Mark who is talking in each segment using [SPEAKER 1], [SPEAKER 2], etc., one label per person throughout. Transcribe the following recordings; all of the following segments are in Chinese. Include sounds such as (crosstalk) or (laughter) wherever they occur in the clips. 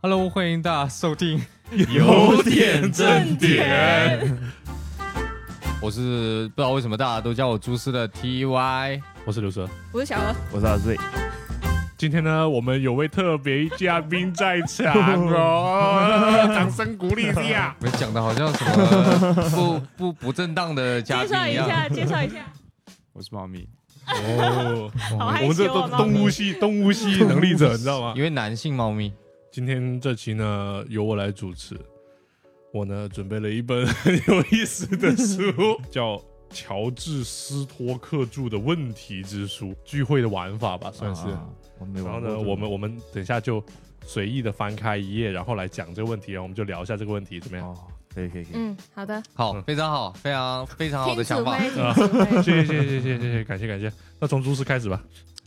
[SPEAKER 1] Hello，欢迎大家收听，
[SPEAKER 2] 有点正点。
[SPEAKER 1] 我是不知道为什么大家都叫我猪师的 TY，
[SPEAKER 2] 我是刘蛇。
[SPEAKER 3] 我是小鹅，
[SPEAKER 4] 我是阿 Z，
[SPEAKER 2] 今天呢，我们有位特别嘉宾在场哦，
[SPEAKER 4] (laughs)
[SPEAKER 2] 掌声鼓励一下。
[SPEAKER 1] 我讲的好像什么 (laughs) 不不不正当的嘉
[SPEAKER 3] 介
[SPEAKER 1] 宾
[SPEAKER 3] 绍一
[SPEAKER 1] 一样。
[SPEAKER 3] 下，介绍一下，
[SPEAKER 4] 我是猫咪。
[SPEAKER 2] 哦，
[SPEAKER 3] 好
[SPEAKER 2] 我
[SPEAKER 3] 害
[SPEAKER 2] 们
[SPEAKER 3] 羞
[SPEAKER 2] 这
[SPEAKER 3] 啊
[SPEAKER 2] 都，
[SPEAKER 3] 猫咪
[SPEAKER 2] 动物系动物系能力者，你知道吗
[SPEAKER 1] 一？位男性猫咪，
[SPEAKER 2] 今天这期呢，由我来主持。我呢，准备了一本很有意思的书，叫。乔治·斯托克著的《问题之书》聚会的玩法吧，算是。
[SPEAKER 1] 啊我没
[SPEAKER 2] 然后
[SPEAKER 1] 玩过
[SPEAKER 2] 呢，
[SPEAKER 1] 这个
[SPEAKER 2] 我们我们等一下就随意的翻开一页，然后来讲这个问题，然后我们就聊一下这个问题，怎么样？
[SPEAKER 4] 哦，可以可以可以。
[SPEAKER 3] 嗯，好的，
[SPEAKER 1] 好，非常好，非常非常好的
[SPEAKER 3] 听指
[SPEAKER 1] 想法。
[SPEAKER 3] 挥，听指
[SPEAKER 2] 谢谢谢
[SPEAKER 3] 挥，
[SPEAKER 2] 谢谢谢谢谢，感谢感谢。那从主持开始吧，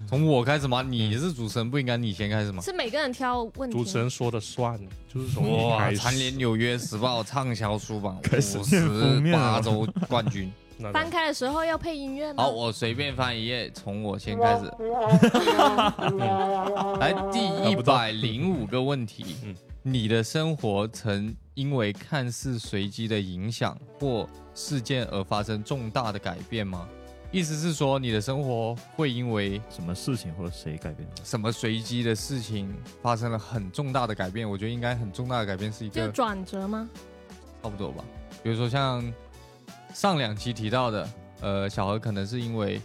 [SPEAKER 1] 从我开始吗？你是主持人，不应该你先开始吗？
[SPEAKER 3] 是每个人挑问题，
[SPEAKER 2] 主持人说的算，就是从你
[SPEAKER 1] 哇！
[SPEAKER 2] 开
[SPEAKER 1] 蝉联《
[SPEAKER 2] 始。
[SPEAKER 1] 纽约时报》畅销书榜
[SPEAKER 4] 开始
[SPEAKER 1] 五
[SPEAKER 4] 念
[SPEAKER 1] 十
[SPEAKER 4] 封面
[SPEAKER 1] 八
[SPEAKER 4] 了
[SPEAKER 1] 周冠军。
[SPEAKER 2] 那
[SPEAKER 3] 翻开的时候要配音乐吗？
[SPEAKER 1] 好，我随便翻一页，从我先开始。来，第一百零五个问题
[SPEAKER 2] 嗯，
[SPEAKER 1] 你的生活曾因为看似随机的影响或事件而发生重大的改变吗？意思是说，你的生活会因为
[SPEAKER 4] 什么事情或者谁改变的？
[SPEAKER 1] 什么随机的事情发生了很重大的改变？我觉得应该很重大的改变是一
[SPEAKER 3] 就
[SPEAKER 1] 个
[SPEAKER 3] 转折吗？
[SPEAKER 1] 差不多吧。比如说像上两期提到的，呃，小何可能是因为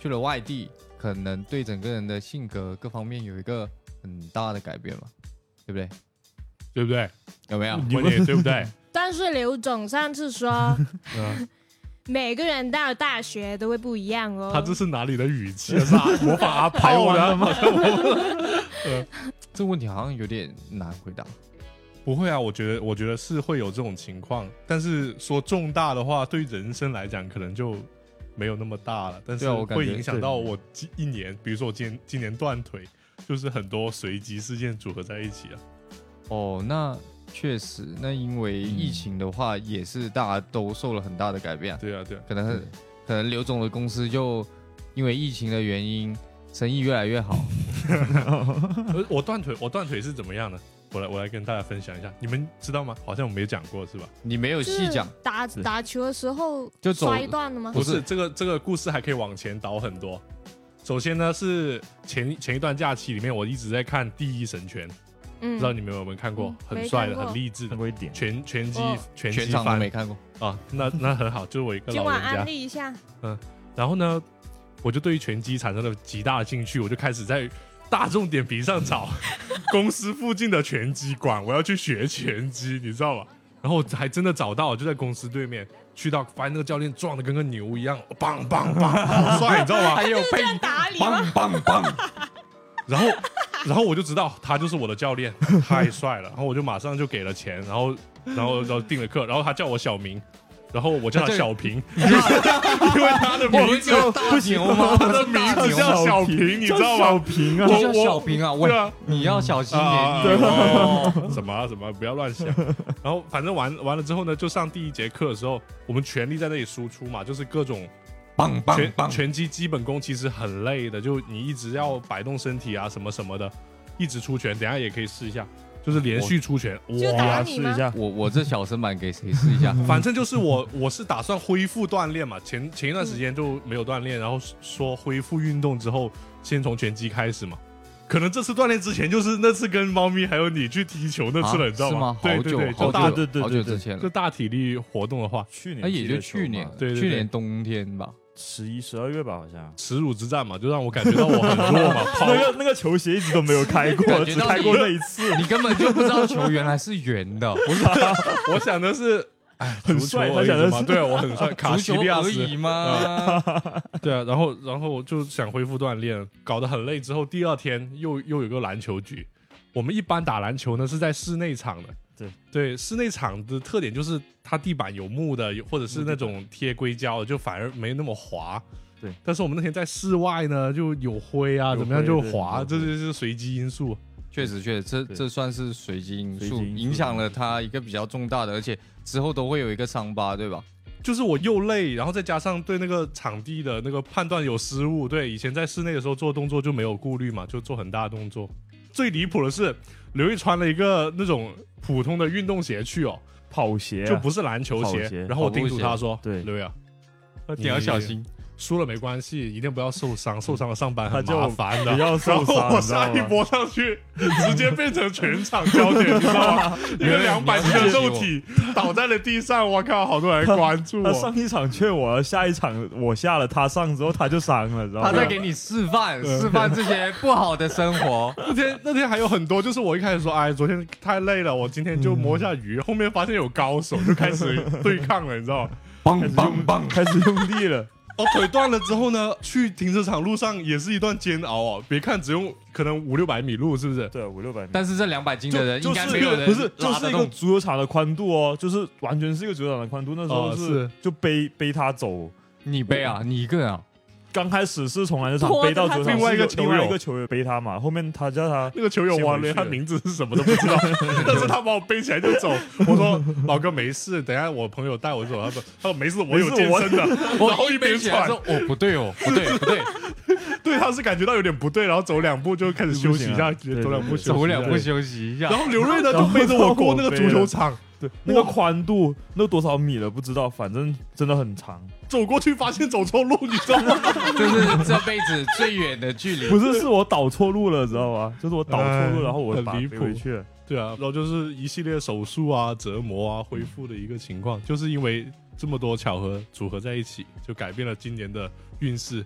[SPEAKER 1] 去了外地，可能对整个人的性格各方面有一个很大的改变嘛，对不对？
[SPEAKER 2] 对不对？
[SPEAKER 1] 有没有？
[SPEAKER 2] 问你对不对？
[SPEAKER 3] 但是刘总上次说，
[SPEAKER 2] 嗯，
[SPEAKER 3] (laughs) 每个人到大学都会不一样哦。
[SPEAKER 2] 他这是哪里的语气？是啊模仿阿炮的吗？
[SPEAKER 4] (laughs)
[SPEAKER 1] 这问题好像有点难回答。
[SPEAKER 2] 不会啊，我觉得我觉得是会有这种情况，但是说重大的话，对人生来讲可能就没有那么大了，但
[SPEAKER 1] 对
[SPEAKER 2] 是
[SPEAKER 1] 啊我感觉
[SPEAKER 2] 会影响到
[SPEAKER 4] 对
[SPEAKER 2] 我今一年，比如说我今年今年断腿，就是很多随机事件组合在一起啊。
[SPEAKER 1] 哦，那确实，那因为疫情的话，也是大家都受了很大的改变啊，
[SPEAKER 2] 对啊，对啊，
[SPEAKER 1] 可能很可能刘总的公司就因为疫情的原因，生意越来越好。
[SPEAKER 2] 呃我断腿，我断腿是怎么样呢？我来我来跟大家分享一下，你们知道吗？好像我没讲过是吧？
[SPEAKER 1] 你没有
[SPEAKER 3] 就
[SPEAKER 1] 细
[SPEAKER 3] 是
[SPEAKER 1] 讲，
[SPEAKER 3] 打
[SPEAKER 4] 是
[SPEAKER 3] 打球的时候
[SPEAKER 1] 就走
[SPEAKER 3] 摔断了吗？
[SPEAKER 1] 不
[SPEAKER 2] 不
[SPEAKER 1] 是
[SPEAKER 2] 是，这个这个故事还可以往前倒很多。首先呢，是前前一段假期里面，我一直在看《第一神拳》，不知道
[SPEAKER 3] 嗯，
[SPEAKER 2] 你们有没有看过
[SPEAKER 3] 嗯？
[SPEAKER 2] 很
[SPEAKER 3] 没
[SPEAKER 2] 帅
[SPEAKER 3] 看
[SPEAKER 2] 的，
[SPEAKER 3] 过
[SPEAKER 2] 很励志的
[SPEAKER 4] 看，过一点，
[SPEAKER 2] 拳拳击
[SPEAKER 3] 哦
[SPEAKER 2] 拳
[SPEAKER 1] 全
[SPEAKER 2] 击
[SPEAKER 1] 场都没
[SPEAKER 2] 番
[SPEAKER 1] 看过。
[SPEAKER 2] 啊，那那很好，就是我一个
[SPEAKER 3] 今
[SPEAKER 2] 老
[SPEAKER 3] 晚
[SPEAKER 2] 人
[SPEAKER 3] 安
[SPEAKER 2] 家。
[SPEAKER 3] 利一下，
[SPEAKER 2] 然后呢，我就对于拳击产生了极大的兴趣，我就开始在大众点评
[SPEAKER 1] (laughs)
[SPEAKER 2] 上找公司附近的拳击馆，我要去学拳击，你知道吗？然后我还真的找到，就在公司对面，去到把那个教练撞的跟个牛一样，棒棒棒，好帅，你知道吗？
[SPEAKER 1] 有
[SPEAKER 3] 这样打你吗？
[SPEAKER 1] 棒棒棒！
[SPEAKER 2] 然后，然后我就知道他就是我的教练，太帅了。然后我就马上就给了钱，然后，然后，然后订了课，然后他叫我小明，然后我叫他小平，因为因为他的
[SPEAKER 1] 我们
[SPEAKER 2] 名
[SPEAKER 1] 只
[SPEAKER 2] 字，
[SPEAKER 1] 有大牛吗？
[SPEAKER 2] 他的名字叫小平，你知道
[SPEAKER 4] 小
[SPEAKER 2] 吗？
[SPEAKER 4] 平啊，
[SPEAKER 1] 就
[SPEAKER 2] 我
[SPEAKER 1] 叫小平啊！
[SPEAKER 2] 对
[SPEAKER 1] 喂，
[SPEAKER 2] 啊，
[SPEAKER 1] 你要小心
[SPEAKER 2] 啊，
[SPEAKER 1] 点。
[SPEAKER 2] 哦什么啊什么啊，不要乱想。然后反正完完了之后呢，就上第一节课的时候，我们全力在那里输出嘛，就是各种
[SPEAKER 1] 棒
[SPEAKER 2] 拳拳击基本功其实很累的，就你一直要摆动身体啊，什么什么的，一直出拳。等一下也可以试一下，就是连续出拳，
[SPEAKER 3] 就打
[SPEAKER 2] 哇，
[SPEAKER 3] 你吗？
[SPEAKER 4] 下，
[SPEAKER 1] 我我这小身板给谁试
[SPEAKER 2] (laughs)
[SPEAKER 1] 一下？
[SPEAKER 2] 反正就是我我是打算恢复锻炼嘛，前前一段时间就没有锻炼，然后说恢复运动之后，先从拳击开始嘛。可能这次锻炼之前就是那次跟猫咪还有你去踢球那次了，
[SPEAKER 1] 啊
[SPEAKER 2] 你知道
[SPEAKER 1] 是吗？
[SPEAKER 2] 对
[SPEAKER 1] 好
[SPEAKER 2] 对
[SPEAKER 1] 久好
[SPEAKER 2] 对，就
[SPEAKER 1] 久
[SPEAKER 2] 大
[SPEAKER 4] 对对
[SPEAKER 1] 好久
[SPEAKER 4] 对
[SPEAKER 1] 之
[SPEAKER 4] 对
[SPEAKER 1] 前
[SPEAKER 2] 就
[SPEAKER 1] 了，
[SPEAKER 2] 大体力活动的话，
[SPEAKER 4] 哎去
[SPEAKER 1] 那
[SPEAKER 4] 年
[SPEAKER 1] 哎也就去年，
[SPEAKER 2] 对对对
[SPEAKER 1] 去年冬天吧。
[SPEAKER 4] 十一、十二月吧，好像。
[SPEAKER 2] 耻辱之战嘛，就让我感觉到我很弱
[SPEAKER 1] (laughs)
[SPEAKER 2] 嘛，跑
[SPEAKER 4] 那个那个球鞋一直都没有开 (laughs)
[SPEAKER 1] 感
[SPEAKER 4] 过，
[SPEAKER 1] 觉
[SPEAKER 4] 只
[SPEAKER 1] 到
[SPEAKER 4] 开过那一次， (laughs)
[SPEAKER 1] 你根本就不知道球原来是圆
[SPEAKER 2] (laughs)
[SPEAKER 1] 的，
[SPEAKER 2] 我想的是，哎，
[SPEAKER 4] 很
[SPEAKER 2] 足球
[SPEAKER 4] 帅他
[SPEAKER 2] 而已
[SPEAKER 4] 想的
[SPEAKER 2] 嘛
[SPEAKER 4] 是
[SPEAKER 2] 对啊，我很
[SPEAKER 4] (laughs)
[SPEAKER 2] 帅，卡
[SPEAKER 1] 足
[SPEAKER 2] 西
[SPEAKER 1] 球
[SPEAKER 2] 利亚
[SPEAKER 1] 而
[SPEAKER 2] 斯，
[SPEAKER 1] 已吗？
[SPEAKER 2] 对啊，然后然后我就想恢复锻炼，搞得很累。之后第二天又又有个篮球局，我们一般打篮球呢是在室内场的，
[SPEAKER 4] 对
[SPEAKER 2] 对，室内场的特点就是它地板有木的，有或者是那种贴硅胶的，就反而没那么滑。
[SPEAKER 4] 对，
[SPEAKER 2] 但是我们那天在室外呢，就有灰啊，
[SPEAKER 4] 有
[SPEAKER 2] 怎么样
[SPEAKER 4] 灰
[SPEAKER 2] 就
[SPEAKER 4] 对
[SPEAKER 2] 滑，
[SPEAKER 4] 有
[SPEAKER 2] 这
[SPEAKER 4] 灰
[SPEAKER 2] 就是随机因素。
[SPEAKER 1] (laughs) 确实，确实，这
[SPEAKER 4] 对
[SPEAKER 1] 这算是随机因
[SPEAKER 4] 随机
[SPEAKER 1] 素，
[SPEAKER 4] 因素
[SPEAKER 1] 影响了他一个比较重大的，而且之后都会有一个伤疤，对吧？
[SPEAKER 2] 就是我又累，然后再加上对那个场地的那个判断有失误。对，以前在室内的时候做动作就没有顾虑嘛，就做很大动作。最离谱的是，刘毅穿了一个那种普通的运动鞋去哦，
[SPEAKER 4] 跑鞋啊
[SPEAKER 2] 就不是篮球
[SPEAKER 4] 跑
[SPEAKER 2] 鞋。
[SPEAKER 4] 鞋
[SPEAKER 2] 然后我
[SPEAKER 1] 跑步
[SPEAKER 2] 叮嘱他说：“
[SPEAKER 4] 对
[SPEAKER 2] 刘毅啊，
[SPEAKER 1] 你要小，心，
[SPEAKER 2] 输了没关系，一定不要受伤，受伤了上班
[SPEAKER 4] 他
[SPEAKER 2] 很
[SPEAKER 4] 叫
[SPEAKER 2] 麻
[SPEAKER 4] 我
[SPEAKER 2] 烦 (laughs) 的。”
[SPEAKER 4] 不要受
[SPEAKER 2] 然后
[SPEAKER 4] 伤，
[SPEAKER 2] 我
[SPEAKER 4] 你知道
[SPEAKER 2] 上一
[SPEAKER 4] 吗
[SPEAKER 2] 搏上去，直接变成全场焦点，你知道 (laughs) 吗？一个两百斤的肉体倒在了地上，我靠，好多人关注
[SPEAKER 4] 他
[SPEAKER 2] 我。
[SPEAKER 4] 上一场劝我，下一场我下了他上之后他就伤了，知道吗？
[SPEAKER 1] 他在给你示范示范这些不好的生活。
[SPEAKER 2] 那天那天还有很多，就是我一开始说，哎，昨天太累了，我今天就摸一下鱼，后面发现有高手，就开始对抗了，你知道吗？
[SPEAKER 1] 棒
[SPEAKER 4] 棒
[SPEAKER 1] 棒！
[SPEAKER 4] 开始用力了，
[SPEAKER 2] 我哦腿断了之后呢，去停车场路上也是一段煎熬哦。别看只有可能五六百米路，是不是？
[SPEAKER 4] (laughs) 对，五六百米。
[SPEAKER 1] 但是这两百斤
[SPEAKER 4] 就
[SPEAKER 1] 的人应该
[SPEAKER 4] 就是
[SPEAKER 1] 没
[SPEAKER 4] 一
[SPEAKER 1] 有
[SPEAKER 4] 个
[SPEAKER 1] 人
[SPEAKER 4] 不是，就
[SPEAKER 1] 拉
[SPEAKER 4] 是
[SPEAKER 1] 得
[SPEAKER 4] 一个
[SPEAKER 1] 动。
[SPEAKER 4] 足球场的宽度哦，就是完全是一个足球场的宽度。那时候
[SPEAKER 2] 哦
[SPEAKER 4] 是
[SPEAKER 2] 是
[SPEAKER 4] 就背背他走，
[SPEAKER 1] 你背啊，你一个人啊，
[SPEAKER 4] 刚开始是从篮球
[SPEAKER 3] 拖
[SPEAKER 4] 场
[SPEAKER 3] 着
[SPEAKER 4] 背到足
[SPEAKER 2] 他
[SPEAKER 4] 球场，
[SPEAKER 2] 走另外一个
[SPEAKER 4] 是
[SPEAKER 2] 球
[SPEAKER 4] 有
[SPEAKER 2] 友
[SPEAKER 4] 另外一个球员背他嘛，后面他叫他
[SPEAKER 2] 那个球友我连他名字是什么都不 (laughs) 知道，但是他把我背起来就走。我说老哥没事，等一下我朋友带我走。他说他说没事，我有健身
[SPEAKER 4] 啊
[SPEAKER 2] 的。然后
[SPEAKER 1] 我
[SPEAKER 2] 一
[SPEAKER 1] 背
[SPEAKER 2] 边
[SPEAKER 1] 起来
[SPEAKER 2] 喘
[SPEAKER 1] 说，，哦，不对
[SPEAKER 4] (laughs)
[SPEAKER 1] 哦，不对不对，
[SPEAKER 2] 对他是感觉到有点不对，然后走两步就开始休息一下，
[SPEAKER 4] 对对
[SPEAKER 2] 走两步休息一下
[SPEAKER 1] 走两步。休息一下
[SPEAKER 2] 然。后刘瑞呢就背着我过那个足球场，
[SPEAKER 4] 对那个宽度，那多少米了不知道，反正真的很长。
[SPEAKER 2] 走过去发现走错 (laughs) 路，你知道吗？
[SPEAKER 1] 这
[SPEAKER 4] (laughs)
[SPEAKER 1] 是这辈子最远的距离。
[SPEAKER 4] 不是，是我倒错路了，知道吗？就是我倒错
[SPEAKER 2] 哎
[SPEAKER 4] 路，然后我
[SPEAKER 2] 很
[SPEAKER 4] 把
[SPEAKER 2] 离
[SPEAKER 4] 背回
[SPEAKER 2] 谱
[SPEAKER 4] 去了。
[SPEAKER 2] 对啊，然后就是一系列手术啊、折磨啊、恢复的一个情况，就是因为这么多巧合组合在一起，就改变了今年的运势。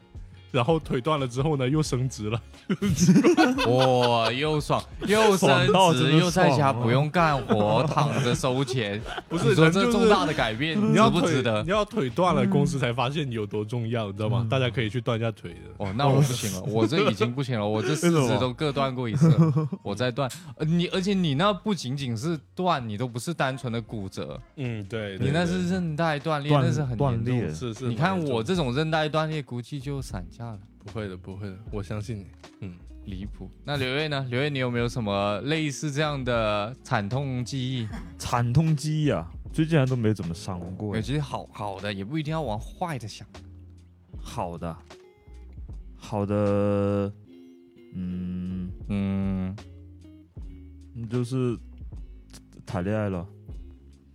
[SPEAKER 2] 然后腿断了之后呢，又升职 (laughs) 了，
[SPEAKER 1] 哇，又爽又升
[SPEAKER 4] 爽到真的
[SPEAKER 1] 职，又在家
[SPEAKER 4] 爽啊
[SPEAKER 1] 不用干活，躺着收钱。
[SPEAKER 2] 不是
[SPEAKER 1] 你说
[SPEAKER 2] 人就
[SPEAKER 1] 这
[SPEAKER 2] 是
[SPEAKER 1] 重大的改变
[SPEAKER 2] 你
[SPEAKER 1] 值
[SPEAKER 2] 要
[SPEAKER 1] 不
[SPEAKER 2] 腿
[SPEAKER 1] 值得
[SPEAKER 2] 你？要腿断了，公司才发现你有多重要，你知道吗？大家可以去断一下腿的。
[SPEAKER 1] 哦，那我不
[SPEAKER 4] (laughs)
[SPEAKER 1] 行了，我这已经不行了，我这四
[SPEAKER 4] 为什
[SPEAKER 1] 肢
[SPEAKER 4] 么
[SPEAKER 1] 都各断过一次了，我再断。呃你而且你那不仅仅是断，你都不是单纯的骨折，
[SPEAKER 2] 嗯，对，
[SPEAKER 1] 你那是韧带断裂，
[SPEAKER 4] 断
[SPEAKER 1] 那是很
[SPEAKER 4] 断
[SPEAKER 1] 严重
[SPEAKER 4] 裂
[SPEAKER 1] 的。
[SPEAKER 2] 是是，
[SPEAKER 1] 你看我这种韧带断裂，估计就散架了，
[SPEAKER 2] 不会的，不会的，我相 (laughs) 信你。嗯，
[SPEAKER 1] 离谱。那刘烨呢？刘烨，你有没有什么类似这样的惨痛记忆？
[SPEAKER 4] 惨痛记忆啊，最近还都没怎么伤过
[SPEAKER 1] 我。其实好好的，也不一定要往坏的想。
[SPEAKER 4] 好的，好的，嗯，
[SPEAKER 1] 嗯，
[SPEAKER 4] 就是谈恋爱了。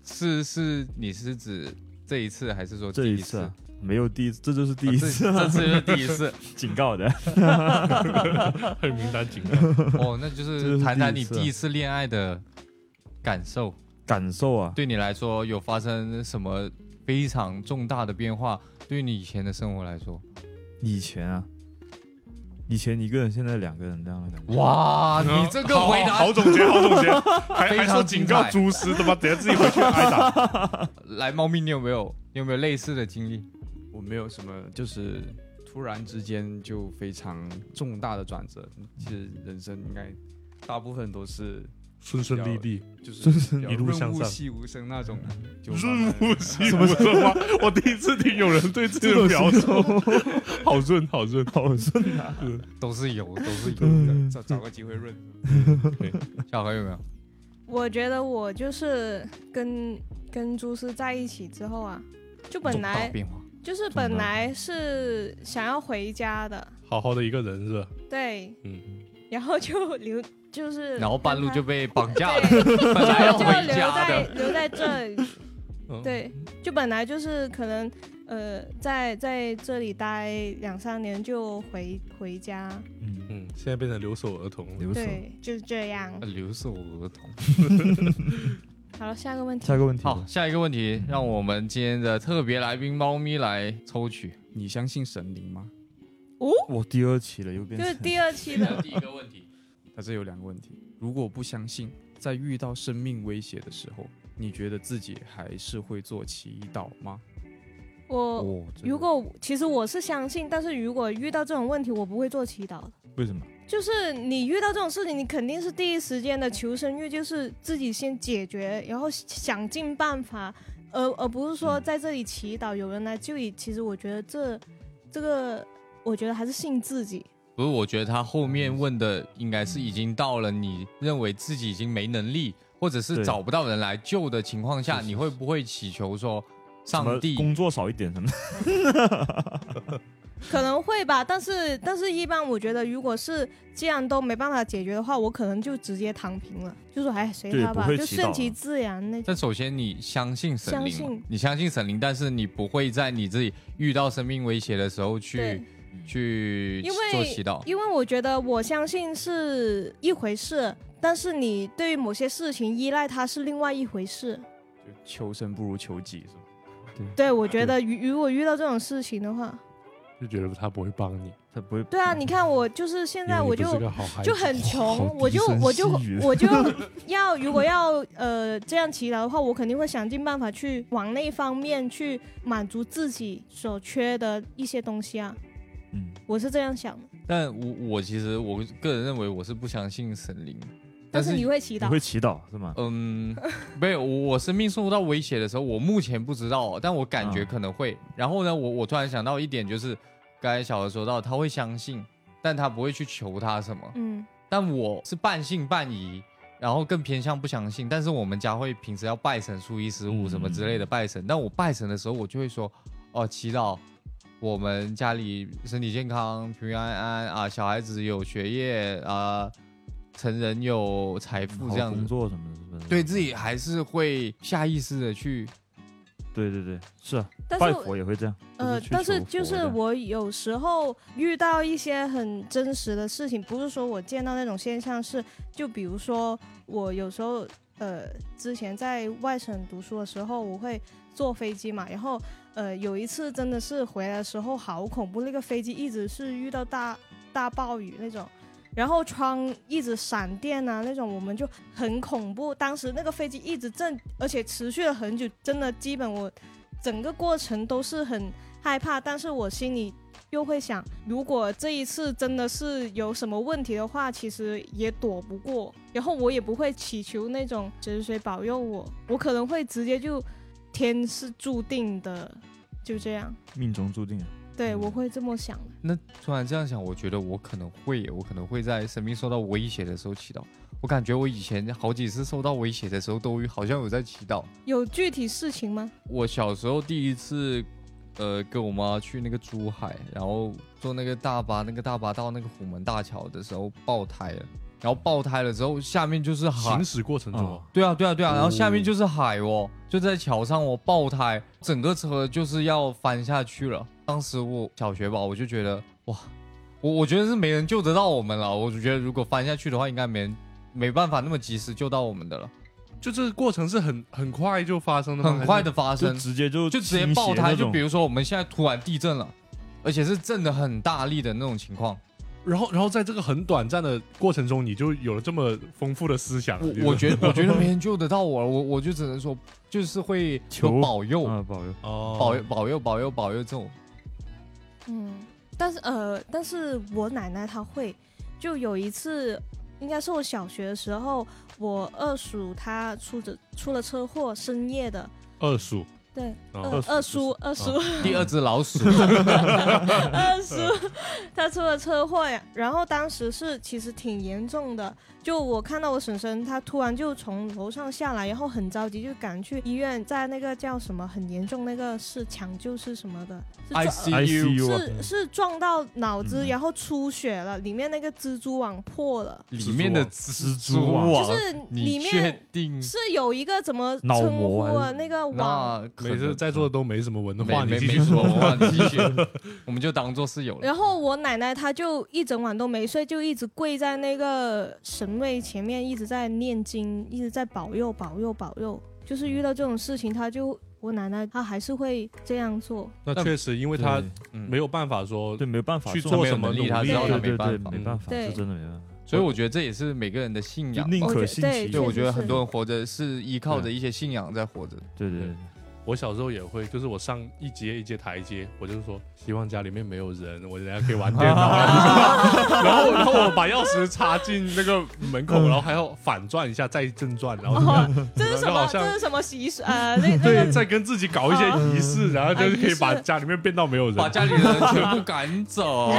[SPEAKER 1] 是是，你是指这一次还是说
[SPEAKER 4] 这
[SPEAKER 1] 第
[SPEAKER 4] 一
[SPEAKER 1] 次？
[SPEAKER 4] 次
[SPEAKER 1] 啊
[SPEAKER 4] 啊没有第一次，这就是第一次，啊
[SPEAKER 1] 这这次就是第一
[SPEAKER 4] (laughs)
[SPEAKER 1] 次
[SPEAKER 4] 警告的。
[SPEAKER 2] 很名单紧张。
[SPEAKER 1] 哦，那就
[SPEAKER 4] 这就是是第
[SPEAKER 1] 谈谈你
[SPEAKER 4] 一次啊
[SPEAKER 1] 第一次恋爱的感受。
[SPEAKER 4] 感受啊，
[SPEAKER 1] 对你来说，有发生什么非常重大的变化？对于你以前的生活来说，
[SPEAKER 4] 以前啊，以前一个人，现在两个人这样的感觉。
[SPEAKER 1] 哇，你这个回
[SPEAKER 2] 好好
[SPEAKER 1] 答
[SPEAKER 2] 好总结，好总结，还 (laughs)
[SPEAKER 1] 非
[SPEAKER 2] 还
[SPEAKER 1] 常
[SPEAKER 2] 说警告
[SPEAKER 1] 精
[SPEAKER 2] 猪师，他妈等下自己回去挨打。
[SPEAKER 1] 来，猫咪，你有没有你有没有类似的经历？
[SPEAKER 5] 我没有什么，就是突然之间就非常重大的转折。其实人生应该大部分都是
[SPEAKER 2] (laughs) 顺顺利利，
[SPEAKER 5] 就是比较
[SPEAKER 2] 一路向
[SPEAKER 5] 润物
[SPEAKER 2] 上
[SPEAKER 5] 细无声那种，就慢
[SPEAKER 2] (laughs) 润
[SPEAKER 5] 慢
[SPEAKER 2] 物细无声吗？我第一次听有人对这种描述，好润，好润，好啊润。 (laughs)
[SPEAKER 1] 都是有，都是有。
[SPEAKER 5] 地找找个机会润。
[SPEAKER 1] 小何有没有？
[SPEAKER 3] 我觉得我就是跟跟朱师在一起之后啊，就本
[SPEAKER 1] 重大
[SPEAKER 3] 来
[SPEAKER 1] 变化，
[SPEAKER 3] 就是
[SPEAKER 4] 大
[SPEAKER 3] 本来是想要回家的，
[SPEAKER 2] 好好的一个人是吧？
[SPEAKER 3] 对，
[SPEAKER 2] 嗯，
[SPEAKER 3] (laughs) 然后就留就是，
[SPEAKER 1] 然后半路就被绑架了，
[SPEAKER 3] 对，
[SPEAKER 1] 本来要
[SPEAKER 3] 就
[SPEAKER 1] 回
[SPEAKER 3] 留
[SPEAKER 1] 家
[SPEAKER 3] 在
[SPEAKER 1] 的。
[SPEAKER 3] 留在这里，
[SPEAKER 2] 嗯，
[SPEAKER 3] 对，就本来就是可能呃在在这里待两三年就回回家，
[SPEAKER 4] 嗯，
[SPEAKER 2] 嗯，现在变成留守儿童了。
[SPEAKER 4] 留守。
[SPEAKER 3] 对，就是这样。
[SPEAKER 1] 留守儿童。
[SPEAKER 3] 好了，下个问题
[SPEAKER 4] 下，一个问题吧，
[SPEAKER 1] 好，下一个问题，让我们今天的特别来宾猫咪来抽取。
[SPEAKER 5] 你相信神灵吗？
[SPEAKER 4] 我第二期了，又变
[SPEAKER 3] 哦就
[SPEAKER 4] 成
[SPEAKER 3] 是第二
[SPEAKER 1] (laughs)
[SPEAKER 3] 期的，
[SPEAKER 1] 第一个问题，
[SPEAKER 5] 它这有两个问题。如果不相信，在遇到生命威胁的时候，你觉得自己还是会做祈祷吗？
[SPEAKER 3] 我。
[SPEAKER 4] 哦，这个
[SPEAKER 3] 如果其实我是相信，但是如果遇到这种问题，我不会做祈祷的。
[SPEAKER 4] 为什么？
[SPEAKER 3] 就是你遇到这种事情，你肯定是第一时间的求生欲，就是自己先解决，然后想尽办法，而而不是说在这里祈祷有人来救你。其实我觉得这这个，我觉得还是信自己。
[SPEAKER 1] 不是，我觉得他后面问的应该是已经到了你认为自己已经没能力，或者是
[SPEAKER 4] 对
[SPEAKER 1] 找不到人来救的情况下，
[SPEAKER 4] 是是
[SPEAKER 1] 你会不会祈求说
[SPEAKER 4] 什么
[SPEAKER 1] 上帝 (laughs)
[SPEAKER 4] 工作少一点什么的？
[SPEAKER 3] 可能会吧，但是但是一般我觉得，如果是既然都没办法解决的话，我可能就直接躺平了，就说哎随
[SPEAKER 4] 对
[SPEAKER 3] 他
[SPEAKER 4] 不
[SPEAKER 3] 吧，
[SPEAKER 4] 会
[SPEAKER 3] 就
[SPEAKER 4] 祈祷
[SPEAKER 3] 顺其
[SPEAKER 4] 了
[SPEAKER 3] 自然那种。
[SPEAKER 1] 但首先你相信神灵嘛，
[SPEAKER 3] 相信
[SPEAKER 1] 你相信神灵，但是你不会在你自己遇到生命威胁的时候
[SPEAKER 3] 对
[SPEAKER 1] 去。去
[SPEAKER 3] 因
[SPEAKER 1] 做
[SPEAKER 3] 为
[SPEAKER 1] 祈祷。
[SPEAKER 3] 因为我觉得我相信是一回事，但是你对于某些事情依赖它是另外一回事。
[SPEAKER 5] 就求生不如求己，是吧？
[SPEAKER 3] 对，我觉得如如果遇到这种事情的话，
[SPEAKER 2] 就觉得他不会帮你，
[SPEAKER 4] 他不会。
[SPEAKER 3] 对啊，你看我就是现在
[SPEAKER 2] 因为
[SPEAKER 3] 我
[SPEAKER 2] 你
[SPEAKER 3] 就
[SPEAKER 2] 不是个好孩子
[SPEAKER 3] 就很穷，我就
[SPEAKER 4] 声
[SPEAKER 3] 我就
[SPEAKER 4] 细语
[SPEAKER 3] 我就要如果要呃这样祈祷的话，我肯定会想尽办法去往那方面去满足自己所缺的一些东西啊，
[SPEAKER 4] 嗯，
[SPEAKER 3] 我是这样想的。
[SPEAKER 1] 但我我其实我个人认为我是不相信神灵，但
[SPEAKER 3] 但是
[SPEAKER 1] 是
[SPEAKER 3] 你会祈
[SPEAKER 4] 你
[SPEAKER 3] 祷
[SPEAKER 4] 会，祈祷是吗？
[SPEAKER 1] 嗯，没有，我我生命受到威胁的时候，我目前不知道，但我感觉
[SPEAKER 3] 啊
[SPEAKER 4] 嗯
[SPEAKER 1] 可能会。然后呢，我我突然想到一点，就是刚才小何说到，他会相信，但他不会去求他什么。
[SPEAKER 3] 嗯，
[SPEAKER 1] 但我是半信半疑，然后更偏向不相信。但是我们家会平时要拜神、初一十五什么之类的拜神。但我拜神的时候，我就会说，哦，祈祷我们家里身体健康、平平安安啊，小孩子有学业啊，成人有财富
[SPEAKER 4] 好
[SPEAKER 1] 这样
[SPEAKER 4] 工
[SPEAKER 1] 子。
[SPEAKER 4] 作什么的，是不是？
[SPEAKER 1] 对自己还是会下意识的去，
[SPEAKER 4] 对对对，是啊，
[SPEAKER 3] 但
[SPEAKER 4] 拜
[SPEAKER 3] 是我
[SPEAKER 4] 佛也会这样。
[SPEAKER 3] 呃
[SPEAKER 4] 去，
[SPEAKER 3] 但是
[SPEAKER 4] 求
[SPEAKER 3] 就
[SPEAKER 4] 佛
[SPEAKER 3] 是
[SPEAKER 4] 这样
[SPEAKER 3] 我有时候遇到一些很真实的事情，不是说我见到那种现象是，就比如说我有时候呃，之前在外省读书的时候，我会坐飞机嘛，然后呃有一次真的是回来的时候好恐怖，那个飞机一直是遇到大大暴雨那种。然后窗一直闪电啊，那种我们就很恐怖。当时那个飞机一直震，而且持续了很久，真的基本我整个过程都是很害怕，但是我心里又会想，如果这一次真的是有什么问题的话，其实也躲不过，然后我也不会祈求那种神谁保佑我，我可能会直接就天是注定的，就这样，
[SPEAKER 4] 命中注定啊。
[SPEAKER 3] 对
[SPEAKER 4] 嗯
[SPEAKER 3] 我会这么想的。
[SPEAKER 1] 那突然这样想，我觉得我可能会耶，我可能会在生命受到威胁的时候祈祷。我感觉我以前好几次受到威胁的时候，都好像有在祈祷。
[SPEAKER 3] 有具体事情吗？
[SPEAKER 1] 我小时候第一次，呃，跟我妈去那个珠海，然后坐那个大巴，那个大巴到那个虎门大桥的时候爆胎了，然后爆胎了之后，下面就是海
[SPEAKER 2] 行。驶过程中啊，
[SPEAKER 1] 对啊，对啊，对啊，然后下面
[SPEAKER 2] 哦
[SPEAKER 1] 就是海哦，就在桥上哦，爆胎，整个车就是要翻下去了。当时我小学吧，我就觉得哇，我我觉得是没人救得到我们了。我就觉得如果翻下去的话，应该没人没办法那么及时救到我们的了，
[SPEAKER 2] 就这个过程是很很快就发生的吗，
[SPEAKER 1] 很快的发
[SPEAKER 4] 就
[SPEAKER 1] 生，
[SPEAKER 4] 直接就
[SPEAKER 1] 就直接
[SPEAKER 4] 倾斜
[SPEAKER 1] 爆
[SPEAKER 4] 那
[SPEAKER 1] 胎。就
[SPEAKER 4] 种
[SPEAKER 1] 比如说我们现在突然地震了，而且是震的很大力的那种情况，
[SPEAKER 2] 还是。然后，然后在这个很短暂的过程中，你就有了这么丰富的思想。就是
[SPEAKER 1] 我我觉得我觉得没人救得到我了，我我就只能说就是会
[SPEAKER 4] 求
[SPEAKER 1] 保佑，
[SPEAKER 4] 啊保佑，
[SPEAKER 2] 哦，
[SPEAKER 1] 保佑保佑保佑保佑这种。
[SPEAKER 3] 嗯，但是呃，但是我奶奶她会，就有一次，应该是我小学的时候，我二叔他出着出了车祸，深夜的，
[SPEAKER 2] 二叔，
[SPEAKER 3] 对，
[SPEAKER 2] 哦
[SPEAKER 3] 二二叔二叔哦
[SPEAKER 1] (laughs)
[SPEAKER 3] 嗯
[SPEAKER 1] 第二只老鼠，
[SPEAKER 3] 二叔，他出了车祸呀，然后当时是其实挺严重的，就我看到我婶婶她突然就从楼上下来，然后很着急就赶去医院，在那个叫什么很严重那个是抢救是什么的，是撞
[SPEAKER 1] ICU
[SPEAKER 3] 是是撞到脑子，
[SPEAKER 4] 啊嗯
[SPEAKER 3] 然后出血了，里面那个蜘蛛网破了，
[SPEAKER 1] (laughs) 里面的
[SPEAKER 4] 蜘
[SPEAKER 1] 蜘
[SPEAKER 4] 蛛
[SPEAKER 1] 蛛
[SPEAKER 4] 网
[SPEAKER 1] 网，
[SPEAKER 3] 就是里
[SPEAKER 1] 你确
[SPEAKER 3] 面
[SPEAKER 1] 定？
[SPEAKER 3] 是有一个怎么
[SPEAKER 4] 脑
[SPEAKER 3] 称呼
[SPEAKER 4] 膜还是
[SPEAKER 3] 啊？那个网，
[SPEAKER 1] 那可
[SPEAKER 2] 没事，
[SPEAKER 1] 能
[SPEAKER 2] 在座的都没什么文
[SPEAKER 1] 没
[SPEAKER 2] 化，你
[SPEAKER 1] 没
[SPEAKER 2] 继
[SPEAKER 1] 没
[SPEAKER 2] 续说。
[SPEAKER 1] 说，我你继续， (laughs) 我们就当做是有了。
[SPEAKER 3] 然后我奶奶她就一整晚都没睡，就一直跪在那个神位前面，一直在念经，一直在保佑保佑保佑。就是遇到这种事情，她就我奶奶她还是会这样做。
[SPEAKER 2] 那确实，因为他
[SPEAKER 1] 嗯
[SPEAKER 2] 没有办法说
[SPEAKER 4] 对，没有办法
[SPEAKER 2] 去
[SPEAKER 4] 做
[SPEAKER 2] 做
[SPEAKER 1] 没有
[SPEAKER 2] 什么
[SPEAKER 1] 能
[SPEAKER 2] 努
[SPEAKER 1] 力他
[SPEAKER 2] 力
[SPEAKER 1] 知道
[SPEAKER 4] 对
[SPEAKER 1] 他没
[SPEAKER 4] 对对
[SPEAKER 1] 办
[SPEAKER 4] 对，
[SPEAKER 1] 法
[SPEAKER 4] 没办法，
[SPEAKER 3] 对
[SPEAKER 4] 是真的没办法。
[SPEAKER 1] 所以我觉得这也是每个人的信
[SPEAKER 4] 就
[SPEAKER 1] 仰。
[SPEAKER 4] 宁
[SPEAKER 3] 我觉
[SPEAKER 4] 可
[SPEAKER 3] 得
[SPEAKER 4] 信
[SPEAKER 3] 对
[SPEAKER 4] 其
[SPEAKER 1] 嗯对，
[SPEAKER 3] 确
[SPEAKER 1] 我
[SPEAKER 4] 有。
[SPEAKER 3] 实
[SPEAKER 1] 觉得很
[SPEAKER 3] 是
[SPEAKER 1] 多人活着是依靠着一些信仰在活着。
[SPEAKER 4] 对对对，
[SPEAKER 1] 嗯
[SPEAKER 2] 我小时候也会，就是我上一阶一阶台阶，我就是说希望家里面没有人，我等下可以玩电脑。啊 (laughs) 然后然后我把钥匙插进那个门口，然后还要反转一下再正转，然后怎么
[SPEAKER 3] 哦
[SPEAKER 2] 样，
[SPEAKER 3] 这是什
[SPEAKER 2] 好
[SPEAKER 3] 么？
[SPEAKER 2] 像
[SPEAKER 3] 这是什么习俗？呃，那那
[SPEAKER 2] 对，
[SPEAKER 3] 个
[SPEAKER 2] 再跟自己搞一些嗯哎仪式，然后就是可以把家里面变到没有人。
[SPEAKER 1] 把家里人全部赶
[SPEAKER 3] (laughs)
[SPEAKER 1] 走，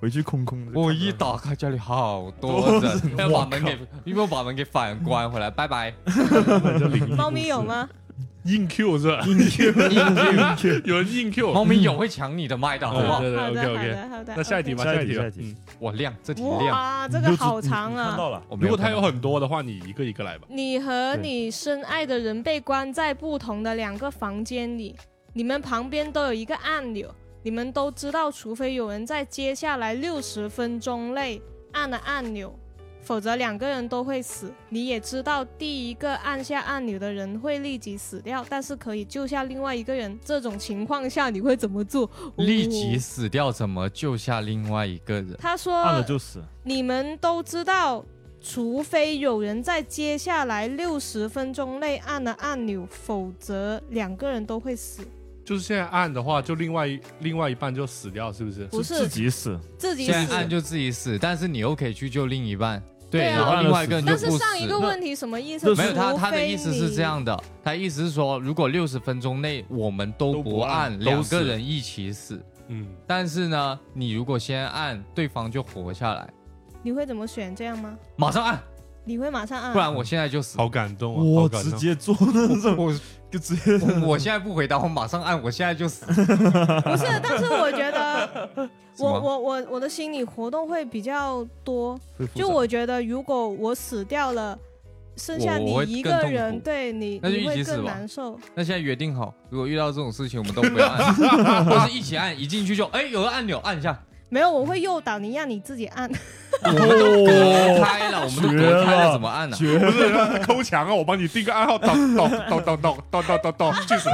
[SPEAKER 4] 回去空空的。
[SPEAKER 1] 我一打开家里好多
[SPEAKER 3] (laughs)
[SPEAKER 1] 人，
[SPEAKER 4] (laughs)
[SPEAKER 1] 要把门给，因为我把门给反关回来，拜拜。
[SPEAKER 2] (laughs)
[SPEAKER 3] 猫咪有吗？
[SPEAKER 2] 硬 Q 是吧？ (laughs) 有人硬 Q，
[SPEAKER 1] 猫咪有会抢你的麦的，好不好？
[SPEAKER 2] 哦对对
[SPEAKER 3] 好的，好
[SPEAKER 2] OK，OK
[SPEAKER 3] 的，好的。
[SPEAKER 2] 那下一题吧，
[SPEAKER 4] OK
[SPEAKER 2] 一题吧，
[SPEAKER 4] 下一题下一
[SPEAKER 2] 嗯
[SPEAKER 4] 题
[SPEAKER 1] 哇，亮，这题亮。
[SPEAKER 3] 哇，这个好长
[SPEAKER 4] 看
[SPEAKER 3] 啊！
[SPEAKER 4] 到了，
[SPEAKER 1] 我没
[SPEAKER 2] 如果它
[SPEAKER 1] 看
[SPEAKER 2] 有
[SPEAKER 1] 到
[SPEAKER 2] 很多的话，你一个一个来吧。
[SPEAKER 3] 你和你深爱的人被关在不同的两个房间里，你们旁边都有一个按钮，你们都知道，除非有人在接下来六十分钟内按了按钮，否则两个人都会死。你也知道，第一个按下按钮的人会立即死掉，但是可以救下另外一个人。这种情况下，你会怎么做？
[SPEAKER 1] 立即
[SPEAKER 3] 哦。
[SPEAKER 1] 死掉，怎么救下另外一个人？
[SPEAKER 3] 他说
[SPEAKER 4] 按了就死，
[SPEAKER 3] 你们都知道，除非有人在接下来六十分钟内按了按钮，否则两个人都会死。
[SPEAKER 2] 就是现在按的话，就另外一另外一半就死掉，是不是？
[SPEAKER 3] 不
[SPEAKER 4] 自
[SPEAKER 3] 是
[SPEAKER 4] 己死，
[SPEAKER 3] 自己
[SPEAKER 1] 现在按
[SPEAKER 3] 死。
[SPEAKER 1] 就自己死，但是你又可以去救另一半，
[SPEAKER 3] 对啊
[SPEAKER 1] 然后另外一个人就
[SPEAKER 3] 但
[SPEAKER 1] 不
[SPEAKER 3] 是
[SPEAKER 1] 死。
[SPEAKER 3] 上一个问题什么意思？
[SPEAKER 4] 那
[SPEAKER 1] 没有他
[SPEAKER 3] 除非
[SPEAKER 1] 他的意思是这样的，他意思是说，如果六十分钟内我们都
[SPEAKER 2] 都不
[SPEAKER 1] 不按，
[SPEAKER 2] 按
[SPEAKER 1] 两
[SPEAKER 2] 都
[SPEAKER 1] 个
[SPEAKER 2] 死
[SPEAKER 1] 人一起死。
[SPEAKER 2] 嗯，
[SPEAKER 1] 但是呢，你如果先按，对方就活下来，
[SPEAKER 3] 你，你会怎么选？这样吗？
[SPEAKER 1] 马上按，
[SPEAKER 3] 你会马上按？
[SPEAKER 1] 不然我现在就死。
[SPEAKER 2] 好感动啊！好
[SPEAKER 4] 我
[SPEAKER 2] 感
[SPEAKER 4] 直
[SPEAKER 2] 动
[SPEAKER 4] 接做那
[SPEAKER 1] (laughs)
[SPEAKER 4] (laughs) 种，
[SPEAKER 1] 我
[SPEAKER 4] 就直接
[SPEAKER 1] 我我现在不回答，我马上按，我现在就死。
[SPEAKER 3] 不是，但是我觉得
[SPEAKER 1] (laughs) 什么
[SPEAKER 3] 我我我我的心理活动会比较多，
[SPEAKER 1] 会复杂
[SPEAKER 3] 就我觉得如果我死掉了。剩下
[SPEAKER 1] 我
[SPEAKER 3] 你
[SPEAKER 1] 我会
[SPEAKER 3] 一
[SPEAKER 1] 更
[SPEAKER 3] 个
[SPEAKER 1] 痛苦
[SPEAKER 3] 人，对你
[SPEAKER 1] 那就
[SPEAKER 3] 你
[SPEAKER 1] 一
[SPEAKER 3] 会
[SPEAKER 1] 起死
[SPEAKER 3] 更
[SPEAKER 1] 吧
[SPEAKER 3] 难受。
[SPEAKER 1] 那现在约定好，如果遇到这种事情，我们都不要按，或是一起按，一进去就哎有个按钮按一下，
[SPEAKER 3] 没有，我会诱导你，让你自己按。
[SPEAKER 1] 我们
[SPEAKER 4] 哦
[SPEAKER 1] 都隔开了，我们都隔开了，怎么按啊呢、
[SPEAKER 4] 绝
[SPEAKER 2] 不是抠墙啊！我帮你定个暗号，到到到到到到到到到，去死！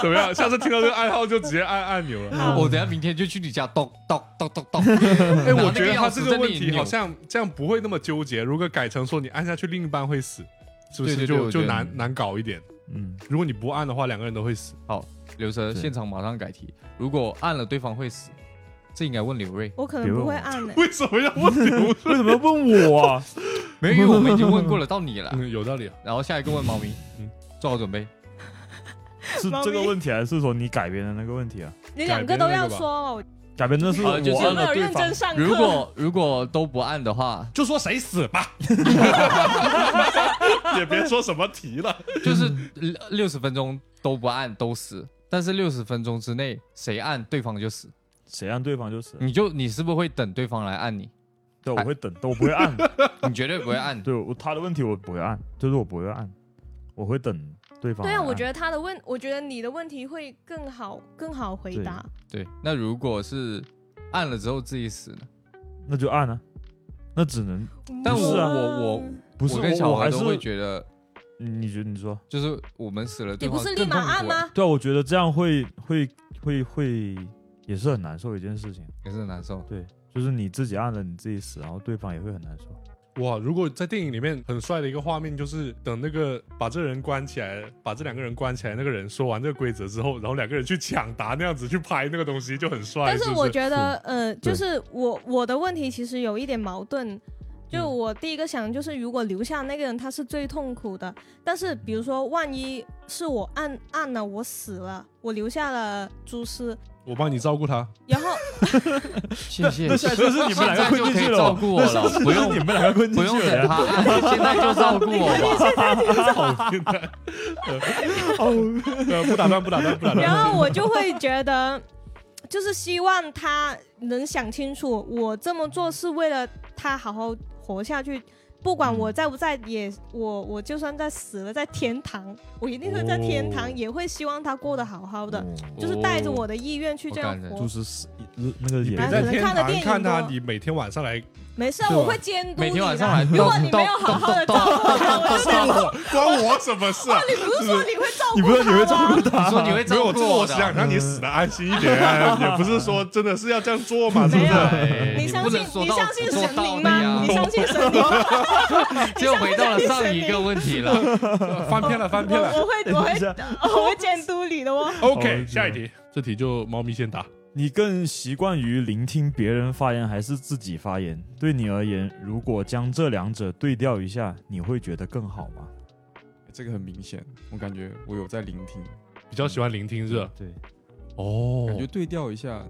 [SPEAKER 2] 怎么样？下次听到这个暗号就直接按按钮了。
[SPEAKER 1] 我哦等下明天就去你家咚咚咚咚咚。
[SPEAKER 2] 哎，
[SPEAKER 1] 哎
[SPEAKER 2] 我觉得他这个问题好像这样不会那么纠结。如果改成说你按下去，另一半会死，是不是
[SPEAKER 1] 对对对
[SPEAKER 2] 就
[SPEAKER 1] 我觉
[SPEAKER 2] 就
[SPEAKER 1] 得
[SPEAKER 2] 难难搞一点？
[SPEAKER 4] 嗯，
[SPEAKER 2] 如果你不按的话，两个人都会死。 (laughs)
[SPEAKER 1] 刘哲
[SPEAKER 4] 是
[SPEAKER 1] 现场马上改题，如果按了对方会死，这应该问刘
[SPEAKER 3] (laughs)
[SPEAKER 1] 瑞，
[SPEAKER 3] 我可
[SPEAKER 4] 别
[SPEAKER 3] 能
[SPEAKER 4] 问
[SPEAKER 3] 不会
[SPEAKER 1] (laughs)
[SPEAKER 4] 我
[SPEAKER 3] 按呢、
[SPEAKER 2] 为什么要问刘
[SPEAKER 4] (laughs) 为什么要问我
[SPEAKER 3] (laughs)
[SPEAKER 4] 啊？
[SPEAKER 1] 没有，因为我们已经问过了，到你了。
[SPEAKER 2] 嗯，有道理啊。
[SPEAKER 1] 然后下一个问猫咪
[SPEAKER 2] 嗯，
[SPEAKER 1] 做好准备。
[SPEAKER 4] 是这个问题还是说你改编的那个问题啊？
[SPEAKER 3] 你两个都要说哦，
[SPEAKER 4] 改编的是我
[SPEAKER 1] 呃就是
[SPEAKER 4] 按
[SPEAKER 3] 没有
[SPEAKER 4] 了对
[SPEAKER 3] 认
[SPEAKER 4] 方
[SPEAKER 3] 真，上课。
[SPEAKER 1] 如果如果都不按的话，
[SPEAKER 2] 就说谁死
[SPEAKER 4] (laughs)
[SPEAKER 2] 吧，也别说什么题了。
[SPEAKER 1] 就是六十分钟都不按都死，但是六十分钟之内谁按对方就死，
[SPEAKER 4] 谁按对方就死。
[SPEAKER 2] 嗯
[SPEAKER 1] 你就你是不是会等对方来按你？
[SPEAKER 4] 对，我会等，但我不会按。 (laughs)
[SPEAKER 1] 你绝对不会按。
[SPEAKER 4] 对我他的问题我不会按，就是我不会按，我会等
[SPEAKER 1] (laughs)
[SPEAKER 4] 对方来
[SPEAKER 3] 对
[SPEAKER 1] 嗯
[SPEAKER 3] 啊，
[SPEAKER 4] 按。
[SPEAKER 3] 我觉得他的问，我觉得你的问题会更好更好回答。
[SPEAKER 1] 对，那如果是按了之后自己死呢？
[SPEAKER 4] 那就按啊，那只能
[SPEAKER 1] 但
[SPEAKER 4] 我是啊
[SPEAKER 1] 我我
[SPEAKER 3] 嗯
[SPEAKER 4] 不是
[SPEAKER 1] 我跟小
[SPEAKER 4] 我还
[SPEAKER 1] 孩
[SPEAKER 4] 是
[SPEAKER 1] 都会觉得，
[SPEAKER 4] 你觉得你说
[SPEAKER 1] 就是我们死了，
[SPEAKER 3] 你
[SPEAKER 1] 对
[SPEAKER 3] 不
[SPEAKER 1] 方
[SPEAKER 3] 是立
[SPEAKER 1] 更
[SPEAKER 3] 马
[SPEAKER 1] 痛苦
[SPEAKER 3] 按
[SPEAKER 1] 啊？
[SPEAKER 3] 吗？
[SPEAKER 4] 对啊，我觉得这样会会会会也是很难受的一件事情。
[SPEAKER 1] 也是很难受。
[SPEAKER 4] 对，就是你自己按了你自己死，然后对方也会很难受。
[SPEAKER 2] 哇，如果在电影里面很帅的一个画面，就是等那个把这人关起来，把这两个人关起来，那个人说完这个规则之后，然后两个人去抢答那样子去拍那个东西就很帅。
[SPEAKER 3] 但
[SPEAKER 2] 是
[SPEAKER 3] 是
[SPEAKER 2] 不
[SPEAKER 3] 我
[SPEAKER 2] 是
[SPEAKER 3] 觉得，
[SPEAKER 1] 嗯
[SPEAKER 3] 呃，
[SPEAKER 4] 对
[SPEAKER 3] 就是我我的问题其实有一点矛盾。就
[SPEAKER 2] 嗯
[SPEAKER 3] 我第一个想的就是，如果留下那个人，他是最痛苦的。但是比如说，万一是我按按了，我死了，我留下了蛛丝，
[SPEAKER 2] 我帮你照顾他，
[SPEAKER 3] 然后
[SPEAKER 1] 谢谢。
[SPEAKER 4] 那现在就是你们两
[SPEAKER 1] 现在
[SPEAKER 4] 个
[SPEAKER 1] 就
[SPEAKER 4] 混进
[SPEAKER 1] 可以
[SPEAKER 4] 去了，
[SPEAKER 1] 照顾我
[SPEAKER 4] 那
[SPEAKER 1] 了
[SPEAKER 4] 是是
[SPEAKER 1] 不用
[SPEAKER 4] 是你们两个混
[SPEAKER 1] 不
[SPEAKER 4] 进
[SPEAKER 1] 用
[SPEAKER 4] 去
[SPEAKER 1] 等
[SPEAKER 4] 了。
[SPEAKER 1] 他按，现在就照顾我吧。
[SPEAKER 2] 好变态！呃，不打断，不打断，不
[SPEAKER 1] (laughs)
[SPEAKER 2] 打断。(laughs)
[SPEAKER 3] 然后我就会觉得，就是希望他能想清楚，我这么做是为了他好好活下去。不管我在不在，也我我就算在死了，在天堂， (laughs) 我一定会在天堂，
[SPEAKER 2] 哦
[SPEAKER 3] 也会希望他过得好好的，
[SPEAKER 1] 嗯
[SPEAKER 4] 哦
[SPEAKER 3] 就是带着我的意愿去
[SPEAKER 1] 好
[SPEAKER 3] 这样
[SPEAKER 1] 感人
[SPEAKER 3] 活
[SPEAKER 4] 就。是死那个
[SPEAKER 2] 你
[SPEAKER 4] 也
[SPEAKER 2] 别
[SPEAKER 3] 来
[SPEAKER 2] 在
[SPEAKER 3] 可能
[SPEAKER 2] 天
[SPEAKER 3] 看的
[SPEAKER 2] 堂
[SPEAKER 3] 电影
[SPEAKER 2] 看他，
[SPEAKER 3] 多
[SPEAKER 2] 你每天晚上来
[SPEAKER 3] 没事，啊
[SPEAKER 2] 对
[SPEAKER 3] 我
[SPEAKER 2] 吧
[SPEAKER 3] 会监督
[SPEAKER 1] 啊每
[SPEAKER 3] 你
[SPEAKER 1] 天晚上
[SPEAKER 3] 的。
[SPEAKER 1] 来，
[SPEAKER 3] 如果你没有好好的照顾他，我
[SPEAKER 2] 照顾我，关我什么事啊？
[SPEAKER 3] 你不是说你会照
[SPEAKER 4] 你不
[SPEAKER 3] 顾
[SPEAKER 4] 是你会照
[SPEAKER 3] 他吗？
[SPEAKER 4] 顾他，
[SPEAKER 1] 你说你会
[SPEAKER 2] 没有，
[SPEAKER 1] 照
[SPEAKER 2] 我
[SPEAKER 1] 顾
[SPEAKER 2] 这我
[SPEAKER 1] 的
[SPEAKER 2] 是想让你死的安心一点，也不是说真的是要这样做 (laughs) 嘛，是不是
[SPEAKER 3] 没有？
[SPEAKER 1] (laughs) 对啊
[SPEAKER 3] 你
[SPEAKER 1] 哎不
[SPEAKER 3] 相信
[SPEAKER 1] 能说
[SPEAKER 3] 你
[SPEAKER 1] 到
[SPEAKER 3] 相信
[SPEAKER 1] 做
[SPEAKER 3] 神
[SPEAKER 1] 到
[SPEAKER 3] 明
[SPEAKER 1] 的
[SPEAKER 3] 吗？
[SPEAKER 1] 呀
[SPEAKER 3] 你相信神明吗？
[SPEAKER 1] 就回到了上一个问题
[SPEAKER 3] (laughs)
[SPEAKER 1] 了。
[SPEAKER 2] 翻篇了，翻
[SPEAKER 3] 我
[SPEAKER 2] 篇 (laughs) 了。
[SPEAKER 3] 我
[SPEAKER 1] (laughs)
[SPEAKER 3] 会我
[SPEAKER 4] 等一
[SPEAKER 3] 会
[SPEAKER 4] 下，
[SPEAKER 3] 我会监督你的哦。
[SPEAKER 2] OK，
[SPEAKER 4] 哦
[SPEAKER 2] 下一题，这题就猫咪先答。
[SPEAKER 4] 你更习惯于聆听别人发言还是自己发言？对你而言，如果将这两者对调一下，你会觉得更好吗？
[SPEAKER 5] 这个很明显，我感觉我有在聆听，
[SPEAKER 2] 比较喜欢聆听是吧？
[SPEAKER 4] 对，
[SPEAKER 2] 哦
[SPEAKER 5] 感觉对调一下，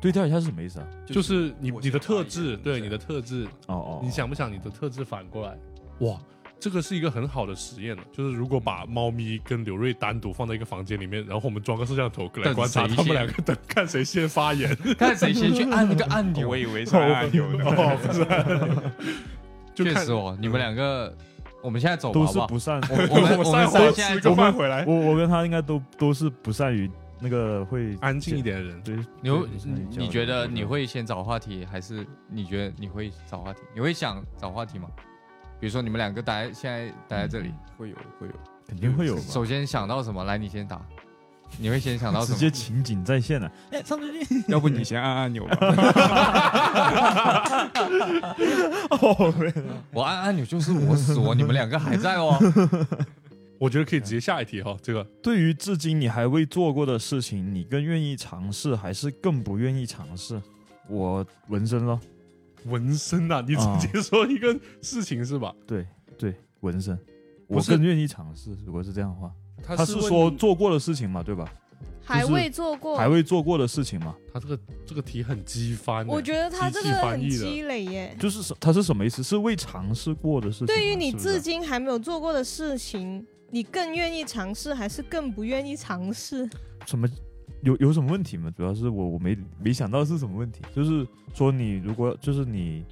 [SPEAKER 4] 对调一下是什么意思啊？
[SPEAKER 2] 就是你
[SPEAKER 5] 我
[SPEAKER 2] 你的
[SPEAKER 5] 想发
[SPEAKER 2] 特
[SPEAKER 5] 言
[SPEAKER 2] 质，对
[SPEAKER 5] 是
[SPEAKER 2] 你的特质，
[SPEAKER 4] 哦哦，
[SPEAKER 2] 你想不想你的特质反过来？哇，这个是一个很好的实验了，就是如果把猫咪跟刘瑞单独放在一个房间里面，然后我们装个摄像头来
[SPEAKER 1] 等
[SPEAKER 2] 观察
[SPEAKER 1] 谁
[SPEAKER 2] 他们
[SPEAKER 1] 先
[SPEAKER 2] 两个，等看谁先发言。
[SPEAKER 1] 看谁先去按那个按钮。
[SPEAKER 5] 我以为是按按钮
[SPEAKER 2] (laughs)
[SPEAKER 5] 的，
[SPEAKER 2] 哦，不是按钮，就
[SPEAKER 1] 确
[SPEAKER 2] 看
[SPEAKER 1] 实哦，你们两个，我们现在走吧
[SPEAKER 4] 都
[SPEAKER 1] 好
[SPEAKER 4] 是
[SPEAKER 1] 不好？
[SPEAKER 4] (laughs) 不善，
[SPEAKER 1] 我我们
[SPEAKER 2] (laughs) 我
[SPEAKER 1] 们
[SPEAKER 2] 散伙
[SPEAKER 1] 仨现在
[SPEAKER 2] 吃
[SPEAKER 1] 走
[SPEAKER 2] (laughs) 个，饭回来，
[SPEAKER 4] 我我跟他应该都都是不善于那个会
[SPEAKER 2] 安静一点的人。
[SPEAKER 4] 对。
[SPEAKER 1] 你
[SPEAKER 4] 对
[SPEAKER 1] 会
[SPEAKER 4] 不善于
[SPEAKER 1] 你
[SPEAKER 4] 交
[SPEAKER 1] 你
[SPEAKER 4] 流
[SPEAKER 1] 觉得你会先找话题，还是你觉得你会找话题？你会想找话题吗？比如说你们两个待在现在待在这里，
[SPEAKER 5] 会有会有。 (laughs)
[SPEAKER 4] 肯定会有
[SPEAKER 1] (laughs)
[SPEAKER 4] 吧？
[SPEAKER 1] 首先想到什么？来，你先打。你会先想到什
[SPEAKER 4] 直接
[SPEAKER 1] 么？
[SPEAKER 4] 情景啊再现了，
[SPEAKER 3] 哎
[SPEAKER 5] 要不你先按按钮吧。 (laughs)
[SPEAKER 1] 我按按钮就是我死我，你们两个还在哦。
[SPEAKER 2] 我觉得可以直接下一题哈，这个
[SPEAKER 4] 对于至今你还未做过的事情，你更愿意尝试还是更不愿意尝试？我纹身咯，
[SPEAKER 2] 纹身啊，你
[SPEAKER 4] 啊
[SPEAKER 2] 直接说一个事情是吧？
[SPEAKER 4] 对，纹身，
[SPEAKER 2] 不
[SPEAKER 4] 我
[SPEAKER 2] 是
[SPEAKER 4] 更愿意尝试。如果是这样的话，
[SPEAKER 2] 他
[SPEAKER 4] 他是说
[SPEAKER 2] 问
[SPEAKER 4] 做过的事情嘛，对吧？
[SPEAKER 3] 还
[SPEAKER 4] 就是
[SPEAKER 3] 未做过，
[SPEAKER 4] 还未做过的事情嘛，
[SPEAKER 2] 他这个这个题很激翻欸，
[SPEAKER 3] 我觉得他
[SPEAKER 2] 极
[SPEAKER 3] 这
[SPEAKER 2] 其
[SPEAKER 3] 个
[SPEAKER 2] 翻
[SPEAKER 3] 很
[SPEAKER 2] 译的
[SPEAKER 3] 积累耶。
[SPEAKER 4] 就是什他是什么意思？是未尝试过的事情嘛。
[SPEAKER 3] 对于你
[SPEAKER 4] 是不啊
[SPEAKER 3] 至
[SPEAKER 4] 是
[SPEAKER 3] 今还没有做过的事情，你更愿意尝试还是更不愿意尝试？
[SPEAKER 4] 什么有有什么问题吗？主要是我我没没想到是什么问题，就是说你如果就是你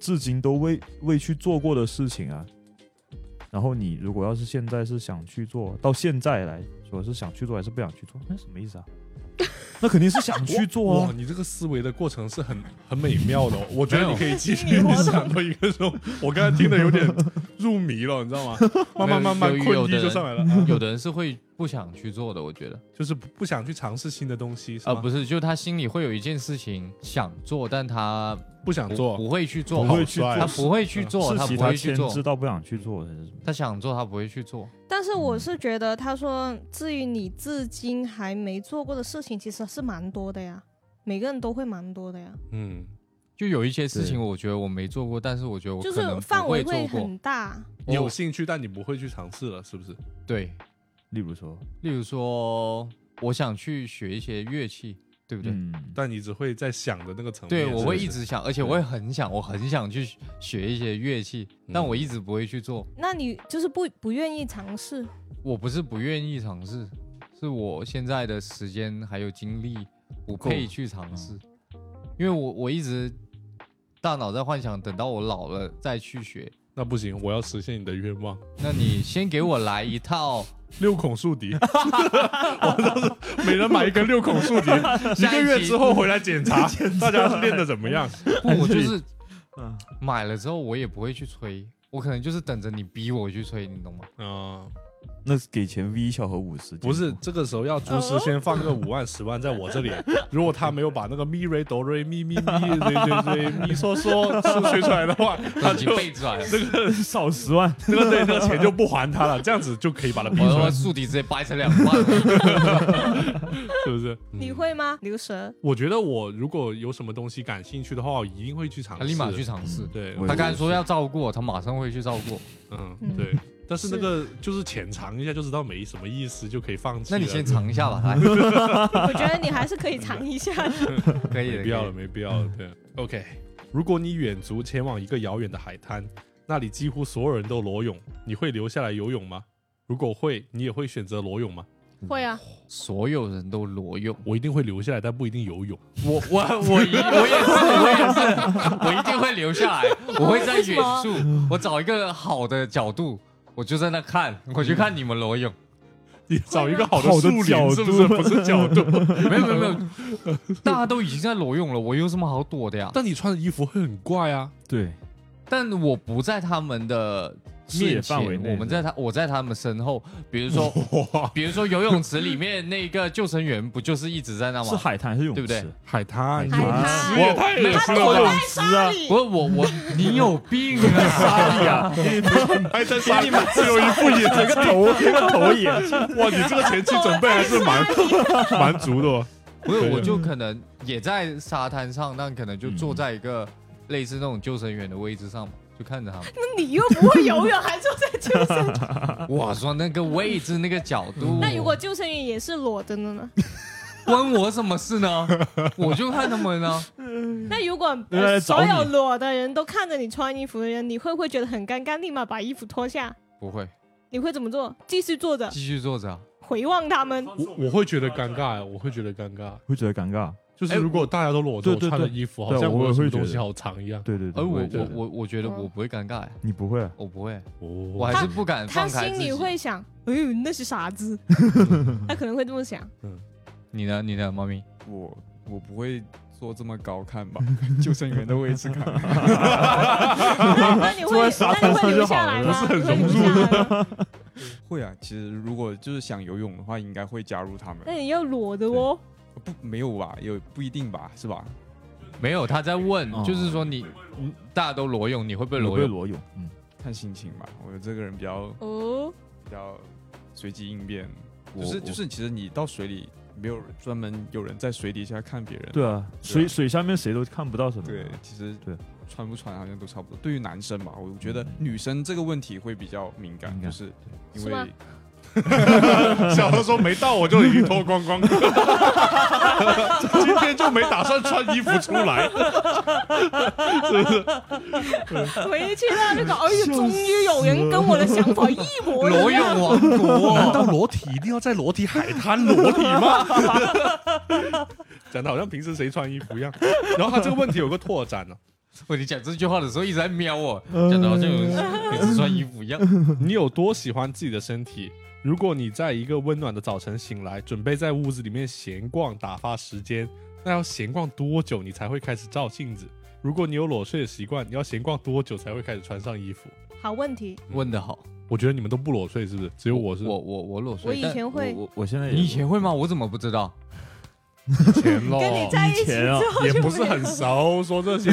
[SPEAKER 4] 至今都未未去做过的事情啊，然后你如果要是现在是想去做到现在来说是想去做还是不想去做，那什么意思啊？那肯定是想去做
[SPEAKER 2] 哇， (laughs)
[SPEAKER 4] 啊。
[SPEAKER 2] 你这个思维的过程是很很美妙
[SPEAKER 1] (laughs)
[SPEAKER 2] 的哦、我觉得
[SPEAKER 1] 没有
[SPEAKER 2] 你可以继续
[SPEAKER 3] 心理活动
[SPEAKER 2] 想到一个时候，我刚才听的有点入迷了，你知
[SPEAKER 1] (laughs)
[SPEAKER 2] 道吗？慢慢慢慢
[SPEAKER 1] 有
[SPEAKER 2] 困
[SPEAKER 1] 有
[SPEAKER 2] 意
[SPEAKER 1] 的
[SPEAKER 2] 就
[SPEAKER 1] 人
[SPEAKER 2] 上来了，啊
[SPEAKER 4] (laughs)
[SPEAKER 1] 有的人是会不想去做的，我觉得，
[SPEAKER 2] 就是不不想去尝试新的东西，是
[SPEAKER 1] 啊，
[SPEAKER 2] 吗？
[SPEAKER 1] 不是，就他心里会有一件事情想做，但他
[SPEAKER 2] 不想
[SPEAKER 1] 不
[SPEAKER 2] 做，
[SPEAKER 1] 不会去做，
[SPEAKER 4] 不会去做
[SPEAKER 1] 他不会去做，
[SPEAKER 4] 是
[SPEAKER 1] 他
[SPEAKER 4] 其
[SPEAKER 1] 不
[SPEAKER 4] 他
[SPEAKER 1] 会去
[SPEAKER 4] 牵
[SPEAKER 1] 做
[SPEAKER 4] 制，到不想去做还是什么？
[SPEAKER 1] 他想做，他不会去做。
[SPEAKER 3] 但是我是觉得，他说至于你至今还没做过的事情，其实是蛮多的呀，每个人都会蛮多的呀，
[SPEAKER 2] 嗯，
[SPEAKER 1] 就有一些事情，
[SPEAKER 4] 对
[SPEAKER 1] 我觉得我没做过，但是我觉得我
[SPEAKER 3] 就
[SPEAKER 1] 可能
[SPEAKER 3] 是
[SPEAKER 1] 不
[SPEAKER 3] 范围
[SPEAKER 1] 做过。
[SPEAKER 3] 很大。
[SPEAKER 2] 你有
[SPEAKER 1] 我
[SPEAKER 2] 兴趣，但你不会去尝试了，是不是？
[SPEAKER 1] 对，
[SPEAKER 4] 例如说，
[SPEAKER 1] 例如说，我想去学一些乐器，对不对？
[SPEAKER 4] 嗯，
[SPEAKER 2] 但你只会在想的那个层面，
[SPEAKER 1] 对，
[SPEAKER 2] 是不
[SPEAKER 1] 我
[SPEAKER 2] 是
[SPEAKER 1] 会一直想，而且我会很想，我很想去学一些乐器，但
[SPEAKER 4] 嗯
[SPEAKER 1] 我一直不会去做。
[SPEAKER 3] 那你就是不不愿意尝试，
[SPEAKER 1] 我不是不愿意尝试，是我现在的时间还有精力不配去尝试，因为我我一直大脑在幻想，等到我老了再去学。
[SPEAKER 2] 那不行，我要实现你的愿望。
[SPEAKER 1] 那你先给我来一套，
[SPEAKER 2] 六孔树笛，我当时每人买一根六孔树
[SPEAKER 1] (laughs)
[SPEAKER 2] 笛，一
[SPEAKER 1] 下
[SPEAKER 2] 个
[SPEAKER 1] 一
[SPEAKER 2] 月
[SPEAKER 1] 集
[SPEAKER 2] 之后回来检
[SPEAKER 1] (laughs)
[SPEAKER 2] 查大家练的怎么样。 (laughs)
[SPEAKER 1] 不，我就是
[SPEAKER 4] 嗯
[SPEAKER 1] 买了之后我也不会去吹，我可能就是等着你逼我去吹，你懂吗？
[SPEAKER 2] 嗯，
[SPEAKER 4] 那是给钱 V 小和五十，
[SPEAKER 2] 不是，这个时候要厨师先放个五万十万在我这里，如果他没有把那个咪瑞哆瑞咪咪咪对对对咪嗦嗦是吹出来的话，
[SPEAKER 1] 都
[SPEAKER 2] 他
[SPEAKER 1] 已
[SPEAKER 2] 就
[SPEAKER 1] 经背出来
[SPEAKER 2] (laughs)
[SPEAKER 1] 了，
[SPEAKER 4] 少十
[SPEAKER 1] (laughs)
[SPEAKER 4] 万，
[SPEAKER 2] 那个对那个钱就不还他了，这样子就可以把他逼
[SPEAKER 1] 我
[SPEAKER 2] 出
[SPEAKER 1] 他妈
[SPEAKER 2] 来，
[SPEAKER 1] 竖笛直接掰成两半了。
[SPEAKER 2] 是不是？
[SPEAKER 3] 你会吗？刘蛇， (laughs)
[SPEAKER 2] 我觉得我如果有什么东西感兴趣的话，我一定会去尝
[SPEAKER 1] 他
[SPEAKER 2] 试，
[SPEAKER 1] 立马去。尝试。
[SPEAKER 2] 对，
[SPEAKER 4] 我
[SPEAKER 1] 他刚才说要照顾我，他马上会去照顾我。
[SPEAKER 2] 嗯
[SPEAKER 3] 嗯
[SPEAKER 2] 对，但是那个就是浅尝一下就知道没什么意思，就可以放弃
[SPEAKER 1] 那
[SPEAKER 2] 了。
[SPEAKER 1] 你先
[SPEAKER 2] 就
[SPEAKER 1] 尝一下吧，来，
[SPEAKER 3] 我觉得你还是可以尝一下的。
[SPEAKER 1] 可以的
[SPEAKER 2] 没必要了，
[SPEAKER 1] 可以的
[SPEAKER 2] 没必要了。对，OK。如果你远足前往一个遥远的海滩，那里几乎所有人都裸泳，你会留下来游泳吗？如果会，你也会选择裸泳吗？
[SPEAKER 3] 会啊，
[SPEAKER 1] 所有人都裸泳。
[SPEAKER 2] 我一定会留下来，但不一定游泳。啊
[SPEAKER 1] 我我我一我也是我也是，我一定会留下来，我会在远处，我找一个好的角度，我就在那看，我去看你们裸泳。
[SPEAKER 2] (laughs) 你找一个好的
[SPEAKER 4] 好的
[SPEAKER 2] 树林，
[SPEAKER 4] 角
[SPEAKER 2] 是不是？
[SPEAKER 4] 度
[SPEAKER 2] 不是角度。
[SPEAKER 1] 没有没有没有，大家都已经在裸泳了，我有什么好躲的呀？
[SPEAKER 2] 但你穿的衣服会很怪啊。
[SPEAKER 4] 对，
[SPEAKER 1] 但我不在他们的
[SPEAKER 4] 视野
[SPEAKER 1] 面前
[SPEAKER 4] 范围，内
[SPEAKER 1] 我们在他我在他们身后，比如说
[SPEAKER 2] 哇，
[SPEAKER 1] 比如说游泳池里面那个救生员不就是一直在那
[SPEAKER 4] 是
[SPEAKER 1] 吗？
[SPEAKER 4] 海滩还是泳池？
[SPEAKER 1] 对不对
[SPEAKER 2] 海滩，
[SPEAKER 4] 海
[SPEAKER 3] 滩
[SPEAKER 2] 我太恶心了吧！
[SPEAKER 4] 是
[SPEAKER 3] 哎
[SPEAKER 4] 啊，
[SPEAKER 1] 不是我我你有病啊！
[SPEAKER 2] 还在沙里面只有一
[SPEAKER 4] (laughs)
[SPEAKER 2] 副眼睛，
[SPEAKER 4] 个头一个头也
[SPEAKER 2] 哇，你这个前期准备还
[SPEAKER 3] 哎
[SPEAKER 2] 是蛮蛮足的哦。
[SPEAKER 1] 不是，
[SPEAKER 2] 对
[SPEAKER 1] 我就可能也在沙滩上，但可能就坐
[SPEAKER 4] 嗯
[SPEAKER 1] 在一个类似那种救生员的位置上嘛，就看着他们。
[SPEAKER 3] 那你又不会游泳，还坐在救生员？
[SPEAKER 1] 我说那个位置、那个角度，
[SPEAKER 3] (laughs) 那如果救生员也是裸着的呢？ (laughs)
[SPEAKER 1] 关我什么事呢？我就看他们呢。
[SPEAKER 3] 那如果、
[SPEAKER 4] 人家
[SPEAKER 3] 呃
[SPEAKER 4] 来
[SPEAKER 3] 所
[SPEAKER 4] 找你
[SPEAKER 3] 有裸的人都看着你穿衣服的人，你会不会觉得很尴尬，立马把衣服脱下？
[SPEAKER 1] 不会，
[SPEAKER 3] 你会怎么做？继续坐着
[SPEAKER 1] 继续坐着啊。
[SPEAKER 3] 回望他们？
[SPEAKER 2] 我我会觉得尴尬，我会觉得尴尬。
[SPEAKER 4] (laughs) 会觉得尴尬。
[SPEAKER 2] 就是如果大家都裸着
[SPEAKER 4] 对
[SPEAKER 2] 我
[SPEAKER 4] 对
[SPEAKER 2] 穿的
[SPEAKER 4] 对
[SPEAKER 2] 衣服，
[SPEAKER 4] 对
[SPEAKER 2] 好像
[SPEAKER 4] 我
[SPEAKER 2] 有
[SPEAKER 4] 也
[SPEAKER 2] 什么
[SPEAKER 4] 会觉
[SPEAKER 2] 东西
[SPEAKER 4] 得
[SPEAKER 2] 好藏一样。
[SPEAKER 4] 对呃对对，
[SPEAKER 1] 而哎我
[SPEAKER 4] 也觉
[SPEAKER 1] 我
[SPEAKER 4] 得
[SPEAKER 1] 我我觉得
[SPEAKER 3] 嗯
[SPEAKER 1] 我不会尴尬欸，
[SPEAKER 4] 你不会啊？
[SPEAKER 1] 我不会，我
[SPEAKER 2] 哦
[SPEAKER 1] 还是不敢
[SPEAKER 3] 他
[SPEAKER 1] 放开
[SPEAKER 3] 心
[SPEAKER 1] 自
[SPEAKER 3] 里
[SPEAKER 1] 己。
[SPEAKER 3] 会想：哎呦，那是傻子。他可能会这么想。
[SPEAKER 1] 你呢？你呢？猫咪？
[SPEAKER 5] 我我不会做这么高看吧， (laughs) 救生员的位置 (laughs) 看。
[SPEAKER 3] 那你会，
[SPEAKER 4] 沙
[SPEAKER 3] 那你
[SPEAKER 4] 滩上
[SPEAKER 3] 会留
[SPEAKER 4] 就好
[SPEAKER 3] 下来
[SPEAKER 4] 了
[SPEAKER 3] 吗？
[SPEAKER 2] 不是很
[SPEAKER 3] 你会
[SPEAKER 2] 融
[SPEAKER 3] 留下来吗
[SPEAKER 5] 会啊，其实如果就是想游泳的话，应该会加入他们
[SPEAKER 3] 那。你要裸的哦。
[SPEAKER 5] 不，没有吧？有不一定吧？是吧？
[SPEAKER 1] 没有，他在问，
[SPEAKER 4] 哦
[SPEAKER 1] 就是说你，你大家都裸泳，你会不会
[SPEAKER 4] 我
[SPEAKER 1] 裸
[SPEAKER 4] 会
[SPEAKER 1] 泳？
[SPEAKER 4] 裸泳，嗯，
[SPEAKER 5] 看心情吧。我这个人比较
[SPEAKER 3] 哦，
[SPEAKER 5] 比较随机应变，
[SPEAKER 4] 我
[SPEAKER 5] 就是
[SPEAKER 4] 我
[SPEAKER 5] 就是，其实你到水里没有专门有人在水底下看别人。
[SPEAKER 4] 对啊，水水下面谁都看不到什么。
[SPEAKER 5] 对，其实
[SPEAKER 4] 嗯对嗯
[SPEAKER 5] 穿不穿好像都差不多。对于男生嘛，我觉得女生这个问题会比较敏感，
[SPEAKER 4] 敏感
[SPEAKER 5] 就是因
[SPEAKER 3] 是吗
[SPEAKER 5] 为
[SPEAKER 2] (laughs) 小何说没到我就已经脱光光，今天就没打算穿衣服出来。
[SPEAKER 3] 回去了，那个，哎呦，终于有人跟我的想法一模
[SPEAKER 1] 裸泳
[SPEAKER 3] 一样。
[SPEAKER 1] 王
[SPEAKER 2] 难
[SPEAKER 1] 国， (laughs)
[SPEAKER 2] 道裸体一定要在裸体海滩裸体吗？讲的好像平时谁穿衣服一样。然后他这个问题有个拓展哦呢、
[SPEAKER 1] 我你讲这句话的时候一直在瞄我，讲的好像有人每次穿衣服一样。
[SPEAKER 2] 你有多喜欢自己的身体？如果你在一个温暖的早晨醒来，准备在屋子里面闲逛打发时间，那要闲逛多久你才会开始照镜子？如果你有裸睡的习惯，你要闲逛多久才会开始穿上衣服？
[SPEAKER 3] 好问题，
[SPEAKER 1] 问的好，
[SPEAKER 2] 我觉得你们都不裸睡，是不是？只有我是
[SPEAKER 1] 我我我裸睡，
[SPEAKER 3] 我以前会
[SPEAKER 4] 我我现在
[SPEAKER 1] 但
[SPEAKER 4] 也
[SPEAKER 1] 你以前会吗？我怎么不知道？
[SPEAKER 2] 钱咯，
[SPEAKER 3] 跟你在一起之
[SPEAKER 4] 以前啊
[SPEAKER 3] 后
[SPEAKER 2] 也
[SPEAKER 3] 就
[SPEAKER 2] 不是
[SPEAKER 3] 没有
[SPEAKER 2] 很熟，说
[SPEAKER 1] (laughs)
[SPEAKER 2] 这些。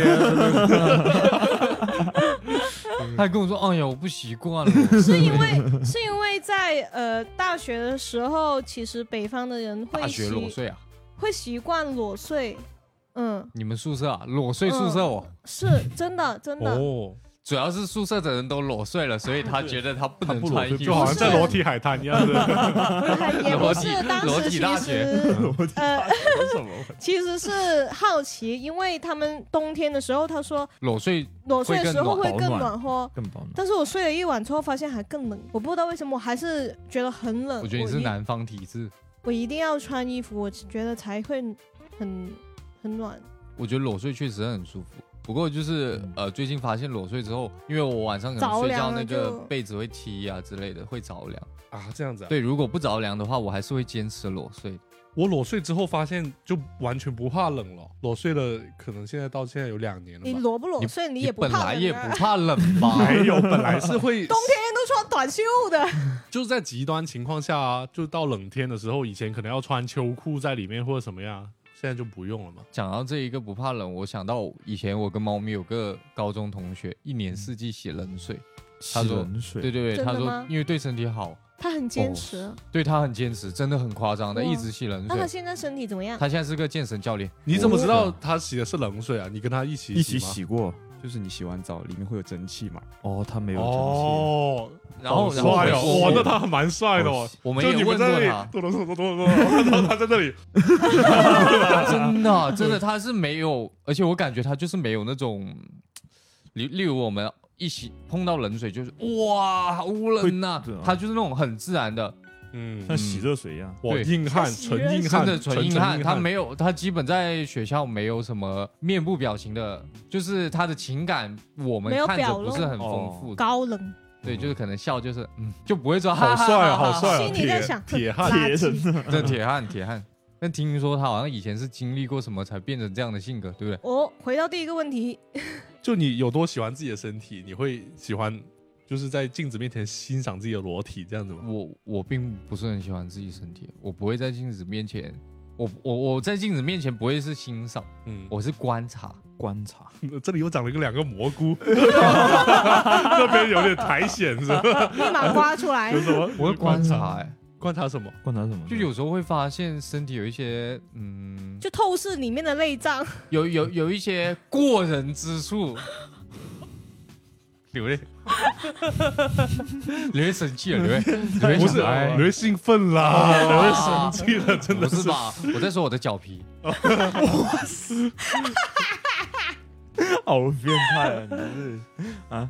[SPEAKER 1] 他还跟我说：“哎呀，我不习惯了。
[SPEAKER 3] 是因为是因为在呃大学的时候，其实北方的人”
[SPEAKER 1] 大
[SPEAKER 3] 会
[SPEAKER 1] 学裸
[SPEAKER 3] 习
[SPEAKER 1] 睡啊？
[SPEAKER 3] 会习惯裸睡，嗯，
[SPEAKER 1] 你们宿舍啊？裸睡宿舍哦。
[SPEAKER 3] 是真的真的。
[SPEAKER 2] 哦，
[SPEAKER 1] 主要是宿舍的人都裸睡了，所以他觉得他不能
[SPEAKER 4] 他不裸
[SPEAKER 1] 穿
[SPEAKER 4] 睡
[SPEAKER 1] 衣服，
[SPEAKER 2] 就好像在
[SPEAKER 3] 不是
[SPEAKER 2] 裸体海滩一样的。
[SPEAKER 3] 也
[SPEAKER 1] 裸
[SPEAKER 3] 不是
[SPEAKER 1] 体
[SPEAKER 3] 当
[SPEAKER 1] 裸
[SPEAKER 3] 时
[SPEAKER 1] 体
[SPEAKER 3] 其
[SPEAKER 1] 大
[SPEAKER 3] 实呃
[SPEAKER 4] 什么？
[SPEAKER 3] 其实是好奇，因为他们冬天的时候，他说
[SPEAKER 1] 裸睡
[SPEAKER 3] 裸睡的时候
[SPEAKER 1] 会
[SPEAKER 3] 会
[SPEAKER 4] 更
[SPEAKER 3] 更
[SPEAKER 4] 暖保暖
[SPEAKER 3] 暖和。
[SPEAKER 4] 更保暖。
[SPEAKER 3] 但是我睡了一晚之后，发现还更冷，我不知道为什么，我还是觉得很冷。
[SPEAKER 1] 我觉得你是
[SPEAKER 3] 一，
[SPEAKER 1] 南方体质，
[SPEAKER 3] 我一定要穿衣服，我觉得才会很很暖。
[SPEAKER 1] 我觉得裸睡确实很舒服。不过就是
[SPEAKER 4] 嗯
[SPEAKER 1] 呃，最近发现裸睡之后，因为我晚上可能
[SPEAKER 3] 着
[SPEAKER 1] 睡觉
[SPEAKER 3] 凉了
[SPEAKER 1] 那个
[SPEAKER 3] 就
[SPEAKER 1] 被子会踢啊之类的，会着凉。
[SPEAKER 2] 啊，这样子、啊。
[SPEAKER 1] 对，如果不着凉的话，我还是会坚持裸睡。
[SPEAKER 2] 我裸睡之后发现就完全不怕冷了，裸睡了可能现在到现在有两年
[SPEAKER 3] 你
[SPEAKER 2] 了吧。
[SPEAKER 3] 裸不裸睡，你也不
[SPEAKER 1] 本
[SPEAKER 3] 怕
[SPEAKER 1] 来
[SPEAKER 3] 冷
[SPEAKER 1] 也
[SPEAKER 3] 啊
[SPEAKER 1] 不怕冷吧？
[SPEAKER 4] (laughs)
[SPEAKER 2] 没有，本来
[SPEAKER 1] (laughs)
[SPEAKER 2] 是会
[SPEAKER 3] 冬天都穿短袖的，
[SPEAKER 2] 就是在极端情况下、啊，就到冷天的时候，以前可能要穿秋裤在里面或者什么样，啊现在就不用了嘛。
[SPEAKER 1] 讲到这一个不怕冷，我想到以前我跟猫咪有个高中同学，一年四季洗冷水。他
[SPEAKER 4] 洗
[SPEAKER 1] 说
[SPEAKER 4] 冷
[SPEAKER 1] 对
[SPEAKER 4] 水，
[SPEAKER 1] 对对，
[SPEAKER 3] 真的
[SPEAKER 1] 他说
[SPEAKER 3] 吗
[SPEAKER 1] 因为对身体好，
[SPEAKER 3] 他很坚持。
[SPEAKER 1] 对他很坚持，真的很夸张的，
[SPEAKER 3] 哇
[SPEAKER 1] 一直洗冷
[SPEAKER 3] 那他
[SPEAKER 1] 水。
[SPEAKER 3] 现在身体怎么样？
[SPEAKER 1] 他现在是个健身教练，
[SPEAKER 2] 你怎么知道
[SPEAKER 4] 哦
[SPEAKER 2] 他洗的是冷水啊？你跟他一起
[SPEAKER 4] 一起
[SPEAKER 2] 吗？
[SPEAKER 4] 洗过。
[SPEAKER 5] 就是你洗完澡里面会有蒸汽嘛，
[SPEAKER 4] 哦，他没有啊蒸汽。
[SPEAKER 2] 哦，
[SPEAKER 1] 然后然后
[SPEAKER 2] 帅哦，哇
[SPEAKER 1] 我，
[SPEAKER 2] 那他还蛮帅的哦。
[SPEAKER 1] 我们
[SPEAKER 2] 就
[SPEAKER 1] 也
[SPEAKER 2] 你
[SPEAKER 1] 问
[SPEAKER 2] 们
[SPEAKER 1] 过
[SPEAKER 2] 在那里
[SPEAKER 1] 他，
[SPEAKER 2] 咚咚咚咚咚咚，然后他在那里，
[SPEAKER 1] (laughs) 真的真的他是没有，而且我感觉他就是没有那种，例例如我们一起碰到冷水就是哇好冷呐
[SPEAKER 4] 会对啊，
[SPEAKER 1] 他就是那种很自然的， (laughs)
[SPEAKER 2] 嗯，
[SPEAKER 4] 像洗热水一样。
[SPEAKER 2] 哇，
[SPEAKER 1] 对
[SPEAKER 2] 硬汉，纯硬汉，
[SPEAKER 1] 真的纯硬汉，
[SPEAKER 2] 硬
[SPEAKER 1] 他没有，他基本在学校没有什么面部表情的，就是他的情感我们
[SPEAKER 3] 没有
[SPEAKER 1] 看着
[SPEAKER 3] 表露
[SPEAKER 1] 不是很丰富，
[SPEAKER 3] 高冷，
[SPEAKER 1] 对，就是可能笑就是嗯就不会说哈
[SPEAKER 2] 好
[SPEAKER 1] 哈
[SPEAKER 2] 帅啊，
[SPEAKER 1] 哈哈
[SPEAKER 2] 好帅啊，
[SPEAKER 3] 心里在
[SPEAKER 2] 铁
[SPEAKER 3] 想
[SPEAKER 2] 铁汉
[SPEAKER 3] 垃
[SPEAKER 4] 铁
[SPEAKER 3] 圾
[SPEAKER 4] 人
[SPEAKER 1] 这铁汉铁汉。但听说他好像以前是经历过什么才变成这样的性格，对不对？
[SPEAKER 3] 哦，回到第一个
[SPEAKER 1] (laughs)
[SPEAKER 3] 问题，
[SPEAKER 2] 就你有多喜欢自己的身体，你会喜欢就是在镜子面前欣赏自己的裸体这样子吗？
[SPEAKER 1] 我我并不是很喜欢自己身体，我不会在镜子面前，我我我在镜子面前不会是欣赏，
[SPEAKER 2] 嗯，
[SPEAKER 1] 我是观察。
[SPEAKER 4] 观察，
[SPEAKER 2] 这里又长了一个两个蘑 (laughs) 菇，那边有点苔藓是吧？
[SPEAKER 3] 立马刮出来
[SPEAKER 2] 有。什么？
[SPEAKER 1] (laughs) 我会观察、欸，
[SPEAKER 2] 观察什么？
[SPEAKER 4] 观察什么？
[SPEAKER 1] 就有时候会发现身体有一些，嗯，
[SPEAKER 3] 就透视里面的
[SPEAKER 1] (laughs)
[SPEAKER 3] 内脏，
[SPEAKER 1] 有有有一些过人之
[SPEAKER 3] (laughs)
[SPEAKER 1] 处，流泪，流泪生气了，
[SPEAKER 3] (laughs)
[SPEAKER 1] 流泪，流泪哦
[SPEAKER 2] 不是，
[SPEAKER 1] 想哎
[SPEAKER 3] 啊
[SPEAKER 2] 你会兴奋啦，你
[SPEAKER 1] (laughs)
[SPEAKER 2] 会生气了，真的
[SPEAKER 1] 不是
[SPEAKER 2] 是。
[SPEAKER 1] 吧？我在说我的脚皮，
[SPEAKER 4] (laughs) 好变态啊！你是啊，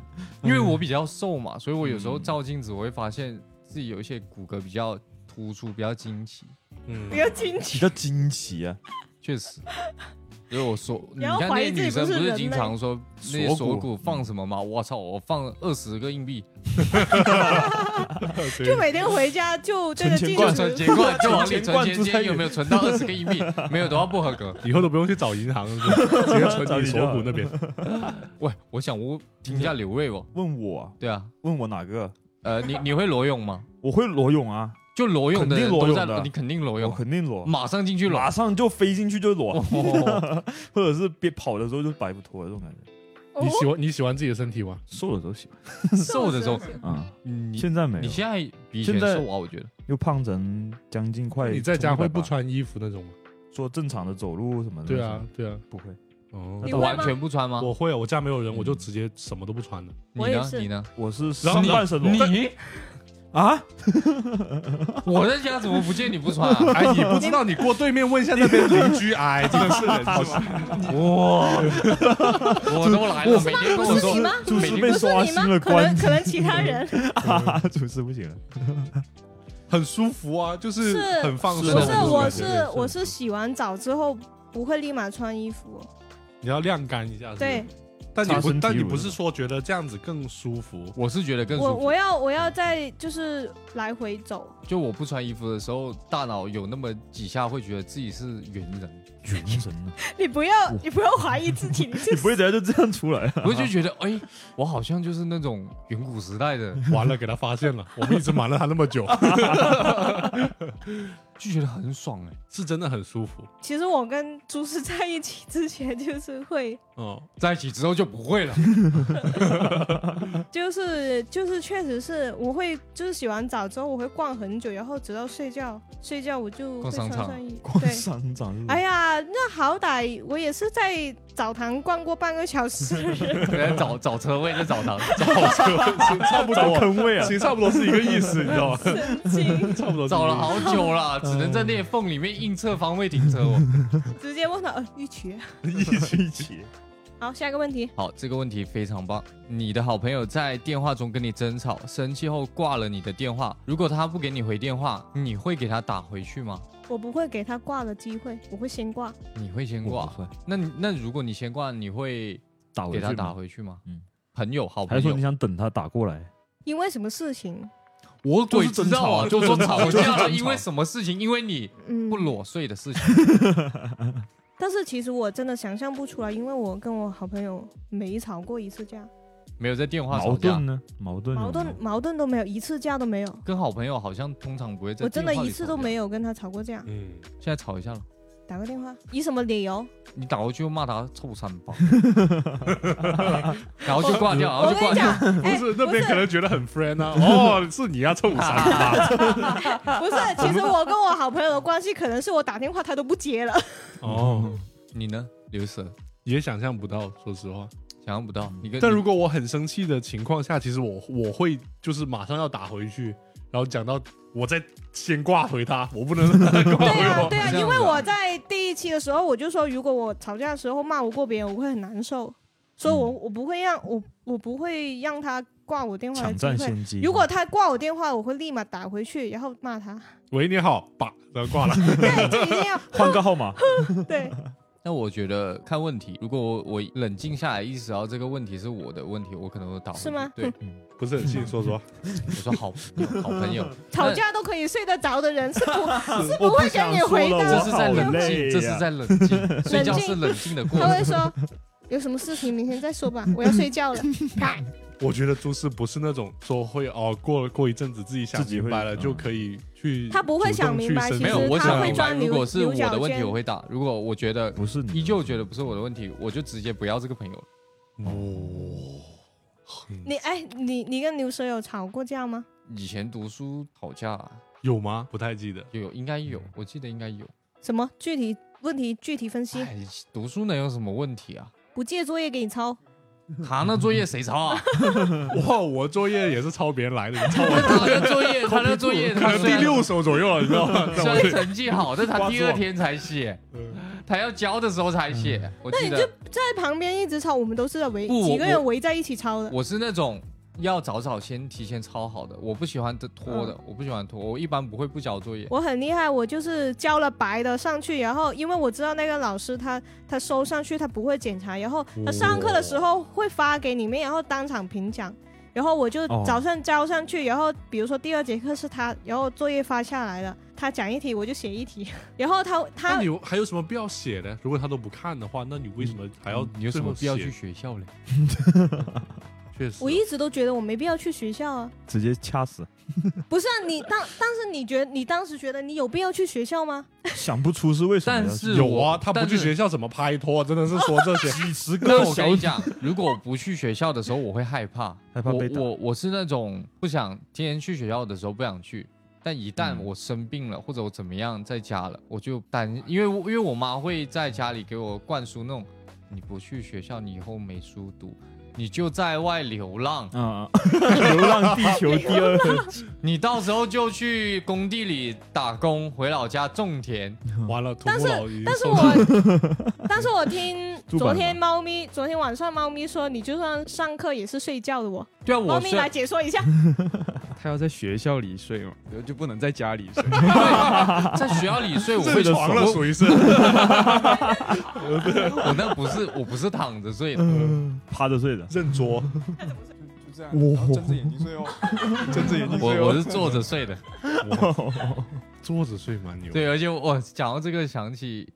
[SPEAKER 3] 嗯
[SPEAKER 1] 因为我比较瘦嘛，所以我有时候照镜子，我会发现自己有一些骨骼比较突出，比较惊奇。
[SPEAKER 2] 嗯
[SPEAKER 3] 不，要进去。
[SPEAKER 4] 比较惊奇啊，
[SPEAKER 1] 确实，所以我说，
[SPEAKER 3] (laughs) 不
[SPEAKER 1] 你
[SPEAKER 3] 要
[SPEAKER 1] 看
[SPEAKER 3] 怀
[SPEAKER 1] 那
[SPEAKER 3] 疑
[SPEAKER 1] 些女
[SPEAKER 3] 自己
[SPEAKER 1] 生
[SPEAKER 3] 不是
[SPEAKER 1] 不是
[SPEAKER 3] 人
[SPEAKER 1] 经
[SPEAKER 3] 类
[SPEAKER 1] 常说那些
[SPEAKER 4] 锁
[SPEAKER 1] 锁
[SPEAKER 4] 骨
[SPEAKER 1] 骨放什么吗？我操，我放二十个硬币，
[SPEAKER 2] (laughs) 对
[SPEAKER 3] 就每天回家 (laughs) 就对着
[SPEAKER 4] 存
[SPEAKER 1] 就
[SPEAKER 3] 镜
[SPEAKER 4] 钱罐
[SPEAKER 1] 存
[SPEAKER 3] 子
[SPEAKER 1] 钱
[SPEAKER 3] (laughs)
[SPEAKER 1] 罐，就往
[SPEAKER 4] 存
[SPEAKER 1] 里
[SPEAKER 4] 钱
[SPEAKER 1] 存
[SPEAKER 4] 罐
[SPEAKER 1] 钱，
[SPEAKER 4] 住
[SPEAKER 1] 今
[SPEAKER 4] 在
[SPEAKER 1] 天有没有存到二十个硬币？没有的话不合格。
[SPEAKER 2] 以后都不用去找银行，是吧直接
[SPEAKER 4] 找
[SPEAKER 2] 存你
[SPEAKER 4] 你就
[SPEAKER 2] 锁
[SPEAKER 4] 好
[SPEAKER 2] 骨
[SPEAKER 1] (laughs)
[SPEAKER 2] 那
[SPEAKER 1] 哦
[SPEAKER 2] 边。
[SPEAKER 1] 喂，我想我听一下刘卫哦，
[SPEAKER 4] 问我啊，
[SPEAKER 1] 对啊，
[SPEAKER 4] 问我哪个？
[SPEAKER 1] 呃，你你会裸泳吗？
[SPEAKER 4] 我会裸泳啊，
[SPEAKER 1] 就裸泳的人
[SPEAKER 4] 肯定裸
[SPEAKER 1] 都
[SPEAKER 4] 泳
[SPEAKER 1] 在，哦
[SPEAKER 4] 的
[SPEAKER 1] 你肯定裸
[SPEAKER 4] 我
[SPEAKER 1] 泳，
[SPEAKER 4] 肯定裸，
[SPEAKER 1] 马上进去嗯裸
[SPEAKER 4] 马。上就飞进去就裸，
[SPEAKER 3] (laughs)
[SPEAKER 1] 哦
[SPEAKER 4] 或者是别跑的时候就摆不脱这种感觉。
[SPEAKER 2] 你喜
[SPEAKER 3] 哦
[SPEAKER 2] 欢你喜欢自己的身体吗？
[SPEAKER 4] 瘦了都喜欢
[SPEAKER 1] 瘦的时候，
[SPEAKER 2] 嗯
[SPEAKER 4] 啊，
[SPEAKER 1] 你
[SPEAKER 4] 现在没
[SPEAKER 1] 你
[SPEAKER 4] 有，
[SPEAKER 1] 现在比以前
[SPEAKER 4] 现在
[SPEAKER 1] 瘦啊，我觉得。
[SPEAKER 4] 又胖成将近快。
[SPEAKER 2] 你在家会不
[SPEAKER 4] 180
[SPEAKER 2] 穿衣服那种吗？
[SPEAKER 4] 做正常的走路什么的？
[SPEAKER 2] 对啊，，对啊。
[SPEAKER 4] 不会。
[SPEAKER 2] 哦
[SPEAKER 4] 你
[SPEAKER 3] 会
[SPEAKER 1] 完
[SPEAKER 3] 吗
[SPEAKER 1] 全不穿吗？
[SPEAKER 2] 我会，啊我家没有人，
[SPEAKER 1] 嗯
[SPEAKER 2] 我就直接什么都不穿的。
[SPEAKER 1] 你
[SPEAKER 3] 我也
[SPEAKER 1] 呢？
[SPEAKER 3] 是
[SPEAKER 1] 你呢？
[SPEAKER 4] 我是
[SPEAKER 2] 然后
[SPEAKER 4] 上
[SPEAKER 2] 你
[SPEAKER 4] 半身裸
[SPEAKER 1] 你
[SPEAKER 4] 啊，
[SPEAKER 1] (laughs) 我在家怎么不见你不穿
[SPEAKER 4] (laughs)
[SPEAKER 1] 啊？
[SPEAKER 2] (laughs) 哎，你不知道，你过对面问一下那边邻 (laughs) 居，哎，真的是人是吧？
[SPEAKER 4] (laughs)
[SPEAKER 1] 哇，我都来了，每天跟我
[SPEAKER 3] 不是
[SPEAKER 1] 说
[SPEAKER 3] 你吗？
[SPEAKER 4] 主
[SPEAKER 1] 每
[SPEAKER 4] 持
[SPEAKER 1] 天
[SPEAKER 4] 被
[SPEAKER 3] 不是
[SPEAKER 4] 刷
[SPEAKER 3] 你
[SPEAKER 4] 新
[SPEAKER 3] 吗？
[SPEAKER 1] (laughs)
[SPEAKER 4] 了
[SPEAKER 3] 可能
[SPEAKER 4] 关
[SPEAKER 3] 可能其他人 (laughs)
[SPEAKER 4] 啊，主持不行了。
[SPEAKER 2] 很舒服啊，就是
[SPEAKER 3] 是
[SPEAKER 2] 很放松。
[SPEAKER 3] 不
[SPEAKER 1] 是
[SPEAKER 3] 是，
[SPEAKER 1] 的
[SPEAKER 3] 我
[SPEAKER 2] 对
[SPEAKER 3] 是
[SPEAKER 2] 对对
[SPEAKER 3] 我是洗完澡之后不会立马穿衣服，
[SPEAKER 2] 你要晾干一下。是不是
[SPEAKER 3] 对，
[SPEAKER 2] 但你
[SPEAKER 4] 擦
[SPEAKER 2] 不
[SPEAKER 4] 身体
[SPEAKER 2] 但你
[SPEAKER 4] 乳
[SPEAKER 2] 不是
[SPEAKER 4] 是
[SPEAKER 2] 说觉得这样子更舒服？
[SPEAKER 1] 我是觉得更
[SPEAKER 3] 我
[SPEAKER 1] 舒服。
[SPEAKER 3] 我要我要在就是来回走，
[SPEAKER 1] 就我不穿衣服的时候，大脑有那么几下会觉得自己是猿人，
[SPEAKER 4] (laughs) 原神呢？
[SPEAKER 3] (laughs)
[SPEAKER 2] 啊
[SPEAKER 3] 你不要你不要怀疑自己，你
[SPEAKER 4] 你
[SPEAKER 3] 是
[SPEAKER 4] 不会等下就这样出来啊？
[SPEAKER 1] 我就觉得哎，我好像就是那种远古时代的，
[SPEAKER 2] 完了，给他发 (laughs) 现了，我们一直瞒了他那么久，
[SPEAKER 1] 就觉得很爽哎。
[SPEAKER 2] (laughs) 是真的很舒服。
[SPEAKER 3] 其实我跟朱是在一起之前就是会，
[SPEAKER 2] 哦，
[SPEAKER 1] 在一起之后就不会了，
[SPEAKER 3] 就是就是确实是我会就是洗完澡之后我会逛很久，然后直到睡觉，睡觉我就会
[SPEAKER 1] 逛商
[SPEAKER 3] 穿
[SPEAKER 1] 场
[SPEAKER 3] 上衣，
[SPEAKER 4] 逛
[SPEAKER 3] 对。
[SPEAKER 4] 商场是吧
[SPEAKER 3] 哎呀，那好歹我也是在澡堂逛过半个小时的人，
[SPEAKER 1] (laughs) 来
[SPEAKER 4] (laughs)
[SPEAKER 1] 找找车位在澡堂。
[SPEAKER 2] 好车，差不
[SPEAKER 4] 找
[SPEAKER 2] 多，
[SPEAKER 4] 坑位啊
[SPEAKER 2] 其！实差不多是一个意思，你知
[SPEAKER 4] (laughs)
[SPEAKER 2] 道吗？
[SPEAKER 3] 神经，
[SPEAKER 2] 差不多是一个意思
[SPEAKER 1] 找了好久了，只能在裂缝里面硬侧方位停车哦。
[SPEAKER 3] 直接问他呃玉琪。
[SPEAKER 4] 一起一起，
[SPEAKER 3] 好，下一个问题，
[SPEAKER 1] 好，这个问题非常棒。你的好朋友在电话中跟你争吵，生气后挂了你的电话，如果他不给你回电话，你会给他打回去吗？
[SPEAKER 3] 我不会给他挂的机会，我会先挂。
[SPEAKER 1] 你会先
[SPEAKER 4] 我
[SPEAKER 1] 挂
[SPEAKER 4] 不？会
[SPEAKER 1] 那你那如果你先挂，你会
[SPEAKER 4] 打
[SPEAKER 1] 给
[SPEAKER 4] 回去
[SPEAKER 1] 他
[SPEAKER 4] 吗
[SPEAKER 1] 打，回去吗？
[SPEAKER 4] 嗯
[SPEAKER 1] 朋友，好
[SPEAKER 4] 还
[SPEAKER 1] 朋
[SPEAKER 4] 是说你
[SPEAKER 1] 友，
[SPEAKER 4] 想等他打过来？
[SPEAKER 3] 因为什么事情？
[SPEAKER 1] 我
[SPEAKER 2] 就
[SPEAKER 1] 鬼
[SPEAKER 2] 是
[SPEAKER 1] 知
[SPEAKER 2] 争
[SPEAKER 1] 道啊，
[SPEAKER 2] 吵
[SPEAKER 1] 就说
[SPEAKER 2] 就是
[SPEAKER 1] 吵
[SPEAKER 2] 争
[SPEAKER 1] 架
[SPEAKER 2] 吵就
[SPEAKER 1] 了，
[SPEAKER 2] 是争
[SPEAKER 1] 因为
[SPEAKER 2] 吵
[SPEAKER 1] 什么事情？因为你
[SPEAKER 3] 嗯，
[SPEAKER 1] 不裸睡的事情。
[SPEAKER 3] 但是其实我真的想象不出来，因为我跟我好朋友没吵过一次架，
[SPEAKER 1] 没有在电话吵架
[SPEAKER 4] 矛
[SPEAKER 3] 嗯
[SPEAKER 4] 盾，呢？矛盾有没
[SPEAKER 3] 矛
[SPEAKER 4] 有
[SPEAKER 3] 盾矛盾都没有，一次架都没有。
[SPEAKER 1] 跟好朋友好像通常不会在。
[SPEAKER 3] 我真的一次都。没有跟他吵过架。
[SPEAKER 2] 嗯，
[SPEAKER 1] 现在吵一下了，
[SPEAKER 3] 打个电话，以什么理由？
[SPEAKER 1] 你打过去又骂他臭三
[SPEAKER 3] (laughs)
[SPEAKER 1] 八，然后就挂掉，然
[SPEAKER 3] 我
[SPEAKER 1] 后就
[SPEAKER 3] 跟
[SPEAKER 1] 挂掉
[SPEAKER 3] 你讲。，
[SPEAKER 1] (laughs)
[SPEAKER 2] 不
[SPEAKER 3] 哎，
[SPEAKER 2] 是那边可能觉得很 friend 啊，哦，是你要臭三 (laughs) 八，
[SPEAKER 3] 不是，其实我跟我好朋友的关系，可能是我打电话他都不接了。
[SPEAKER 2] 哦，
[SPEAKER 1] 你呢，刘蛇？
[SPEAKER 2] 也想象不到，说实话。
[SPEAKER 1] 想象不到，你跟
[SPEAKER 3] 嗯
[SPEAKER 2] 但如果我很生气的情况下，其实我我会就是马上要打回去，然后讲到我再先挂回他，我不
[SPEAKER 3] (laughs)
[SPEAKER 2] 能让他挂
[SPEAKER 3] 对
[SPEAKER 2] 回
[SPEAKER 3] 啊，
[SPEAKER 2] 我。
[SPEAKER 3] 对啊，
[SPEAKER 1] 这样子啊
[SPEAKER 3] 因为我在第一期的时候我就说，如果我吵架的时候骂不过别人，我会很难受，所以我我不会让我我不会让他挂我电话的
[SPEAKER 4] 抢
[SPEAKER 3] 机
[SPEAKER 4] 占
[SPEAKER 3] 会。
[SPEAKER 4] 先机。
[SPEAKER 3] 如果他挂我电话，我会立马打回去，然后骂他。
[SPEAKER 2] 喂，你好，爸，然后
[SPEAKER 3] (laughs)
[SPEAKER 2] 挂了。
[SPEAKER 3] 对，就一定要
[SPEAKER 4] 换个号码，
[SPEAKER 2] (laughs)
[SPEAKER 3] 对。
[SPEAKER 1] 那我觉得看问题，如果我我冷静下来，意识到这个问题是我的问题，我可能会打回去
[SPEAKER 3] 是吗
[SPEAKER 1] 对，
[SPEAKER 2] 不是很信，说实话，
[SPEAKER 1] 我说好朋友，好
[SPEAKER 3] (laughs)
[SPEAKER 1] 朋友
[SPEAKER 3] 吵，架都可以睡得着的人是不，
[SPEAKER 4] 是
[SPEAKER 3] 不会跟你回答
[SPEAKER 1] 但这是在冷
[SPEAKER 4] 我好
[SPEAKER 1] 静，
[SPEAKER 4] 累
[SPEAKER 1] 这是在冷静，睡觉
[SPEAKER 3] 冷静
[SPEAKER 1] 是冷静的过
[SPEAKER 3] 他
[SPEAKER 1] 程
[SPEAKER 3] 会。说有什么事情明天再说吧，我要睡觉了。啪
[SPEAKER 2] 我觉得朱氏不是那种说会哦，过过一阵子自己想
[SPEAKER 4] 自己
[SPEAKER 2] 明
[SPEAKER 4] 会
[SPEAKER 2] 白了就可以去主动去申诉。
[SPEAKER 3] 嗯他不会想明白其实
[SPEAKER 1] 没有，我只
[SPEAKER 3] 他会
[SPEAKER 1] 明白，
[SPEAKER 3] 钻牛
[SPEAKER 1] 如果是我的问
[SPEAKER 3] 牛角
[SPEAKER 1] 题，
[SPEAKER 3] 尖
[SPEAKER 1] 我会打；如果我觉
[SPEAKER 2] 嗯
[SPEAKER 1] 得
[SPEAKER 4] 不是你的
[SPEAKER 1] 依旧觉得不是我的问题，我就直接不要这个朋友了。
[SPEAKER 2] 哦，很
[SPEAKER 3] 你哎，你你跟牛舌有吵过架吗？
[SPEAKER 1] 以前读书吵架
[SPEAKER 2] 有吗？不太记得。
[SPEAKER 1] 有，应该有，我记得应该有。
[SPEAKER 3] 什么具体问题具体分析？
[SPEAKER 1] 哎，读书能有什么问题 (laughs) 啊？
[SPEAKER 3] 不借作业给你抄，
[SPEAKER 1] 他那作业谁抄 (laughs) 啊？
[SPEAKER 2] 哇，我作业也是抄别人来的，你
[SPEAKER 3] (laughs)
[SPEAKER 2] 抄
[SPEAKER 1] 他
[SPEAKER 2] 我
[SPEAKER 1] 那作 (laughs) 业，他那作业，
[SPEAKER 2] 可
[SPEAKER 1] 他
[SPEAKER 4] 啊
[SPEAKER 2] 能
[SPEAKER 1] 虽
[SPEAKER 2] 第
[SPEAKER 1] 然
[SPEAKER 2] 六首左右了，你知道吗？
[SPEAKER 1] 虽然成绩好，但他第二天才写，
[SPEAKER 2] 嗯
[SPEAKER 1] 他要教的时候才 (laughs) 写。我记
[SPEAKER 3] 那你
[SPEAKER 1] 得
[SPEAKER 3] 在旁边一直抄，我们都是在围
[SPEAKER 1] 不我
[SPEAKER 3] 几个人围在一起抄的。
[SPEAKER 1] 我是那种要早早先提前抄好的，我不喜欢拖的，我不喜欢拖，嗯我一般不会不交作业。
[SPEAKER 3] 我很厉害，我就是交了白的上去，然后因为我知道那个老师他他收上去他不会检查，然后他上课的时候会发给你们，然后当场评奖，然后我就
[SPEAKER 4] 哦
[SPEAKER 3] 早上交上去，然后比如说第二节课是他，然后作业发下来了，他讲一题我就写一题， (laughs) 然后他
[SPEAKER 2] 那
[SPEAKER 3] 他
[SPEAKER 2] 你还有什么必要写呢？如果他都不看的话，那你为什么还要
[SPEAKER 1] 你嗯有什么必要去
[SPEAKER 2] 最后
[SPEAKER 1] 学校嘞？
[SPEAKER 2] 写？确实，
[SPEAKER 3] 我一直都觉得我没必要去学校啊，
[SPEAKER 4] (laughs) 直接掐死，
[SPEAKER 3] 不是、啊、你当但是你觉得你当时觉得你有必要去学校吗？
[SPEAKER 4] 想不出是为什么要去。
[SPEAKER 1] 但是
[SPEAKER 2] 有
[SPEAKER 1] 我
[SPEAKER 2] 啊，他不去学，校怎么拍拖？真的是说这些 (laughs) 几
[SPEAKER 4] (laughs)
[SPEAKER 2] 十
[SPEAKER 1] 但是那我跟你讲，如果不去学校的时候，我会害怕，
[SPEAKER 4] (laughs) 害怕被打
[SPEAKER 1] 我我我是那种不想天天去学校的时候不想去，但一
[SPEAKER 4] 嗯
[SPEAKER 1] 旦我生病了、或者我怎么样在家了，我就担，因为我因为我妈会在家里给我灌输那种，你不去学校，你以后没书读，你就在外流
[SPEAKER 4] (laughs)
[SPEAKER 1] 浪，
[SPEAKER 4] 啊，流浪地球第 (laughs) 二，
[SPEAKER 1] 你到时候就去工地里打工，回老家种田。
[SPEAKER 2] 完了，土
[SPEAKER 3] 但
[SPEAKER 2] 木
[SPEAKER 3] 是
[SPEAKER 2] 老已经
[SPEAKER 3] 但是
[SPEAKER 2] 受
[SPEAKER 3] 我，
[SPEAKER 2] (laughs)
[SPEAKER 3] 但是我听
[SPEAKER 4] 猪
[SPEAKER 3] 昨
[SPEAKER 4] 版
[SPEAKER 3] 天猫咪，昨天晚上猫咪说，你就算上课也是睡觉的我。
[SPEAKER 1] 对啊，
[SPEAKER 3] 猫
[SPEAKER 1] 我
[SPEAKER 3] 咪
[SPEAKER 1] 虽 (laughs)
[SPEAKER 3] 来解
[SPEAKER 2] (laughs)
[SPEAKER 3] 说一下，
[SPEAKER 5] 他要在学校里睡嘛，然后就不能在家
[SPEAKER 4] (laughs)
[SPEAKER 5] 里睡。
[SPEAKER 1] 在学校里睡，我
[SPEAKER 2] 睡
[SPEAKER 1] 会
[SPEAKER 2] 床了，
[SPEAKER 1] 我
[SPEAKER 2] 属于是
[SPEAKER 1] 我那不是我不是躺着睡的，
[SPEAKER 4] 嗯趴着睡的，
[SPEAKER 2] 认桌。
[SPEAKER 5] 就这样，然后睁着眼睛睡
[SPEAKER 4] (laughs)
[SPEAKER 5] 哦，睁着眼睛睡
[SPEAKER 1] 我
[SPEAKER 5] 哦。
[SPEAKER 1] 我是坐着睡的。
[SPEAKER 2] 坐着睡蛮牛。，
[SPEAKER 1] 对，而且我讲到这个想起，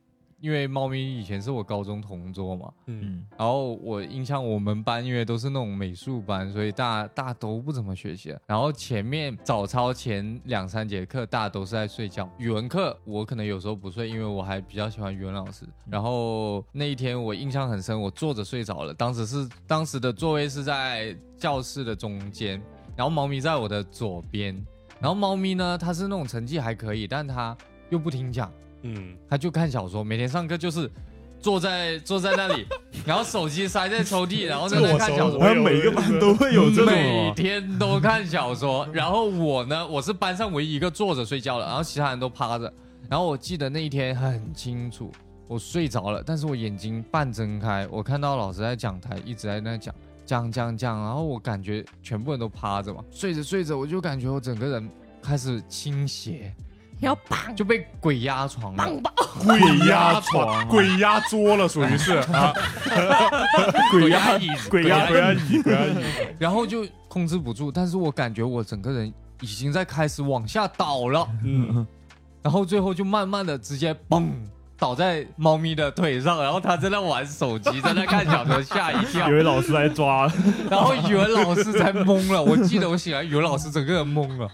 [SPEAKER 1] 因为猫咪以前是我高中同桌嘛，
[SPEAKER 2] 嗯，
[SPEAKER 4] 嗯，
[SPEAKER 1] 然后我印象我们班因为都是那种美术班，所以大大家都不怎么学习。然后前面早操前两三节课大家都是在睡觉，语文课我可能有时候不睡，因为我还比较喜欢语文老师。然后那一天我印象很深，我坐着睡着了，当时是当时的座位是在教室的中间，然后猫咪在我的左边，然后猫咪呢它是那种成绩还可以，但它又不听讲。
[SPEAKER 2] 嗯，
[SPEAKER 1] 他就看小说，每天上课就是坐在坐在那里，然后手机塞在抽屉，然后在
[SPEAKER 2] 这个
[SPEAKER 1] 那
[SPEAKER 2] 我
[SPEAKER 1] 看
[SPEAKER 2] 熟
[SPEAKER 1] 小
[SPEAKER 2] 我
[SPEAKER 1] 说。
[SPEAKER 4] 好像嗯每个班都会有这种
[SPEAKER 1] 每
[SPEAKER 4] 哦，
[SPEAKER 1] 天都看小说，然后我呢，我是班上唯一一个坐着睡觉的，然后其他人都趴着。然后我记得那一天很清楚，我睡着了，但是我眼睛半睁开，我看到老师在讲台一直在那讲讲讲讲，然后我感觉全部人都趴着嘛，睡着睡着我就感觉我整个人开始倾斜，
[SPEAKER 3] 然后砰
[SPEAKER 1] 就被鬼压床了。
[SPEAKER 3] 砰砰，
[SPEAKER 2] 鬼压
[SPEAKER 4] 鬼压
[SPEAKER 2] 床，啊
[SPEAKER 4] 床
[SPEAKER 2] 鬼压桌了，属于是 (laughs) 啊，
[SPEAKER 1] 鬼压椅，
[SPEAKER 4] 鬼压
[SPEAKER 2] 鬼压你，鬼压你。
[SPEAKER 1] 然后就控制不住，但是我感觉我整个人已经在开始往下倒了，
[SPEAKER 2] 嗯，
[SPEAKER 1] 然后最后就慢慢的直接嘣倒在猫咪的腿上，然后它在那玩手机，在那看小说，吓一跳
[SPEAKER 4] 以，为老师来抓了，
[SPEAKER 1] 然后语文老师才懵了，我记得我醒来语文老师整个人懵了，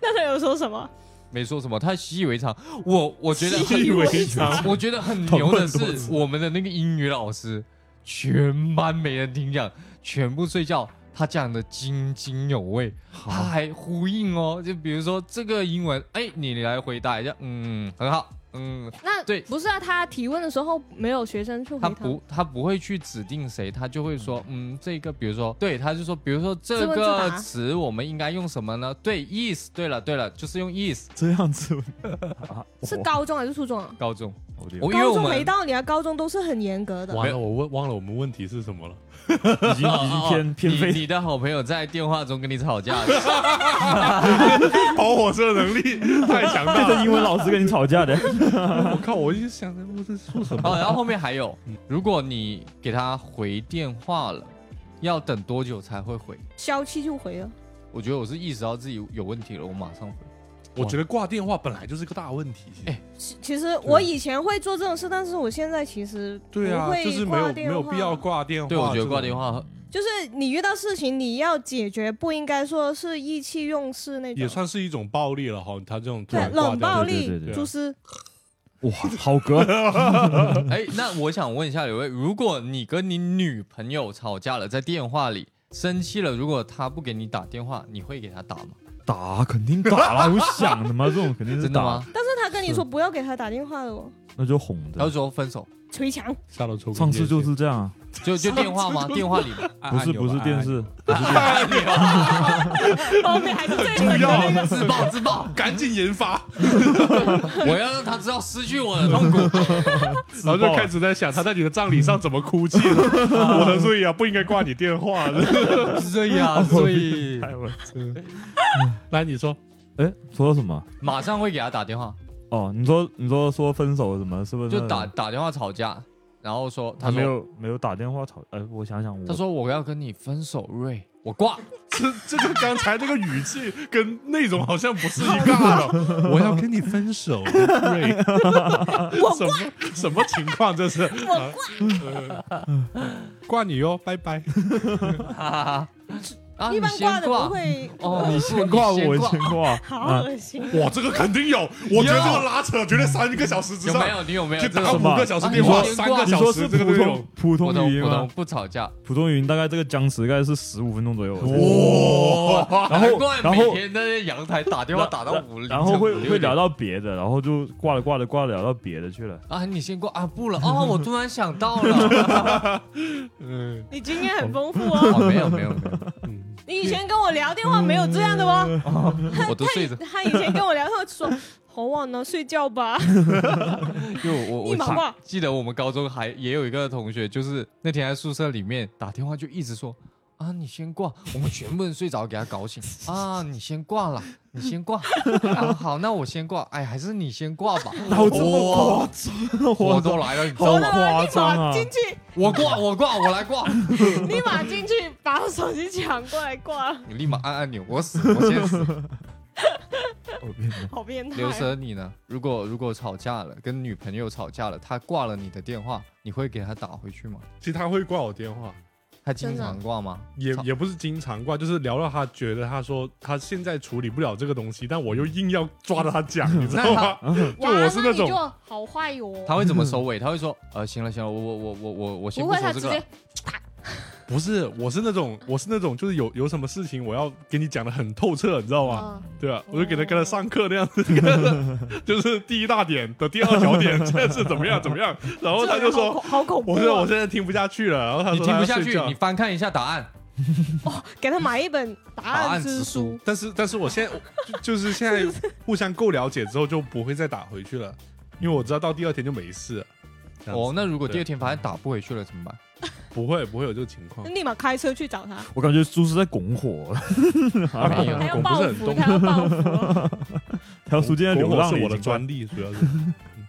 [SPEAKER 3] 那他有说什么？
[SPEAKER 1] 没说什么，他习以为常，我我觉得
[SPEAKER 2] 习以
[SPEAKER 1] 很，
[SPEAKER 2] 为常。
[SPEAKER 1] 我觉得很牛的是我们的那个英语老师，全班没人听讲，全部睡觉。他讲的津津有味，他还呼应哦，就比如说这个英文，哎，你来回答一下，嗯，很好，嗯，
[SPEAKER 3] 那
[SPEAKER 1] 对
[SPEAKER 3] 不是啊，他提问的时候没有学生去回
[SPEAKER 1] 他
[SPEAKER 3] 答，
[SPEAKER 1] 不他不会去指定谁，他就会说，嗯，这个，比如说，对，他就说，比如说这
[SPEAKER 3] 自问
[SPEAKER 1] 个
[SPEAKER 3] 自答
[SPEAKER 1] 词我们应该用什么呢？对，is，对了，对了，就是用 is。
[SPEAKER 4] (laughs) 这样 (laughs) 子，啊
[SPEAKER 3] 是，高中还是初中啊？
[SPEAKER 1] 高中，
[SPEAKER 4] 我的
[SPEAKER 1] 我因为
[SPEAKER 3] 高
[SPEAKER 1] 我
[SPEAKER 3] 中
[SPEAKER 1] 们
[SPEAKER 3] 没道理啊，高中都是很严格的。
[SPEAKER 2] 完了，我问忘了我们问题是什么了。
[SPEAKER 4] 已经已经偏偏
[SPEAKER 1] 哦你
[SPEAKER 4] 飞，
[SPEAKER 1] 你的好朋友在电话中跟你吵架，
[SPEAKER 2] 跑火车的能 (laughs) 力太强
[SPEAKER 4] (laughs) 变
[SPEAKER 2] 大
[SPEAKER 4] 成
[SPEAKER 2] 了。
[SPEAKER 4] 英文老师跟你吵架的，
[SPEAKER 2] 我靠，我一直想着我在说什
[SPEAKER 1] 哦，
[SPEAKER 2] 么。
[SPEAKER 1] 然后后面还有，
[SPEAKER 4] 嗯
[SPEAKER 1] 如果你给他回电话了，要等多久才会回？
[SPEAKER 3] 消气就回了，
[SPEAKER 1] 我觉得我是意识到自己有问题了，我马上回。
[SPEAKER 2] 我觉得挂电话本来就是个大问题。
[SPEAKER 1] 哎
[SPEAKER 3] 其其实我以前会做这种事，但是我现在其实
[SPEAKER 2] 对啊
[SPEAKER 3] 不，会
[SPEAKER 2] 就是没有
[SPEAKER 3] 挂
[SPEAKER 2] 没
[SPEAKER 3] 电
[SPEAKER 2] 有必要
[SPEAKER 3] 话
[SPEAKER 2] 挂电话。
[SPEAKER 1] 对，我觉得挂电
[SPEAKER 2] 话
[SPEAKER 1] 话 (laughs)
[SPEAKER 3] 就是你遇到事情你要解决，不应该说是意气用事那种。
[SPEAKER 2] 也算是一种暴力了哈。他这种突
[SPEAKER 3] 对
[SPEAKER 2] 然挂
[SPEAKER 3] 冷
[SPEAKER 2] 掉
[SPEAKER 3] 暴
[SPEAKER 4] 对对
[SPEAKER 3] 力
[SPEAKER 4] 对对，
[SPEAKER 3] 蛛丝。
[SPEAKER 4] 哇，好格，
[SPEAKER 1] 哎，那我想问一下刘位，如果你跟你女朋友吵架了，在电话里生气了，如果她不给你打电话，你会给她打吗？
[SPEAKER 4] 打肯定打了，我想的嘛，这种肯定是
[SPEAKER 1] 真的
[SPEAKER 4] 打
[SPEAKER 1] 吗，？
[SPEAKER 3] 但是他跟你说不要给他打电话了哦，
[SPEAKER 4] 那就哄
[SPEAKER 1] 她
[SPEAKER 4] 的
[SPEAKER 1] 就，说分手，
[SPEAKER 3] 捶墙。
[SPEAKER 2] 下楼抽根
[SPEAKER 4] 上
[SPEAKER 2] 烟
[SPEAKER 4] 次就是这样啊，
[SPEAKER 1] 就
[SPEAKER 4] (laughs)
[SPEAKER 1] 就电话吗？电话里吗
[SPEAKER 5] 按
[SPEAKER 4] 不是不是电，视，
[SPEAKER 3] 后哦面还是最
[SPEAKER 2] (laughs) 不
[SPEAKER 3] 狠的
[SPEAKER 2] 要
[SPEAKER 3] 那
[SPEAKER 1] (laughs)
[SPEAKER 3] 个
[SPEAKER 1] 自爆自爆！
[SPEAKER 2] 赶紧研发，
[SPEAKER 1] 我要让他知道失去我的痛
[SPEAKER 4] (laughs)
[SPEAKER 1] 苦。
[SPEAKER 2] 然后就开始在想他在你的葬礼上怎么哭泣了。我的罪啊，不应该挂你电话的。
[SPEAKER 1] 所以啊，所以
[SPEAKER 2] 哎我真的 (laughs) 来，你说
[SPEAKER 4] 哎，说到什么？
[SPEAKER 1] 马上会给他打电话，
[SPEAKER 4] 哦，你说你说说分手什么？是不是？
[SPEAKER 1] 就打打电话吵架，然后说他
[SPEAKER 4] 他没
[SPEAKER 1] 说
[SPEAKER 4] 有没有打电话吵，哎，我想想，我
[SPEAKER 1] 他说我要跟你分手，瑞，我挂， (laughs)
[SPEAKER 2] 这这个刚才那个语气跟内容好像不是一啊尬的。 (laughs) 我要跟你分手，瑞，
[SPEAKER 3] 我
[SPEAKER 2] 什么什么情况这是？我挂，挂你哟，拜拜。
[SPEAKER 1] 哈哈哈。啊，
[SPEAKER 3] 一般
[SPEAKER 1] 你先
[SPEAKER 3] 挂的不会，
[SPEAKER 1] 哦，
[SPEAKER 4] (laughs) 你
[SPEAKER 1] 不
[SPEAKER 4] 先
[SPEAKER 1] 你
[SPEAKER 4] 挂我，
[SPEAKER 1] 先
[SPEAKER 4] 我
[SPEAKER 1] 挂
[SPEAKER 4] 先挂，
[SPEAKER 2] (laughs)
[SPEAKER 3] 好恶心。
[SPEAKER 2] 哇，这个肯定有，我觉得这个拉扯绝对三个小时之
[SPEAKER 1] 有
[SPEAKER 2] 上
[SPEAKER 1] 没。有？你有没有
[SPEAKER 2] 就
[SPEAKER 1] 这
[SPEAKER 2] 打
[SPEAKER 1] 种
[SPEAKER 4] 种
[SPEAKER 2] 五个小时
[SPEAKER 1] 啊
[SPEAKER 2] 电话，
[SPEAKER 1] 你说
[SPEAKER 2] 三个
[SPEAKER 4] 你
[SPEAKER 2] 小
[SPEAKER 4] 说
[SPEAKER 2] 时
[SPEAKER 4] 是
[SPEAKER 2] 这个
[SPEAKER 4] 普
[SPEAKER 2] 内
[SPEAKER 4] 通
[SPEAKER 2] 容，
[SPEAKER 4] 普
[SPEAKER 1] 普
[SPEAKER 4] 通
[SPEAKER 1] 通
[SPEAKER 4] 语音
[SPEAKER 1] 普通
[SPEAKER 4] 吗？
[SPEAKER 1] 不吵架？
[SPEAKER 4] 普通语音大概这个僵持大概是十五分钟左右。
[SPEAKER 1] (laughs)
[SPEAKER 2] 哇，
[SPEAKER 4] 哦然后
[SPEAKER 1] 难怪
[SPEAKER 4] 然
[SPEAKER 1] 每
[SPEAKER 4] 后
[SPEAKER 1] 天在阳台打电话打到五，
[SPEAKER 4] 然后会
[SPEAKER 1] 凌晨五六
[SPEAKER 4] 会
[SPEAKER 1] 点
[SPEAKER 4] 聊到别的，然后就挂了挂了挂了聊到别的去了。
[SPEAKER 1] 啊，你先挂啊，不了啊，我突然想到了， (laughs)
[SPEAKER 2] 嗯
[SPEAKER 3] (laughs) 你经验很丰富 (laughs) 哦，
[SPEAKER 1] 哦，没有没有没有，
[SPEAKER 2] 嗯，
[SPEAKER 3] 你以前跟我聊电话没有这样的哦。
[SPEAKER 1] 我都睡着，
[SPEAKER 3] 他以前跟我聊，他说好晚了，睡
[SPEAKER 2] (laughs)
[SPEAKER 3] 觉吧。
[SPEAKER 1] (laughs) 就我我
[SPEAKER 3] 立马
[SPEAKER 1] 记
[SPEAKER 3] 挂
[SPEAKER 1] 记得我们高中还也有一个同学，就是那天在宿舍里面打电话就一直说啊，你先挂，我们全部人睡着给他搞醒 (laughs) 啊，你先挂了，你先挂， (laughs) 啊好，那我先挂，哎，还是你先挂 (laughs) 吧，
[SPEAKER 4] 后这
[SPEAKER 1] 哇
[SPEAKER 4] 么夸张，
[SPEAKER 1] 我
[SPEAKER 4] 我
[SPEAKER 1] 都
[SPEAKER 4] 操，
[SPEAKER 1] 来了，你知
[SPEAKER 4] 好
[SPEAKER 1] 道
[SPEAKER 3] 我
[SPEAKER 1] 吗？
[SPEAKER 4] 夸
[SPEAKER 3] 立
[SPEAKER 4] 张
[SPEAKER 3] 马
[SPEAKER 4] 啊
[SPEAKER 3] 进去，
[SPEAKER 1] 我挂我挂我来挂，
[SPEAKER 3] 立马进去，把我手机抢过来挂，
[SPEAKER 1] 你立马按按钮，我死我先
[SPEAKER 3] (laughs)
[SPEAKER 1] 死。
[SPEAKER 4] 我变
[SPEAKER 2] 嗯
[SPEAKER 4] 态
[SPEAKER 3] 好变态。
[SPEAKER 1] 刘蛇，你呢？如果如果吵架了，跟女朋友吵架了，她挂了你的电话，你会给她打回去吗？
[SPEAKER 2] 其实他会挂我电话，
[SPEAKER 1] 她经
[SPEAKER 3] 真的
[SPEAKER 1] 常挂吗？
[SPEAKER 2] 也
[SPEAKER 1] 操
[SPEAKER 2] 也不是经常挂，就是聊到他觉得他说他现在处理不了这个东西，但我又硬要抓着他讲，
[SPEAKER 1] 嗯
[SPEAKER 2] 你知道
[SPEAKER 3] (laughs)
[SPEAKER 2] 吗？就我是那
[SPEAKER 6] 哇你
[SPEAKER 2] 种
[SPEAKER 6] 就好坏哟、
[SPEAKER 3] 哦
[SPEAKER 1] 她会怎么收尾？她会说，呃，行了行了，我我我我我我先
[SPEAKER 6] 不
[SPEAKER 1] 不
[SPEAKER 6] 会，
[SPEAKER 1] 说
[SPEAKER 6] 他
[SPEAKER 1] 这
[SPEAKER 6] 直
[SPEAKER 1] 个了
[SPEAKER 6] 接。
[SPEAKER 2] 不是，我是那种我是那种就是有有什么事情我要给你讲的很透彻，你知道
[SPEAKER 3] 哦
[SPEAKER 2] 吗？
[SPEAKER 6] 嗯，
[SPEAKER 2] 对啊，我就给他跟他上课那
[SPEAKER 1] (laughs)
[SPEAKER 2] 样子，跟他就是第一大点的第二小点， (laughs) 现在是怎么样怎么样，然后他就
[SPEAKER 3] 这个人
[SPEAKER 2] 说
[SPEAKER 3] 好恐。好恐怖
[SPEAKER 2] 我说我
[SPEAKER 3] 哦！
[SPEAKER 2] 现在听不下去了，然后他
[SPEAKER 1] 你
[SPEAKER 2] 说
[SPEAKER 1] 听
[SPEAKER 2] 他
[SPEAKER 1] 不
[SPEAKER 2] 要
[SPEAKER 1] 下
[SPEAKER 2] 睡
[SPEAKER 1] 去
[SPEAKER 2] 觉，
[SPEAKER 1] 你翻看一下答案。
[SPEAKER 3] 给他买一本答
[SPEAKER 1] 答
[SPEAKER 3] 案
[SPEAKER 1] 案
[SPEAKER 3] 之
[SPEAKER 1] 之
[SPEAKER 3] 书
[SPEAKER 1] 书，
[SPEAKER 2] 但是，但是我现在我就 (laughs) 就是现在互相够了解之后，就不会再打回去了，因为我知道到第二天就没事了。这样子
[SPEAKER 1] 哦，那如果
[SPEAKER 2] 对
[SPEAKER 1] 第二天发现打不回去了怎么
[SPEAKER 2] (laughs)
[SPEAKER 1] 办？
[SPEAKER 2] 不会不会有这个情况，
[SPEAKER 3] 立马开车去找他，
[SPEAKER 4] 我感觉猪是在拱火，
[SPEAKER 1] 没有
[SPEAKER 3] 他
[SPEAKER 2] (laughs) 啊
[SPEAKER 3] 要
[SPEAKER 2] 我
[SPEAKER 3] 报
[SPEAKER 2] 不是很
[SPEAKER 3] 复，
[SPEAKER 2] 懂
[SPEAKER 3] 他要报复。
[SPEAKER 4] 他要出现在流
[SPEAKER 2] 我
[SPEAKER 4] 浪
[SPEAKER 2] 是
[SPEAKER 4] 里。
[SPEAKER 2] 我的专利，主要是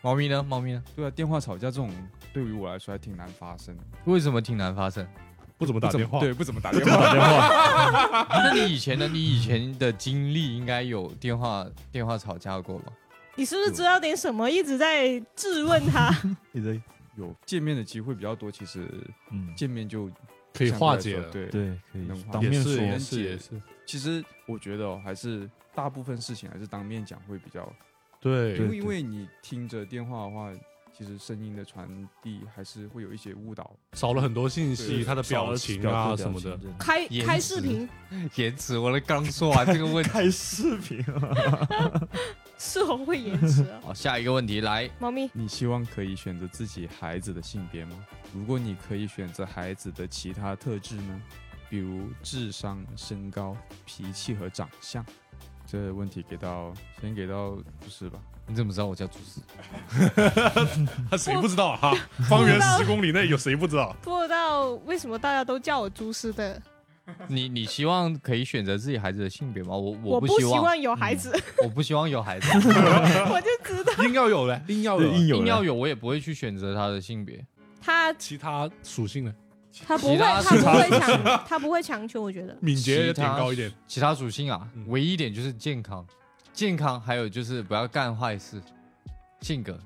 [SPEAKER 1] 猫咪呢？猫咪呢？
[SPEAKER 5] 对啊，电话吵架这种对于我来说还挺难发生的，
[SPEAKER 1] 为什么挺难发生？ (laughs)
[SPEAKER 2] 不怎么
[SPEAKER 5] 不
[SPEAKER 2] 打
[SPEAKER 5] 怎么
[SPEAKER 2] 电话。
[SPEAKER 5] 对，不怎么打电
[SPEAKER 4] 打
[SPEAKER 5] 话。
[SPEAKER 4] 电话，
[SPEAKER 1] 那你以前呢？你以前的经历应该有电话电话吵架过吧？
[SPEAKER 3] 你是不是知道点什么？一直在质问他，
[SPEAKER 4] 你的
[SPEAKER 5] 有见面的机会比较多，其实
[SPEAKER 4] 嗯，
[SPEAKER 5] 见面就
[SPEAKER 2] 可以
[SPEAKER 5] 相对
[SPEAKER 2] 化
[SPEAKER 5] 来
[SPEAKER 2] 解
[SPEAKER 5] 说
[SPEAKER 2] 了。
[SPEAKER 5] 对，
[SPEAKER 4] 对，可以
[SPEAKER 5] 能
[SPEAKER 4] 当
[SPEAKER 5] 化
[SPEAKER 2] 也
[SPEAKER 4] 面
[SPEAKER 2] 是
[SPEAKER 4] 说
[SPEAKER 2] 也
[SPEAKER 5] 也。
[SPEAKER 2] 是
[SPEAKER 5] 是
[SPEAKER 2] 也
[SPEAKER 5] 也
[SPEAKER 2] 是，
[SPEAKER 5] 其实我觉得哦，还是大部分事情还是当面讲会比较，因
[SPEAKER 2] 对
[SPEAKER 5] 为因为你听着电话的话，其实声音的传递还是会有一些误导。
[SPEAKER 2] 少了很多信息，
[SPEAKER 5] 对
[SPEAKER 2] 他的表情啊什么的。
[SPEAKER 4] 的，
[SPEAKER 3] 开
[SPEAKER 1] 颜值
[SPEAKER 3] 开视频，
[SPEAKER 1] (laughs) 延迟，我的刚说完这个
[SPEAKER 2] (laughs)
[SPEAKER 1] 问题。
[SPEAKER 4] 开视频啊，
[SPEAKER 3] 是我会延迟啊。 (laughs)
[SPEAKER 1] 好，下一个问题来，
[SPEAKER 3] 猫咪，
[SPEAKER 5] 你希望可以选择自己孩子的性别吗？如果你可以选择孩子的其他特质呢，比如智商、身高、脾气和长相。这问题给到先给到不是吧？
[SPEAKER 1] 你怎么知道我叫猪四？
[SPEAKER 2] 他谁不知道啊哈？方圆十公里内有谁不知道？
[SPEAKER 3] 不知道为什么大家都叫我猪师的，
[SPEAKER 1] 你你希望可以选择自己孩子的性别吗？我
[SPEAKER 3] 我
[SPEAKER 1] 不
[SPEAKER 3] 不
[SPEAKER 1] 希
[SPEAKER 3] 希
[SPEAKER 1] 望，
[SPEAKER 3] 望有孩子， (laughs)
[SPEAKER 1] 我不希望有
[SPEAKER 2] (laughs)
[SPEAKER 1] 孩子， (laughs)
[SPEAKER 3] 我就知道
[SPEAKER 2] 硬要有嘞，硬要有嘞。
[SPEAKER 4] 应有
[SPEAKER 1] 硬
[SPEAKER 4] 人
[SPEAKER 1] 要有我也不会去选择他的性别。
[SPEAKER 3] (laughs) 他
[SPEAKER 2] 其他属性呢？
[SPEAKER 3] 他不会，
[SPEAKER 1] 他
[SPEAKER 3] 他不会强，他不会强求，我觉得。
[SPEAKER 2] 敏捷
[SPEAKER 1] 其
[SPEAKER 2] 点
[SPEAKER 1] 他
[SPEAKER 2] 高一点，
[SPEAKER 1] 其他属性啊
[SPEAKER 2] 嗯，
[SPEAKER 1] 唯一一点就是健康，健康还有就是不要干坏事，性格，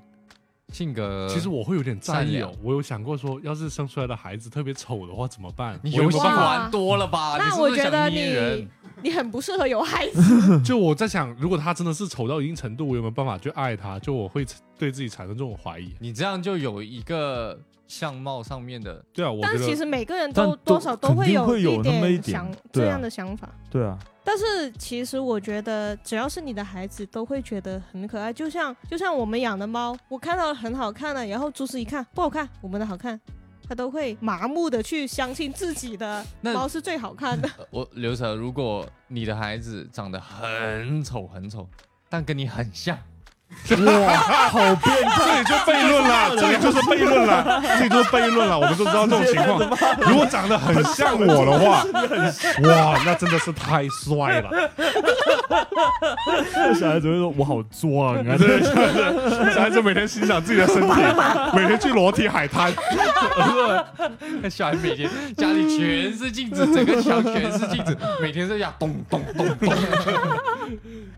[SPEAKER 1] 性格。
[SPEAKER 2] 其实我会有点在
[SPEAKER 1] 呃善
[SPEAKER 2] 意
[SPEAKER 1] 良
[SPEAKER 2] 哦，我有想过说，要是生出来的孩子特别丑的话怎么办？
[SPEAKER 1] 你
[SPEAKER 2] 我有
[SPEAKER 1] 游戏
[SPEAKER 2] 没有办法
[SPEAKER 3] 哇
[SPEAKER 1] 玩多了吧？啊你
[SPEAKER 3] 那
[SPEAKER 1] 是
[SPEAKER 3] 我
[SPEAKER 1] 不是
[SPEAKER 3] 觉得
[SPEAKER 1] 想捏
[SPEAKER 3] 你
[SPEAKER 1] 人？
[SPEAKER 3] 你很不适合有孩子，
[SPEAKER 2] 就我在想，如果他真的是丑到一定程度，我有没有办法去爱他？就我会对自己产生这种怀疑。
[SPEAKER 1] 你这样就有一个相貌上面的，
[SPEAKER 2] 对啊，我
[SPEAKER 3] 但
[SPEAKER 2] 觉
[SPEAKER 3] 其
[SPEAKER 2] 得
[SPEAKER 3] 实每个人都
[SPEAKER 4] 但都
[SPEAKER 3] 多少都
[SPEAKER 4] 肯定
[SPEAKER 3] 有
[SPEAKER 4] 会有那么一
[SPEAKER 3] 点
[SPEAKER 4] 点
[SPEAKER 3] 想这
[SPEAKER 4] 对啊
[SPEAKER 3] 样的想法。
[SPEAKER 4] 对
[SPEAKER 2] (laughs)
[SPEAKER 4] 啊，
[SPEAKER 3] 但是其实我觉得，只要是你的孩子，都会觉得很可爱。就啊像就像我们养的猫，我看到了很好看的，然后猪师一看不好看，我们的好看，他都会麻木的去相信自己的
[SPEAKER 1] 那
[SPEAKER 3] 猫是最好
[SPEAKER 1] (laughs)
[SPEAKER 3] 看的。
[SPEAKER 1] 呃我刘哲，如果你的孩子长得很丑很丑，但跟你很像， (laughs)
[SPEAKER 4] 哇，好变
[SPEAKER 2] (laughs) 这里就悖论了，这里就是悖论了，这里就是悖论了。我们都知道这种情况，如果长得很像我的话，哇，那真的是太帅 (laughs) 了。
[SPEAKER 4] 态！小孩子会说：“我好壮啊
[SPEAKER 2] 对，小孩子每天欣赏自己的身体，每天去裸体海滩，
[SPEAKER 1] 那小孩每天家里全是镜
[SPEAKER 2] (laughs)
[SPEAKER 1] 子，整个墙全是镜子，每天在家咚咚咚咚，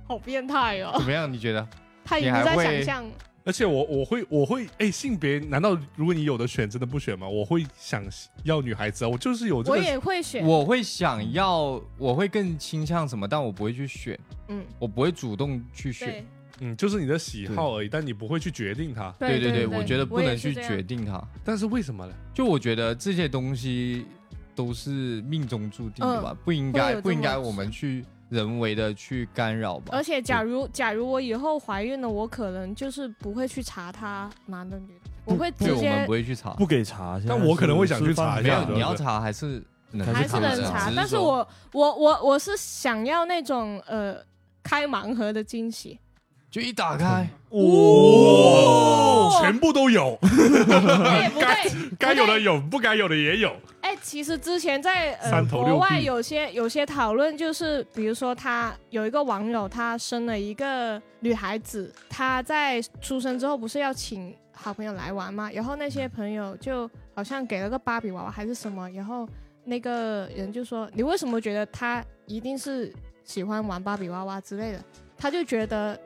[SPEAKER 3] 好变态哦！
[SPEAKER 1] 怎么样？你觉得？
[SPEAKER 3] (laughs) 他已
[SPEAKER 1] 你
[SPEAKER 3] 经
[SPEAKER 1] 还
[SPEAKER 3] 在
[SPEAKER 1] 会
[SPEAKER 3] 想象，
[SPEAKER 2] 而且我我会我会哎，性别难道如果你有的选真的不选吗？我会想要女孩子啊，我就是有这
[SPEAKER 3] 我
[SPEAKER 2] 个
[SPEAKER 3] 也会选，
[SPEAKER 1] 我会想要，我会更倾向什么，但我不会去选，
[SPEAKER 3] 嗯，
[SPEAKER 1] 我不会主动去选
[SPEAKER 3] 对。
[SPEAKER 2] 嗯，就是你的喜好而已，但你不会去决定它。
[SPEAKER 1] 对
[SPEAKER 3] 对
[SPEAKER 1] 对，我觉得不能去决
[SPEAKER 3] 决。
[SPEAKER 1] 定它。
[SPEAKER 2] 但是为什么呢？
[SPEAKER 1] 就我觉得这些东西都是命中注定的吧，不应
[SPEAKER 3] 嗯会
[SPEAKER 1] 该
[SPEAKER 3] 有这
[SPEAKER 1] 不应该
[SPEAKER 3] 么
[SPEAKER 1] 我们去人为的去干扰吧
[SPEAKER 3] 而。且，假如假如我以后怀孕了，我可能就是不会去查他男的女的，我会
[SPEAKER 1] 对，
[SPEAKER 3] 直
[SPEAKER 1] 我们
[SPEAKER 3] 接
[SPEAKER 1] 不会去查，
[SPEAKER 4] 不给查，现在
[SPEAKER 2] 但我可能会想去
[SPEAKER 4] 是犯
[SPEAKER 2] 查一
[SPEAKER 1] 没
[SPEAKER 2] 下
[SPEAKER 1] 有
[SPEAKER 4] 法
[SPEAKER 2] 的
[SPEAKER 4] 的
[SPEAKER 1] 你要查还是能
[SPEAKER 4] 还
[SPEAKER 3] 还
[SPEAKER 4] 是
[SPEAKER 3] 是能
[SPEAKER 1] 的
[SPEAKER 3] 查
[SPEAKER 1] 只。
[SPEAKER 3] 但是
[SPEAKER 1] 说
[SPEAKER 3] 我我我我是想要那种呃开盲盒的惊喜， (laughs)
[SPEAKER 1] 就一打开，
[SPEAKER 2] 哇
[SPEAKER 3] 哦
[SPEAKER 2] 全部都
[SPEAKER 3] (laughs)
[SPEAKER 2] 有，
[SPEAKER 3] 哎不对，
[SPEAKER 2] 该有的有，不该有的也有。
[SPEAKER 3] 哎，其实之前在呃
[SPEAKER 2] 三头六臂
[SPEAKER 3] 国外有些有些讨论，就是比如说他有一个网友，他生了一个女孩子，她在出生之后不是要请好朋友来玩嘛，然后那些朋友就好像给了个芭比娃娃还是什么，然后那个人就说你为什么觉得她一定是喜欢玩芭比娃娃之类的，他就觉得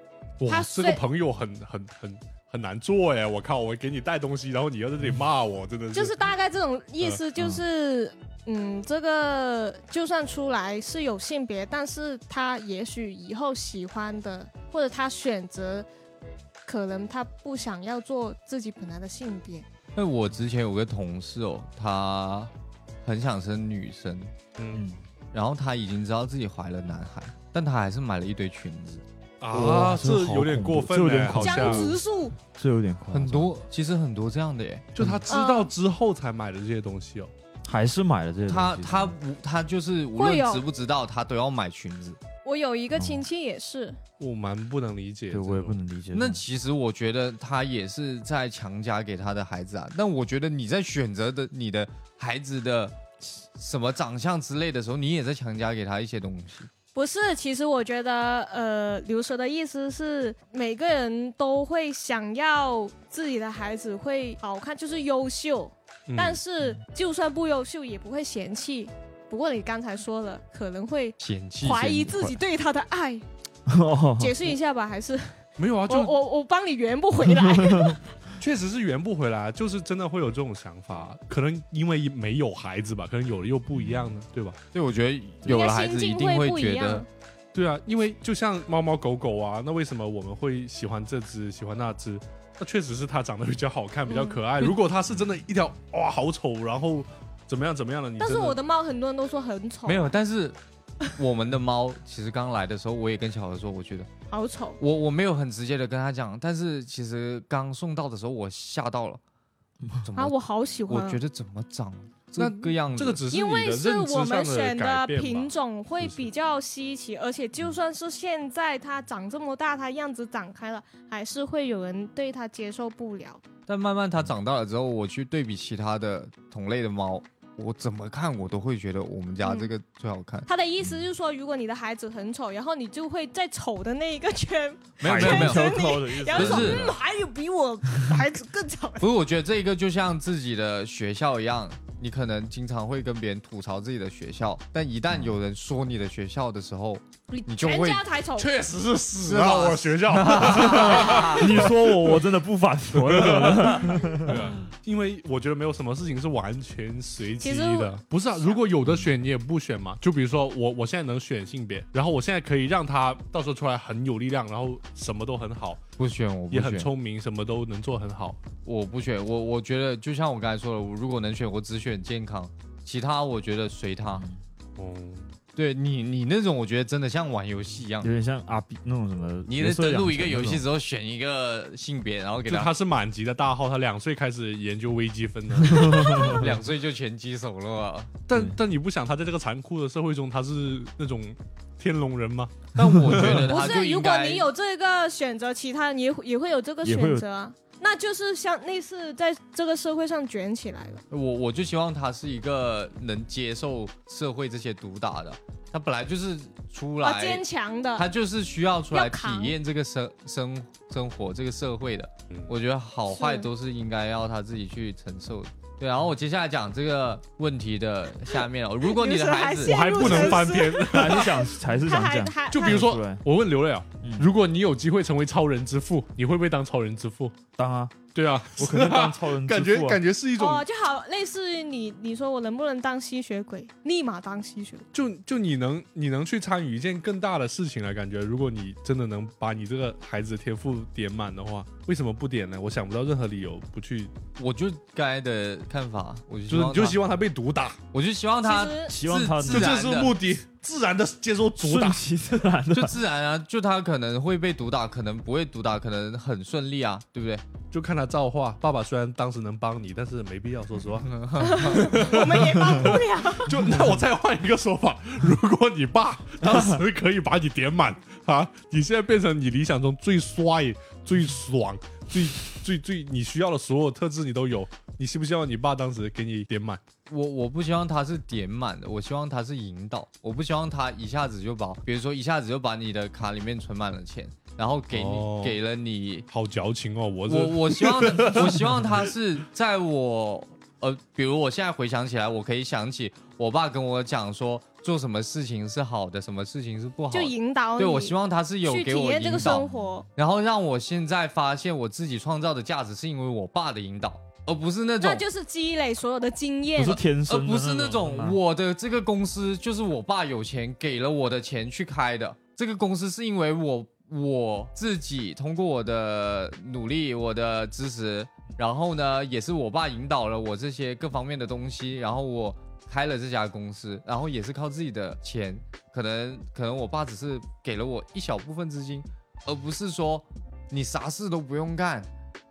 [SPEAKER 2] 哇，
[SPEAKER 3] 他
[SPEAKER 2] 这
[SPEAKER 3] 虽
[SPEAKER 2] 个朋友很很很很难做哎！我靠，我给你带东西，然后你要在这里骂我，真的是。
[SPEAKER 3] 就是大概这种意思，就是嗯这个就算出来是有性别，但是他也许以后喜欢的，或者他选择，可能他不想要做自己本来的性别。
[SPEAKER 1] 那我之前有个同事哦，她很想生女生，
[SPEAKER 2] 嗯
[SPEAKER 1] 然后她已经知道自己怀了男孩，但她还是买了一堆裙子，
[SPEAKER 2] 啊，
[SPEAKER 4] 哇这
[SPEAKER 2] 这
[SPEAKER 4] 好
[SPEAKER 2] 有点过
[SPEAKER 4] 恐怖
[SPEAKER 2] 分
[SPEAKER 4] 这有
[SPEAKER 2] 哎，
[SPEAKER 4] 点
[SPEAKER 2] 好
[SPEAKER 4] 恐怖
[SPEAKER 3] 江
[SPEAKER 2] 像
[SPEAKER 3] 直树，
[SPEAKER 4] 这有点夸张
[SPEAKER 1] 很，多其实很多这样的耶。
[SPEAKER 2] 就他知道之后才买的这些东西哦。
[SPEAKER 4] 还是买了这些东西。
[SPEAKER 1] 她她不她就是无论
[SPEAKER 3] 会有
[SPEAKER 1] 知不知道，她都要买裙子。
[SPEAKER 3] 我有一个亲戚也是，
[SPEAKER 2] 我蛮不能理解，
[SPEAKER 4] 对我也不。能理解这种。
[SPEAKER 1] 那其实我觉得他也是在强加给他的孩子啊。但我觉得你在选择的你的孩子的什么长相之类的时候，你也在强加给他一些东西。
[SPEAKER 3] 不是，其实我觉得，呃，刘蛇的意思是，每个人都会想要自己的孩子会好看，就是优秀，
[SPEAKER 2] 嗯
[SPEAKER 3] 但是就算不优秀也不会嫌弃。不过你刚才说了，可能会
[SPEAKER 1] 嫌弃
[SPEAKER 3] 怀疑自己对他的爱，
[SPEAKER 4] 哦
[SPEAKER 3] 解释一下吧，还是
[SPEAKER 2] 没有啊，
[SPEAKER 3] 我
[SPEAKER 2] 就
[SPEAKER 3] 我我帮你圆不回来。
[SPEAKER 2] 确实是圆不回来，啊就是真的会有这种想法，啊可能因为没有孩子吧，可能有了又不一样呢，对吧？
[SPEAKER 1] 所以我觉得有了孩子一定
[SPEAKER 3] 会不一
[SPEAKER 1] 觉得
[SPEAKER 3] 样，
[SPEAKER 2] 对啊，因为就像猫猫狗狗啊，那为什么我们会喜欢这只，喜欢那只？那确实是它长得比较好看，比较可爱。如果它是真的一条哇好丑，然后怎么样怎么样的，你
[SPEAKER 3] 但是
[SPEAKER 2] 真
[SPEAKER 3] 我的猫很多人都说很丑，
[SPEAKER 1] 没有。但是我们的猫其实刚来的时候，我也跟小何说，我觉得
[SPEAKER 3] 好丑，
[SPEAKER 1] 我我没有很直接的跟他讲，但是其实刚送到的时候我吓到了，怎么、
[SPEAKER 3] 啊，我好喜欢
[SPEAKER 1] 我
[SPEAKER 3] 啊。
[SPEAKER 1] 觉得怎么长
[SPEAKER 2] 那
[SPEAKER 1] 这个样子？
[SPEAKER 2] 这个只是
[SPEAKER 3] 因
[SPEAKER 2] 你的
[SPEAKER 3] 为
[SPEAKER 2] 认
[SPEAKER 3] 是
[SPEAKER 2] 知
[SPEAKER 3] 我
[SPEAKER 2] 上
[SPEAKER 3] 们选
[SPEAKER 2] 改
[SPEAKER 3] 的
[SPEAKER 2] 变
[SPEAKER 3] 品
[SPEAKER 2] 嘛。
[SPEAKER 3] 种会
[SPEAKER 2] 是不是
[SPEAKER 3] 比较稀奇，而且就算是现在它长这么大，它样子长开了，还是会有人对它接受不了。
[SPEAKER 1] 但慢慢它长大了之后，我去对比其他的同类的猫，我怎么看我都会觉得我们
[SPEAKER 3] 嗯
[SPEAKER 1] 家这个最好看。
[SPEAKER 3] 他的意思就是说，如果你的孩子很丑，然后你就会在丑的那一个圈，
[SPEAKER 1] 没有没有没有，
[SPEAKER 3] 圈
[SPEAKER 4] 挑
[SPEAKER 3] 层
[SPEAKER 4] 高
[SPEAKER 3] 里，
[SPEAKER 4] 的意思
[SPEAKER 3] 然后说
[SPEAKER 1] 不是
[SPEAKER 3] 嗯，还有比我孩子更丑的。
[SPEAKER 1] 不是，我觉得这一个就像自己的学校一样，你可能经常会跟别人吐槽自己的学校，但一旦有人说你的学校的时候，
[SPEAKER 3] 你
[SPEAKER 1] 你就
[SPEAKER 3] 全
[SPEAKER 1] 会
[SPEAKER 3] 家才丑，
[SPEAKER 2] 确实是死
[SPEAKER 1] 是吧
[SPEAKER 2] 啊！我学校，
[SPEAKER 4] (laughs) 你说我，我真的不反驳
[SPEAKER 1] (laughs)
[SPEAKER 4] 了。
[SPEAKER 2] 对啊因为我觉得没有什么事情是完全随机
[SPEAKER 3] 其实
[SPEAKER 2] 的
[SPEAKER 3] 我，
[SPEAKER 2] 不是啊？如果有的选你也不选嘛？就比如说我，我现在能选性别，然后我现在可以让他到时候出来很有力量，然后什么都很好，
[SPEAKER 1] 不选我不
[SPEAKER 2] 也很
[SPEAKER 1] 选，
[SPEAKER 2] 聪明，什么都能做很好。
[SPEAKER 1] 我不选，我我觉得就像我嗯刚才说的，我如果能选，我只选健康，其他我觉得随他。
[SPEAKER 2] 哦，
[SPEAKER 1] 对你你那种，我觉得真的像玩游戏一样
[SPEAKER 4] 有，点像阿 B 那种什么
[SPEAKER 1] 你
[SPEAKER 4] 角
[SPEAKER 1] 是
[SPEAKER 4] 色
[SPEAKER 1] 登
[SPEAKER 4] 养成那种。
[SPEAKER 1] 录一个游戏之后选一个性别，然后给
[SPEAKER 2] 就 (laughs)
[SPEAKER 1] 他
[SPEAKER 2] 他是满级的大号，他两岁开始研究微积
[SPEAKER 4] (laughs)
[SPEAKER 2] 分的。
[SPEAKER 1] 两岁就拳击手了
[SPEAKER 2] (laughs)
[SPEAKER 1] 啊。
[SPEAKER 2] 但
[SPEAKER 4] 对
[SPEAKER 2] 但你不想他在这个残酷的社会中，他是那种天龙人吗？
[SPEAKER 1] 但我觉得
[SPEAKER 3] 不，
[SPEAKER 1] 他就是
[SPEAKER 3] 如
[SPEAKER 1] 应
[SPEAKER 3] 果
[SPEAKER 1] 该
[SPEAKER 3] 你有这个选择，其他人也也会有这个
[SPEAKER 4] 也会有
[SPEAKER 3] 选择啊，那就是像类似在这个社会上卷起来了。
[SPEAKER 1] 我我就希望他是一个能接受社会这些毒打的，他本来就是出
[SPEAKER 3] 啊，
[SPEAKER 1] 来，
[SPEAKER 3] 坚强
[SPEAKER 1] 他
[SPEAKER 3] 的，
[SPEAKER 1] 就是需要出来
[SPEAKER 3] 要扛
[SPEAKER 1] 体验这个生生生活这个社会的
[SPEAKER 2] 嗯。
[SPEAKER 1] 我觉得好坏
[SPEAKER 3] 是
[SPEAKER 1] 都是应该要他自己去承受的。对，然后我接下来讲这个问题的下面
[SPEAKER 3] (laughs)
[SPEAKER 1] 哦，如果你的孩
[SPEAKER 3] 有
[SPEAKER 1] 子
[SPEAKER 3] 时
[SPEAKER 2] 我
[SPEAKER 4] 哎
[SPEAKER 3] 候，
[SPEAKER 2] 还不能翻篇。 (laughs)
[SPEAKER 4] 还是想还是
[SPEAKER 3] 他
[SPEAKER 4] 想
[SPEAKER 3] 还
[SPEAKER 4] 讲，
[SPEAKER 3] 还
[SPEAKER 2] 就比如
[SPEAKER 3] 还
[SPEAKER 2] 说
[SPEAKER 4] 对，
[SPEAKER 2] 我问刘磊啊，
[SPEAKER 4] 嗯
[SPEAKER 2] 如果你有机会成为超人之父，你会不会当超人之父？
[SPEAKER 4] 当啊，
[SPEAKER 2] 对 (laughs) 啊，
[SPEAKER 4] 我肯定当超人之
[SPEAKER 2] 感觉
[SPEAKER 4] 父啊
[SPEAKER 2] 感觉是一种
[SPEAKER 3] 哦，就好类似于你你说我能不能当吸血鬼，立马当吸血鬼。
[SPEAKER 2] 就就你能你能去参与一件更大的事情了，感觉如果你真的能把你这个孩子的天赋点满的话，为什么不点呢？我想不到任何理由不去，
[SPEAKER 1] 我就刚才的看法，我就希
[SPEAKER 2] 就是
[SPEAKER 1] 望
[SPEAKER 2] 你就
[SPEAKER 1] 他
[SPEAKER 2] 希望他被毒打，
[SPEAKER 1] 我就希望他
[SPEAKER 3] 其实
[SPEAKER 1] 自
[SPEAKER 4] 希望他
[SPEAKER 1] 自
[SPEAKER 2] 这
[SPEAKER 1] 然
[SPEAKER 2] 这
[SPEAKER 1] 的
[SPEAKER 2] 是目的，自然的接受毒
[SPEAKER 4] 顺
[SPEAKER 2] 打。
[SPEAKER 4] 其自
[SPEAKER 1] (laughs)
[SPEAKER 4] 然
[SPEAKER 1] 就
[SPEAKER 4] 的，
[SPEAKER 1] 自然啊，就他可能会被毒打，可能不会毒打，可能很顺利啊，对不对？
[SPEAKER 2] 就看他造化。爸爸虽然当时能帮你，但是没必要。说实话，
[SPEAKER 3] 我们也帮
[SPEAKER 1] (laughs)
[SPEAKER 3] 不
[SPEAKER 1] 哦
[SPEAKER 3] 了。
[SPEAKER 2] (laughs) 就那我再换一个说法： (laughs) 如果你爸当时可以把你点满啊，你现在变成你理想中最帅、最爽、最最最你需要的所有特质你都有，你希不希望你爸当时给你点满？
[SPEAKER 1] 我我不希望他是点满的，我希望他是引导，我不希望他一下子就把，比如说一下子就把你的卡里面存满了钱，然后给你、
[SPEAKER 2] 哦
[SPEAKER 1] 给了你，
[SPEAKER 2] 好矫情哦，我
[SPEAKER 1] 我
[SPEAKER 2] 是
[SPEAKER 1] 我希望我希望他是在我呃，比如我现在回想起来，我可以想起我爸跟我讲说做什么事情是好的，什么事情是不好
[SPEAKER 3] 就
[SPEAKER 1] 的，
[SPEAKER 3] 引导你，
[SPEAKER 1] 对我希望他是有
[SPEAKER 3] 去
[SPEAKER 1] 给
[SPEAKER 3] 体
[SPEAKER 1] 我
[SPEAKER 3] 验这
[SPEAKER 1] 引
[SPEAKER 3] 个
[SPEAKER 1] 导
[SPEAKER 3] 生。活。
[SPEAKER 1] 然后让我现在发现我自己创造的价值是因为我爸的引导，而不是那种
[SPEAKER 3] 那，就是积累所有的经验
[SPEAKER 4] 不是，天
[SPEAKER 1] 而
[SPEAKER 4] 生的啊
[SPEAKER 1] 不是那种
[SPEAKER 4] 嘛
[SPEAKER 1] 我的这个公司就是我爸有钱给了我的钱去开的，这个公司是因为我我自己通过我的努力、我的支持，然后呢，也是我爸引导了我这些各方面的东西，然后我。开了这家公司，然后也是靠自己的钱，可能可能我爸只是给了我一小部分资金，而不是说你啥事都不用干，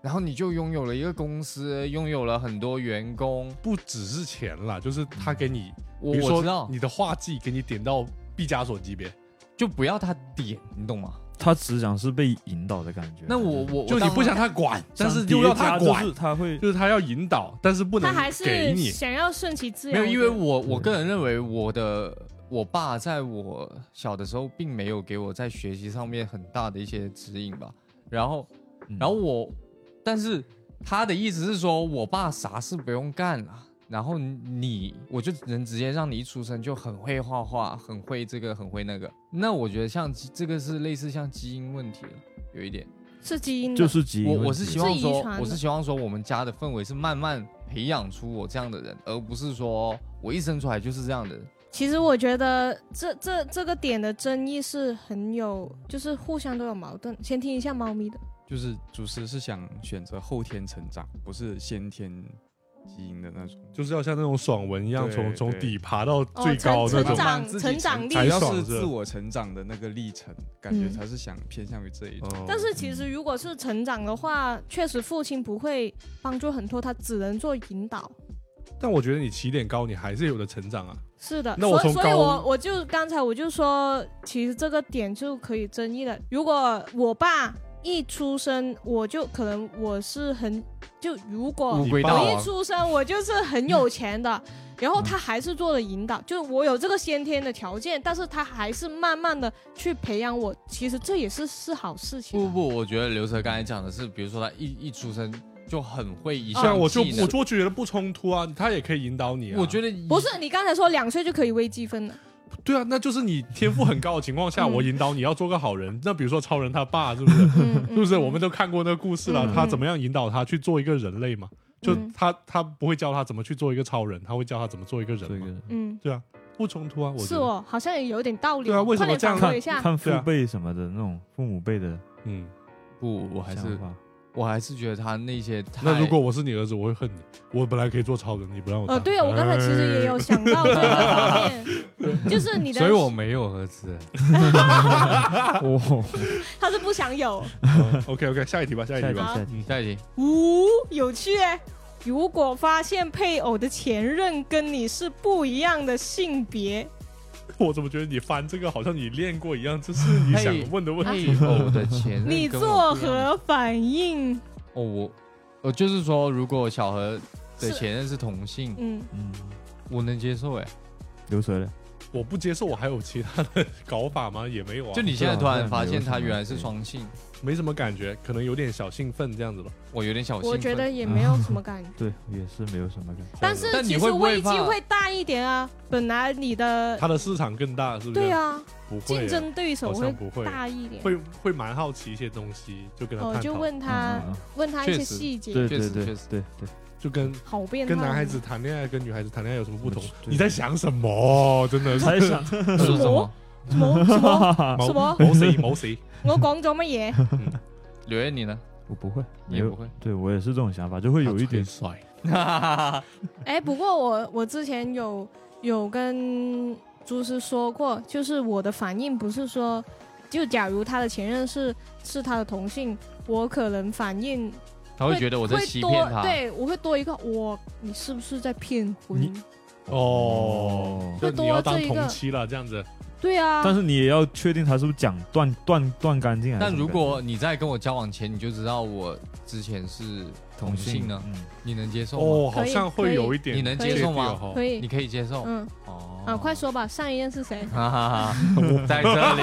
[SPEAKER 1] 然后你就拥有了一个公司，拥有了很多员工。
[SPEAKER 2] 不只是钱啦，就是他给你，
[SPEAKER 1] 我
[SPEAKER 2] 比如
[SPEAKER 1] 我知
[SPEAKER 2] 说
[SPEAKER 1] 道，
[SPEAKER 2] 你的画技给你点到毕加索级别，
[SPEAKER 1] 就不要他点，你懂吗？
[SPEAKER 4] 他只想是被引导的感觉。
[SPEAKER 1] 那我我
[SPEAKER 2] 就
[SPEAKER 1] 我当
[SPEAKER 2] 你不想他 (laughs) 管，但是
[SPEAKER 4] 像
[SPEAKER 2] 又要
[SPEAKER 4] 叠加
[SPEAKER 2] 他
[SPEAKER 4] 就
[SPEAKER 2] 管
[SPEAKER 4] 是，他会
[SPEAKER 2] 就是他要引导，但是不
[SPEAKER 3] 他
[SPEAKER 2] 能
[SPEAKER 3] 还
[SPEAKER 2] 给
[SPEAKER 3] 是
[SPEAKER 2] 你。
[SPEAKER 3] 想要顺其自
[SPEAKER 1] 没
[SPEAKER 3] 然
[SPEAKER 1] 有，
[SPEAKER 3] 一
[SPEAKER 1] 因
[SPEAKER 3] 点。
[SPEAKER 1] 为我我个人认为我的我爸在我小的时候并没有给我在学习上面很大的一些指引吧。然后
[SPEAKER 4] 嗯
[SPEAKER 1] 然后我，但是他的意思是说我爸啥事不用干了、然后你我就能直接让你一出生就很会画画，很会这个，很会那个。那我觉得像基这个是类似像基因问题了，有一点。
[SPEAKER 3] 是基因的，
[SPEAKER 4] 嗯就是基因
[SPEAKER 1] 我
[SPEAKER 4] 问
[SPEAKER 1] 我
[SPEAKER 4] 题
[SPEAKER 1] 是希
[SPEAKER 3] 是
[SPEAKER 1] 望
[SPEAKER 3] 遗
[SPEAKER 1] 说
[SPEAKER 3] 传，
[SPEAKER 1] 我
[SPEAKER 3] 的
[SPEAKER 1] 是希望说，我们家的氛围是慢慢培养出我这样的人，而不是说我一生出来就是这样的人。
[SPEAKER 3] 其实我觉得这这这个点的争议是很有，就是互相都有矛盾。先听一下猫咪的，
[SPEAKER 5] 就是主持是想选择后天成长，不是先天基因的那种。
[SPEAKER 2] 就是要像那种爽文一样，
[SPEAKER 5] 对
[SPEAKER 2] 从从
[SPEAKER 5] 对
[SPEAKER 2] 底爬到
[SPEAKER 3] 哦
[SPEAKER 2] 最高那种
[SPEAKER 3] 成成。长
[SPEAKER 5] 让自己
[SPEAKER 3] 成长
[SPEAKER 5] 成
[SPEAKER 3] 力
[SPEAKER 5] 主要
[SPEAKER 2] 爽
[SPEAKER 5] 是
[SPEAKER 2] 是吧
[SPEAKER 5] 自我成长的那个历程，感觉
[SPEAKER 3] 嗯
[SPEAKER 5] 他是想偏向于这一种。
[SPEAKER 2] 哦
[SPEAKER 3] 但是其实如果是成长的话，确实父亲不会帮助很多，他只能做引导。
[SPEAKER 2] 但我觉得你起点高，你还是有的成长啊。
[SPEAKER 3] 是的，
[SPEAKER 2] 那我
[SPEAKER 3] 所以
[SPEAKER 2] 从
[SPEAKER 3] 所以
[SPEAKER 2] 高
[SPEAKER 3] 我我就刚才我就说，其实这个点就可以争议的。如果我爸一出生，我就可能我是很就如果
[SPEAKER 1] 乌
[SPEAKER 2] 你
[SPEAKER 1] 龟
[SPEAKER 2] 爸啊
[SPEAKER 1] 大
[SPEAKER 2] 爸
[SPEAKER 3] 我
[SPEAKER 1] 王
[SPEAKER 3] 一，出生我就是很有钱的，
[SPEAKER 2] 嗯
[SPEAKER 3] 然后他还是做了引导，就是我有这个先天的条件，但是他还是慢慢的去培养我，其实这也是是好事情
[SPEAKER 1] 不
[SPEAKER 2] 嗯
[SPEAKER 3] 啊。
[SPEAKER 1] 不不，我觉得刘哲刚才讲的是，比如说他一一出生就很会一
[SPEAKER 2] 像
[SPEAKER 3] 哦
[SPEAKER 1] 项
[SPEAKER 2] 我就
[SPEAKER 1] 技能啊
[SPEAKER 2] 我，就觉得不冲突啊，他也可以引导你啊。
[SPEAKER 1] 我觉得
[SPEAKER 3] 不是，你刚才说两岁就可以微积
[SPEAKER 2] (laughs)
[SPEAKER 3] 分了，
[SPEAKER 2] 对啊，那就是你天赋很高的情况下，
[SPEAKER 3] 嗯
[SPEAKER 2] 我引导你要做个好人。那比如说超人他爸是不是？
[SPEAKER 3] 嗯，
[SPEAKER 2] 是不是？
[SPEAKER 3] 嗯
[SPEAKER 2] 我们都看过那个故事了
[SPEAKER 3] 嗯，
[SPEAKER 2] 他怎么样引导他去做一个人类嘛？就
[SPEAKER 3] 嗯
[SPEAKER 2] 他他不会教他怎么去做一个超人，他会教他怎么做一个人
[SPEAKER 4] 这
[SPEAKER 2] 嘛？
[SPEAKER 4] 个
[SPEAKER 3] 嗯，
[SPEAKER 2] 不冲突啊，我
[SPEAKER 3] 是
[SPEAKER 2] 觉得。
[SPEAKER 3] 哦，好像也有点道理。哦
[SPEAKER 2] 对啊为什么
[SPEAKER 3] 快点
[SPEAKER 2] 这样
[SPEAKER 3] 反驳一下
[SPEAKER 4] 看看
[SPEAKER 2] 对啊
[SPEAKER 4] 父辈什么的那种父母辈的
[SPEAKER 2] 嗯，
[SPEAKER 1] 不，我还
[SPEAKER 4] 想
[SPEAKER 1] 是
[SPEAKER 4] 法，
[SPEAKER 1] 我还是觉得他那些太
[SPEAKER 2] 那如果我是你儿子，我会恨你。我本来可以做超人，你不让我当。
[SPEAKER 3] 呃，对啊，我刚才其实也有想到这个方面，
[SPEAKER 2] (laughs)
[SPEAKER 3] 就是你的，
[SPEAKER 1] 所以我没有儿子，
[SPEAKER 4] 哦，
[SPEAKER 3] 他是不想有。
[SPEAKER 2] OK OK，下一哎 (laughs) 题吧，下一
[SPEAKER 4] 下
[SPEAKER 2] 题
[SPEAKER 4] 一个
[SPEAKER 2] 吧。
[SPEAKER 4] 下一个
[SPEAKER 1] 嗯，下
[SPEAKER 3] (laughs)
[SPEAKER 1] 一题，
[SPEAKER 3] 呜、有趣哎！如果发现配偶的前任跟你是不一样的性别，
[SPEAKER 2] 我怎么觉得你翻这个好像你练过一样？这是你想问的问题。
[SPEAKER 1] 配偶的前任
[SPEAKER 3] (laughs) 你
[SPEAKER 1] 跟我
[SPEAKER 3] 作
[SPEAKER 1] 不一样
[SPEAKER 3] 何反应？
[SPEAKER 1] 哦，我我就是说，如果小何的
[SPEAKER 3] 是
[SPEAKER 1] 前任是同性，
[SPEAKER 3] 嗯，
[SPEAKER 4] 嗯，
[SPEAKER 1] 我能接受哎。
[SPEAKER 4] 流水了，
[SPEAKER 2] 我不接受，我还有其他的搞法吗？也没有啊，
[SPEAKER 1] 就你现在突然发现
[SPEAKER 4] 对啊
[SPEAKER 1] 他原来是双性，
[SPEAKER 2] 没什么感觉，可能有点小兴奋这样子吧。
[SPEAKER 1] 我有点小兴
[SPEAKER 3] 我觉
[SPEAKER 1] 奋。
[SPEAKER 3] 得也没有什么感觉。
[SPEAKER 4] 对，也是没有什么感觉。嗯
[SPEAKER 3] 但是
[SPEAKER 1] 但你
[SPEAKER 3] 其
[SPEAKER 1] 会
[SPEAKER 3] 实
[SPEAKER 1] 不会
[SPEAKER 3] 危机
[SPEAKER 1] 怕
[SPEAKER 3] 会大一点啊，本来你的
[SPEAKER 2] 他的市场更大，是不是？
[SPEAKER 3] 呃对，啊，
[SPEAKER 2] 不会啊
[SPEAKER 3] 竞争对手
[SPEAKER 2] 好
[SPEAKER 3] 会
[SPEAKER 2] 像不会，
[SPEAKER 3] 大一点。
[SPEAKER 2] 会会蛮好奇一些东西，就跟他
[SPEAKER 3] 哦，
[SPEAKER 2] 探
[SPEAKER 3] 就
[SPEAKER 2] 讨，
[SPEAKER 3] 问他
[SPEAKER 4] 嗯
[SPEAKER 3] 问他一
[SPEAKER 1] 确
[SPEAKER 3] 些
[SPEAKER 1] 实
[SPEAKER 3] 细节，
[SPEAKER 4] 对
[SPEAKER 1] 确
[SPEAKER 4] 对
[SPEAKER 1] 实
[SPEAKER 4] 对
[SPEAKER 1] 确
[SPEAKER 4] 对
[SPEAKER 1] 实
[SPEAKER 4] 对，
[SPEAKER 2] (laughs) 就跟
[SPEAKER 3] 好变态。啊
[SPEAKER 2] 跟男孩子谈恋爱跟女孩子谈恋爱有什么不同
[SPEAKER 4] 对？对
[SPEAKER 2] 你在想什么？真的是
[SPEAKER 4] 猜
[SPEAKER 3] (laughs)
[SPEAKER 4] 想
[SPEAKER 1] 他说什么？
[SPEAKER 3] 什么什么？
[SPEAKER 2] 毛
[SPEAKER 3] 什么
[SPEAKER 2] 毛谁毛谁？
[SPEAKER 3] (laughs) 我讲咗乜嘢？
[SPEAKER 1] 刘烨你呢？
[SPEAKER 4] (laughs) 我不会，
[SPEAKER 1] 你
[SPEAKER 4] 没
[SPEAKER 1] 也
[SPEAKER 4] 有
[SPEAKER 1] 不 (laughs) 会，
[SPEAKER 4] 对我也是这种想法，就会有一点
[SPEAKER 2] 帅，
[SPEAKER 3] 哎，不过我我之前有有跟朱师说过，就是我的反应不是说，就假如他的前任是是他的同性，我可能反应
[SPEAKER 1] 他会觉得我在
[SPEAKER 3] 会
[SPEAKER 1] 欺
[SPEAKER 3] 多
[SPEAKER 1] 骗他。
[SPEAKER 3] 对我会多一个我，你是不是在骗婚
[SPEAKER 4] 你？
[SPEAKER 2] 哦，就
[SPEAKER 3] 会
[SPEAKER 2] 你
[SPEAKER 3] 多
[SPEAKER 2] 要当
[SPEAKER 3] 这一个
[SPEAKER 2] 同期了，这样子
[SPEAKER 3] 对啊，
[SPEAKER 4] 但是你也要确定他是不是讲断断断干净还是
[SPEAKER 1] 但
[SPEAKER 4] 什么
[SPEAKER 1] 如
[SPEAKER 4] 感
[SPEAKER 1] 果你在跟我交往前你就知道我之前是
[SPEAKER 4] 觉
[SPEAKER 1] 同性呢，
[SPEAKER 4] 嗯
[SPEAKER 1] 你能接受吗？
[SPEAKER 2] 哦，好像
[SPEAKER 3] 可
[SPEAKER 2] 会
[SPEAKER 3] 以
[SPEAKER 2] 有一点，
[SPEAKER 1] 你能
[SPEAKER 3] 接
[SPEAKER 1] 受吗？
[SPEAKER 3] 可以
[SPEAKER 1] 你，可以接受
[SPEAKER 3] 嗯
[SPEAKER 1] 哦。
[SPEAKER 3] 啊，快！说吧，上一任
[SPEAKER 1] (laughs)
[SPEAKER 3] 是谁？
[SPEAKER 1] 哈哈哈， (laughs) 在这 (laughs) 里，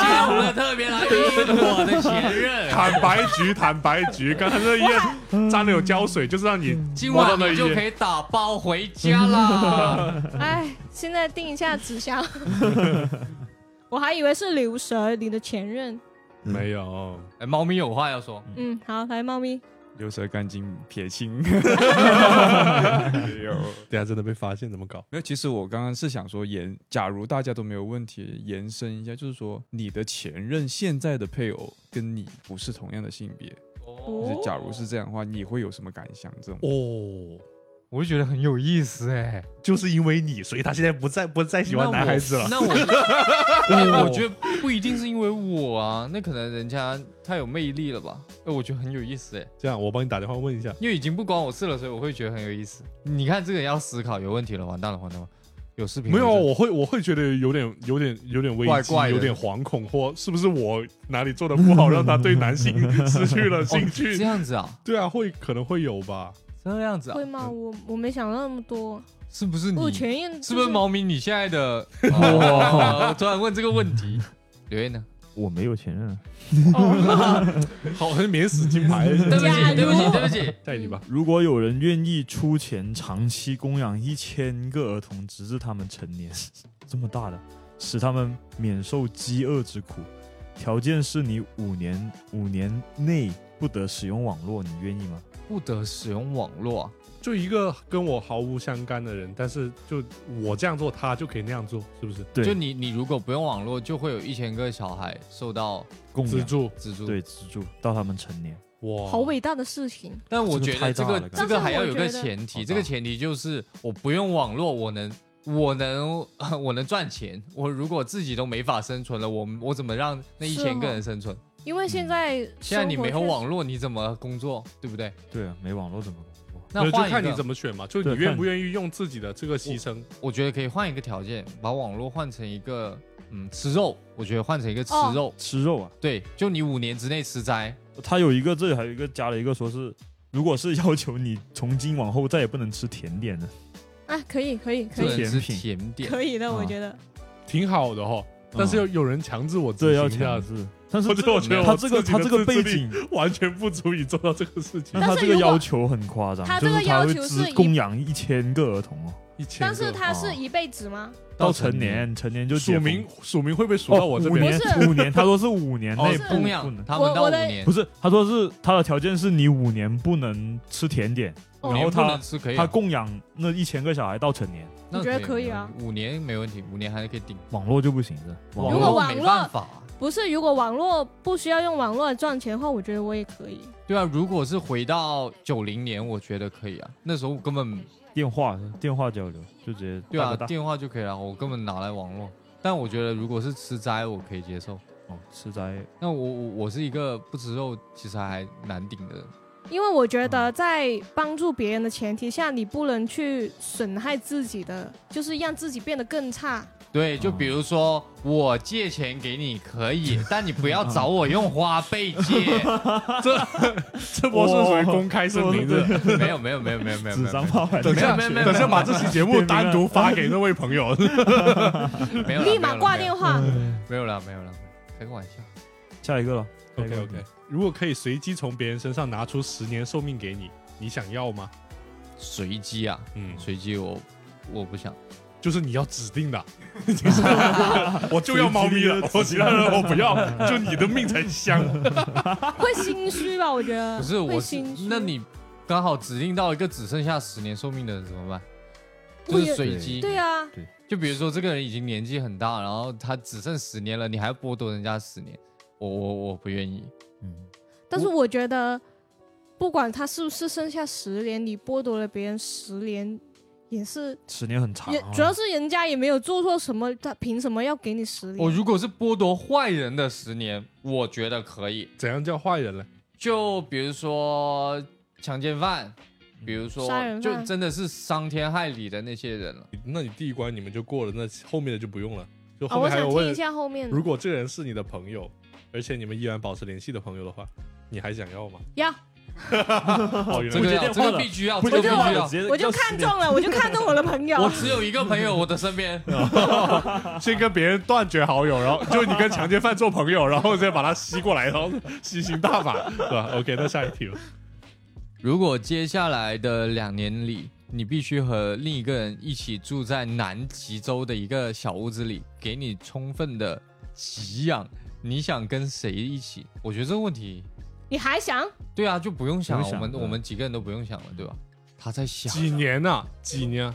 [SPEAKER 1] 今我们的特别来宾，我的前任。
[SPEAKER 2] 坦白局，坦白局，刚才那一页沾了有胶水，就是让你
[SPEAKER 1] 今
[SPEAKER 2] 摸到
[SPEAKER 1] 晚
[SPEAKER 2] 那
[SPEAKER 1] 你
[SPEAKER 2] 一
[SPEAKER 1] 就可
[SPEAKER 2] 页。
[SPEAKER 1] 以打包回家 (laughs) 了。
[SPEAKER 3] 哎，现在定一下纸
[SPEAKER 1] (laughs)
[SPEAKER 3] 箱。我还以为是刘蛇，你的前任。
[SPEAKER 5] 嗯
[SPEAKER 2] 没有，哦
[SPEAKER 1] 哎，猫咪有话要说，
[SPEAKER 3] 嗯，好，来，猫咪，
[SPEAKER 5] 留舌干净撇清。没有，
[SPEAKER 2] 等下真的被发现怎么搞？
[SPEAKER 5] (laughs) 没有。其实我刚刚是想说延，假如大家都没有问题，延伸一下，就是说你的前任现在的配偶跟你不是同样的性别，
[SPEAKER 3] 哦
[SPEAKER 5] 就是假如是这样的话，你会有什么感想？这种
[SPEAKER 2] 哦，
[SPEAKER 1] 我就觉得很有意思哎。
[SPEAKER 2] 就是因为你，所以他现在不再不再喜欢男孩子了。
[SPEAKER 1] 那我，那我我觉得不一定是因为我啊，那可能人家太有魅力了吧？哎，我觉得很有意思哎，
[SPEAKER 2] 这样，我帮你打电话问一下。
[SPEAKER 1] 因为已经不关我事了，所以我会觉得很有意思。你看这个人要思考，有问题了，完蛋了，完蛋了，有视频
[SPEAKER 2] 没有，啊
[SPEAKER 1] 了
[SPEAKER 2] 我会我会觉得有点有点有点危机，
[SPEAKER 1] 怪怪的
[SPEAKER 2] 有点惶恐，或是不是我哪里做的不好，让他对男性失去了
[SPEAKER 1] 哦
[SPEAKER 2] 兴
[SPEAKER 1] 这
[SPEAKER 2] 趣？
[SPEAKER 1] 样子啊，
[SPEAKER 2] 对啊，会可能会有吧。
[SPEAKER 1] 这样子啊
[SPEAKER 3] 会，吗？我我没想到那么多。
[SPEAKER 1] 是不是
[SPEAKER 3] 我
[SPEAKER 1] 你？
[SPEAKER 3] 前任
[SPEAKER 1] 是
[SPEAKER 3] 就
[SPEAKER 1] 不是
[SPEAKER 3] 是
[SPEAKER 1] 毛明你现在
[SPEAKER 2] (laughs)
[SPEAKER 1] 的？哦
[SPEAKER 4] 哇
[SPEAKER 1] 哇！我突然问这个问题，刘
[SPEAKER 2] (laughs)
[SPEAKER 1] 烨呢？
[SPEAKER 4] 我没有前任啊。
[SPEAKER 2] 好，很免死金牌。
[SPEAKER 1] 对不
[SPEAKER 3] 假
[SPEAKER 1] 起，
[SPEAKER 3] 如
[SPEAKER 1] 对不起，对不起，
[SPEAKER 2] 下一题吧。
[SPEAKER 4] 如果有人愿意出钱长期供养一千个儿童，直至他们成年，这么大的，使他们免受饥饿之苦，条件是你五年五年内不得使用网络，你愿意吗？
[SPEAKER 1] 不得使用网络啊！
[SPEAKER 2] 就一个跟我毫无相干的人，但是就我这样做，他就可以那样做，是不是？
[SPEAKER 4] 对
[SPEAKER 1] 就你你如果不用网络，就会有一千个小孩受到
[SPEAKER 4] 供
[SPEAKER 2] 资
[SPEAKER 4] 养
[SPEAKER 2] 助，
[SPEAKER 1] 资助。
[SPEAKER 4] 对资助到他们成年，
[SPEAKER 1] 哦
[SPEAKER 2] 哇，
[SPEAKER 3] 好伟大的事情。
[SPEAKER 1] 但我觉得这
[SPEAKER 4] 这个太大
[SPEAKER 1] 个
[SPEAKER 4] 了感觉
[SPEAKER 1] 这个还要有个
[SPEAKER 3] 但是我觉得
[SPEAKER 1] 前
[SPEAKER 4] 好
[SPEAKER 1] 提，
[SPEAKER 4] 吧
[SPEAKER 1] 这个前提就是我不用网络，我能我能 (laughs) 我能赚钱。我如果自己都没法生存了，我我怎么让那一
[SPEAKER 3] 是
[SPEAKER 1] 千个
[SPEAKER 3] 哦
[SPEAKER 1] 人生存？
[SPEAKER 3] 因为现在
[SPEAKER 1] 嗯现在你没有
[SPEAKER 3] 生活确实
[SPEAKER 1] 网络，你怎么工作？对不对？
[SPEAKER 4] 对啊，没网络怎么工作？
[SPEAKER 2] 没
[SPEAKER 1] 那
[SPEAKER 2] 有就
[SPEAKER 1] 换
[SPEAKER 2] 看
[SPEAKER 1] 一
[SPEAKER 2] 你
[SPEAKER 1] 个
[SPEAKER 2] 怎，么选嘛，就你
[SPEAKER 4] 对
[SPEAKER 2] 愿
[SPEAKER 4] 看
[SPEAKER 2] 不愿意用自己的这个牺牲。
[SPEAKER 1] 我觉得可以换一个条件，把网络换成一个嗯吃肉，我觉得换成一个吃
[SPEAKER 3] 哦
[SPEAKER 1] 肉，
[SPEAKER 4] 吃肉啊，
[SPEAKER 1] 对，就你五年之内吃斋，
[SPEAKER 4] 他有一个这里还有一个加了一个说是，如果是要求你从今往后再也不能吃甜点了，
[SPEAKER 3] 啊，可以可以可
[SPEAKER 1] 不能
[SPEAKER 3] 以
[SPEAKER 4] 对
[SPEAKER 1] 吃
[SPEAKER 4] 甜品
[SPEAKER 1] 甜点。
[SPEAKER 3] 可以的，
[SPEAKER 4] 啊
[SPEAKER 3] 我觉得
[SPEAKER 2] 挺好的哈。但是有有人嗯强制我
[SPEAKER 4] 这
[SPEAKER 2] 执
[SPEAKER 4] 要
[SPEAKER 2] 行一下
[SPEAKER 4] 强，制。但是
[SPEAKER 2] 我觉得我觉得
[SPEAKER 4] 他
[SPEAKER 2] 我
[SPEAKER 4] 这
[SPEAKER 2] 自
[SPEAKER 4] 个
[SPEAKER 2] 己
[SPEAKER 4] 他
[SPEAKER 2] 的
[SPEAKER 4] 这个
[SPEAKER 2] 自制
[SPEAKER 4] 背
[SPEAKER 2] 力
[SPEAKER 4] 景
[SPEAKER 2] 完全不足以做到这个事情
[SPEAKER 4] 那。他
[SPEAKER 3] 但是
[SPEAKER 4] 这个
[SPEAKER 3] 如果
[SPEAKER 4] 要求很夸张，
[SPEAKER 3] 他
[SPEAKER 4] 就
[SPEAKER 3] 这个
[SPEAKER 4] 是他
[SPEAKER 3] 要
[SPEAKER 4] 会
[SPEAKER 3] 求
[SPEAKER 4] 只
[SPEAKER 3] 是一
[SPEAKER 4] 供养一千个儿童哦，
[SPEAKER 2] 一千
[SPEAKER 3] 但是
[SPEAKER 2] 个
[SPEAKER 3] 他
[SPEAKER 1] 啊
[SPEAKER 3] 是
[SPEAKER 4] 哦
[SPEAKER 3] 一辈子吗？
[SPEAKER 4] 到成年，成年就
[SPEAKER 2] 署
[SPEAKER 4] 解封
[SPEAKER 2] 名署名会不会数
[SPEAKER 4] 哦
[SPEAKER 2] 到我这
[SPEAKER 4] 五
[SPEAKER 2] 边？
[SPEAKER 4] 年
[SPEAKER 3] 不，是
[SPEAKER 4] 五年，他说是五年
[SPEAKER 1] 哦
[SPEAKER 4] 内
[SPEAKER 3] 是
[SPEAKER 4] 不
[SPEAKER 1] 供
[SPEAKER 4] 不
[SPEAKER 1] 养
[SPEAKER 4] 能，
[SPEAKER 1] 他们
[SPEAKER 3] 我
[SPEAKER 1] 到五
[SPEAKER 3] 我的
[SPEAKER 1] 年
[SPEAKER 4] 不，是，他说是他的条件是你五年不能吃甜点，
[SPEAKER 3] 哦
[SPEAKER 4] 然后
[SPEAKER 1] 年不
[SPEAKER 4] 他
[SPEAKER 1] 能吃可以啊、
[SPEAKER 4] 他供养那一千个小孩到成年，
[SPEAKER 1] 那
[SPEAKER 3] 我觉得可以
[SPEAKER 1] 没
[SPEAKER 3] 啊
[SPEAKER 1] 问题，五年没问题，五年还是可以顶。
[SPEAKER 4] 网络就不行了。
[SPEAKER 3] 网
[SPEAKER 4] 络
[SPEAKER 3] 如果网
[SPEAKER 1] 没
[SPEAKER 3] 络
[SPEAKER 1] 办法啊、
[SPEAKER 3] 不是，如果网络不需要用网络来赚钱的话，我觉得我也可以。
[SPEAKER 1] 对啊，如果是回到九零年，我觉得可以啊，那时候我根本
[SPEAKER 4] 电话电话交流就直接
[SPEAKER 1] 对啊
[SPEAKER 4] 大哥大
[SPEAKER 1] 电话就可以了，我根本哪来网络？但我觉得如果是吃斋，我可以接受。
[SPEAKER 4] 哦，吃斋
[SPEAKER 1] 那我我我是一个不吃肉其实还难顶的人，
[SPEAKER 3] 因为我觉
[SPEAKER 1] 嗯
[SPEAKER 3] 得在帮助别人的前提下，你不能去损害自己的，就是让自己变得更差。
[SPEAKER 1] 对，就比如说、我借钱给你可以，但你不要找我用花呗借。
[SPEAKER 2] 这波是属于公开声明的。
[SPEAKER 1] 没有没有没有没有没有
[SPEAKER 4] 纸
[SPEAKER 1] 没有
[SPEAKER 4] 张炮还
[SPEAKER 1] 没有没有没有没有
[SPEAKER 2] 等下把这期节目单独发给那位朋 (laughs) 友，
[SPEAKER 1] 没有啦，嗯
[SPEAKER 3] 立马挂电
[SPEAKER 1] 话。
[SPEAKER 3] 话。
[SPEAKER 1] 没有了没有了，开个玩笑。
[SPEAKER 4] 下一个了。下一个
[SPEAKER 2] OK OK，如果可以随机从别人身上拿出十年寿命给你，你想要吗？
[SPEAKER 1] 随机啊，
[SPEAKER 2] 嗯，
[SPEAKER 1] 随机我我不想。
[SPEAKER 2] 就是你要指定的， (laughs) 就是我就要猫咪了，我其他人我不要，就你的命才香。
[SPEAKER 3] (laughs) 会心虚吧？我觉得
[SPEAKER 1] 不是
[SPEAKER 3] 会
[SPEAKER 1] 我是
[SPEAKER 3] 心虚，
[SPEAKER 1] 那你刚好指定到一个只剩下十年寿命的人怎么办？
[SPEAKER 3] 我
[SPEAKER 1] 就
[SPEAKER 3] 也
[SPEAKER 1] 是随机。
[SPEAKER 3] 对啊，
[SPEAKER 1] 就比如说这个人已经年纪很大，然后他只剩十年了，你还要剥夺人家十年，我我我不愿意。
[SPEAKER 4] 嗯，
[SPEAKER 3] 但是我觉得，不管他是不是剩下十年，你剥夺了别人十年，也是
[SPEAKER 4] 十年很长
[SPEAKER 3] 也
[SPEAKER 4] 啊，
[SPEAKER 3] 主要是人家也没有做错什么，他凭什么要给你十
[SPEAKER 1] 我
[SPEAKER 3] 年？
[SPEAKER 1] 如果是剥夺坏人的十年，我觉得可以。
[SPEAKER 2] 怎样叫坏人呢？
[SPEAKER 1] 就比如说强奸犯，
[SPEAKER 4] 嗯
[SPEAKER 1] 比如说
[SPEAKER 3] 杀人
[SPEAKER 1] 就
[SPEAKER 3] 犯
[SPEAKER 1] 真的是伤天害理的那些人了。
[SPEAKER 2] 那你第一关你们就过了，那后面的就不用了。就
[SPEAKER 3] 啊，
[SPEAKER 2] 后
[SPEAKER 3] 我
[SPEAKER 2] 面还
[SPEAKER 3] 想
[SPEAKER 2] 有
[SPEAKER 3] 听
[SPEAKER 2] 问
[SPEAKER 3] 一，下后面的
[SPEAKER 2] 如果这个人是你的朋友，而且你们依然保持联系的朋友的话，你还想要吗？
[SPEAKER 3] 呀，
[SPEAKER 2] (laughs) 哦，原
[SPEAKER 1] 这个
[SPEAKER 2] 来
[SPEAKER 4] 接
[SPEAKER 1] 要
[SPEAKER 4] 电
[SPEAKER 1] 这
[SPEAKER 4] 话
[SPEAKER 1] 个
[SPEAKER 4] 了
[SPEAKER 1] 必须要，
[SPEAKER 4] 不
[SPEAKER 1] 这个
[SPEAKER 4] 接
[SPEAKER 1] 必
[SPEAKER 4] 电话
[SPEAKER 1] 须
[SPEAKER 4] 了，
[SPEAKER 1] 要
[SPEAKER 4] 直。接
[SPEAKER 3] 我就
[SPEAKER 4] 要
[SPEAKER 3] 看
[SPEAKER 4] 10年
[SPEAKER 3] 中了，我就看中我的朋友
[SPEAKER 1] 我。只有一个朋友，我的身边。
[SPEAKER 2] 先跟别人断绝好友，然后就你跟强奸犯做朋友，然后再把他吸过来，然后吸刑大法，是吧？OK，那下一题了。
[SPEAKER 1] 如果接下来的两年里，你必须和另一个人一起住在南极洲的一个小屋子里，给你充分的给养，你想跟谁一起？我觉得这个问题，
[SPEAKER 3] 你还想？
[SPEAKER 1] 对啊，就不用想了，
[SPEAKER 4] 不
[SPEAKER 1] 我
[SPEAKER 4] 用想
[SPEAKER 1] 们
[SPEAKER 4] 对
[SPEAKER 1] 我们几个人都不用想了，对吧？他在想
[SPEAKER 2] 几年呐、几年啊、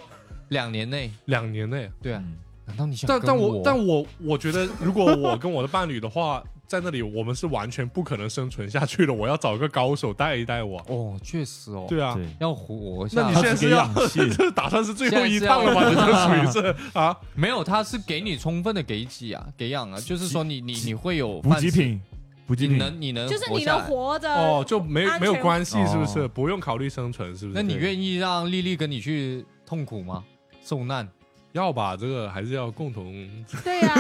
[SPEAKER 1] 两年内，
[SPEAKER 2] 两年内。
[SPEAKER 1] 对啊，
[SPEAKER 4] 嗯
[SPEAKER 1] 难道你想
[SPEAKER 2] (laughs) 但
[SPEAKER 1] 跟？
[SPEAKER 2] 但我但我我觉得，如果我跟我的伴侣的话，在那里我们是完全不可能生存下去的。我要找一个高手带一带我。
[SPEAKER 1] 哦，确实哦，
[SPEAKER 2] 对啊，
[SPEAKER 4] 对，
[SPEAKER 1] 要活下
[SPEAKER 2] 那
[SPEAKER 1] 来。
[SPEAKER 2] 你现在是要
[SPEAKER 4] 他只给氧
[SPEAKER 2] 这打算是最后一趟了吗？
[SPEAKER 1] 现
[SPEAKER 2] 你
[SPEAKER 1] 在
[SPEAKER 2] 这属于是啊，
[SPEAKER 1] 没有，他是给你充分的给给啊，给养啊，就是说你你你会有
[SPEAKER 4] 补
[SPEAKER 1] 饭
[SPEAKER 4] 给
[SPEAKER 1] 吃，
[SPEAKER 4] (laughs) 品，补给
[SPEAKER 1] 你
[SPEAKER 4] 品
[SPEAKER 1] 能你能
[SPEAKER 3] 就是
[SPEAKER 1] 活
[SPEAKER 3] 你
[SPEAKER 1] 下
[SPEAKER 3] 能
[SPEAKER 1] 来
[SPEAKER 3] 活着
[SPEAKER 2] 哦，就没
[SPEAKER 3] 呃安全
[SPEAKER 2] 没有关系，是不是？
[SPEAKER 4] 哦
[SPEAKER 2] 不用考虑生存，是不
[SPEAKER 1] 那
[SPEAKER 2] 是？
[SPEAKER 1] 你
[SPEAKER 2] 意
[SPEAKER 1] 愿意让丽丽跟你去痛苦吗？受难？
[SPEAKER 2] 要把这个还是要共同？
[SPEAKER 3] (laughs) 对呀、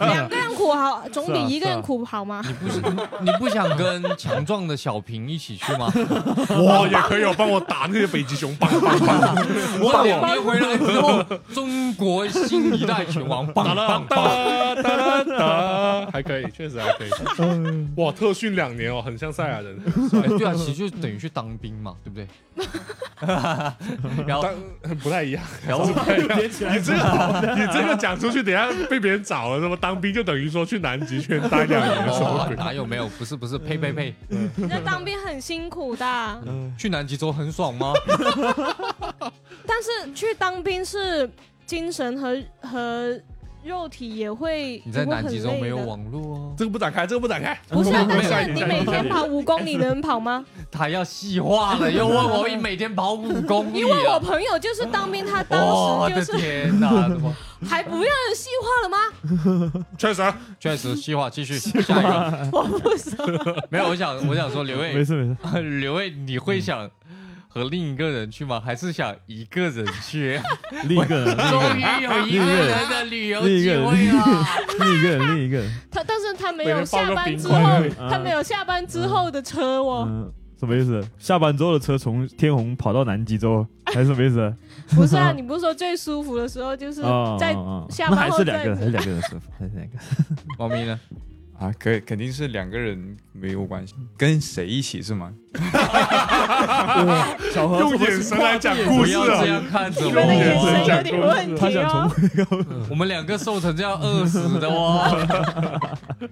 [SPEAKER 3] 两个人苦好，总比一个人苦好吗？
[SPEAKER 1] 你不是你不想 (laughs) 跟强壮的小平一起去
[SPEAKER 3] (laughs)
[SPEAKER 1] 吗？
[SPEAKER 2] 哇，也可以哦，帮我打那些北极熊，棒棒棒，
[SPEAKER 1] 我两年回来之后，中国新一代拳
[SPEAKER 3] (laughs)
[SPEAKER 1] 王，棒
[SPEAKER 2] 打了
[SPEAKER 1] 棒
[SPEAKER 2] 打
[SPEAKER 1] 棒！
[SPEAKER 2] 了打了打，还可以，确实还可以。哇，特训两年哦，很像赛亚人。
[SPEAKER 1] 哎对啊，其实就等于去当兵嘛，
[SPEAKER 3] (laughs)
[SPEAKER 1] 对不对？然后
[SPEAKER 2] 当 (laughs) 不太一样，
[SPEAKER 1] 然后
[SPEAKER 4] (laughs) 别起来
[SPEAKER 2] 你这个你这个讲出去，等一下被别人找了，什么当兵就等于说去南极圈待两 (laughs) 年，什么
[SPEAKER 1] 哦
[SPEAKER 2] 鬼？
[SPEAKER 1] 哪有没有？不是不是，呸呸呸！
[SPEAKER 3] 那当兵很辛苦的，
[SPEAKER 1] 去南极洲很爽
[SPEAKER 3] (laughs)
[SPEAKER 1] 吗？
[SPEAKER 3] 但是去当兵是精神和和肉体也会
[SPEAKER 1] 你在南极洲没有？
[SPEAKER 3] 也会很累的
[SPEAKER 1] 网络哦，
[SPEAKER 2] 这个不展开，这个不展开。
[SPEAKER 3] (laughs) 不是啊，
[SPEAKER 1] 没有
[SPEAKER 3] 但
[SPEAKER 2] 下一题
[SPEAKER 3] 是你
[SPEAKER 2] 下一题
[SPEAKER 3] 每
[SPEAKER 2] 下一
[SPEAKER 3] 天
[SPEAKER 2] 题
[SPEAKER 3] 跑五公里能跑吗？
[SPEAKER 1] 他要细化了，又问我每天跑五公里
[SPEAKER 3] (laughs) 因为我
[SPEAKER 1] 啊！
[SPEAKER 3] 朋友就是当兵，他
[SPEAKER 1] 我
[SPEAKER 3] 当时
[SPEAKER 1] 的
[SPEAKER 3] 就是
[SPEAKER 1] 天哪！怎么
[SPEAKER 3] 还不让人细化了吗？
[SPEAKER 2] 确实，啊 (laughs)
[SPEAKER 1] 确实，细化继续下一个。
[SPEAKER 3] 我不熟，
[SPEAKER 1] 没有，我想我想说，刘
[SPEAKER 4] 没
[SPEAKER 1] 卫，
[SPEAKER 4] 事没事，
[SPEAKER 1] (laughs) 刘卫，你会想和另一个人去吗？还是想一个人去？
[SPEAKER 4] 另一个人，
[SPEAKER 1] 终于有一个人的旅游机会了。
[SPEAKER 4] 另一个人，另 (laughs) 一个人，
[SPEAKER 3] 他但是他没
[SPEAKER 2] 每
[SPEAKER 3] 有
[SPEAKER 2] 天抱
[SPEAKER 3] 下
[SPEAKER 2] 个
[SPEAKER 3] 班
[SPEAKER 2] 冰
[SPEAKER 3] 之
[SPEAKER 2] 块
[SPEAKER 3] 后
[SPEAKER 2] 而已，
[SPEAKER 3] 他没有下班之后的车哦，
[SPEAKER 4] 嗯，什么意思？下班之后的车从天虹跑到南极洲，还是什么意思？
[SPEAKER 3] 不是啊？你不是说最舒服的时候就是
[SPEAKER 4] 啊，
[SPEAKER 3] 在
[SPEAKER 4] 哦哦
[SPEAKER 3] 下
[SPEAKER 4] 那
[SPEAKER 3] 班
[SPEAKER 4] 还
[SPEAKER 3] 后
[SPEAKER 4] 是两个人，还
[SPEAKER 2] (laughs)
[SPEAKER 3] 再
[SPEAKER 4] 是两个人的舒服，还是两个人。
[SPEAKER 1] 猫咪呢？
[SPEAKER 5] 啊，可肯定是两个人没有关系，跟谁一起是吗？
[SPEAKER 4] 哇，小何
[SPEAKER 2] 用
[SPEAKER 4] 怎么
[SPEAKER 2] 眼
[SPEAKER 4] 是
[SPEAKER 2] 神来讲故
[SPEAKER 1] 不
[SPEAKER 2] 事
[SPEAKER 1] 要这
[SPEAKER 2] 啊！
[SPEAKER 1] 样看着
[SPEAKER 3] 你们的眼神
[SPEAKER 1] 我，
[SPEAKER 3] 有点问
[SPEAKER 4] 他
[SPEAKER 3] 题
[SPEAKER 4] 想
[SPEAKER 3] 哦。
[SPEAKER 4] 重
[SPEAKER 1] 我们两个瘦成这样饿死的哦。
[SPEAKER 3] (laughs)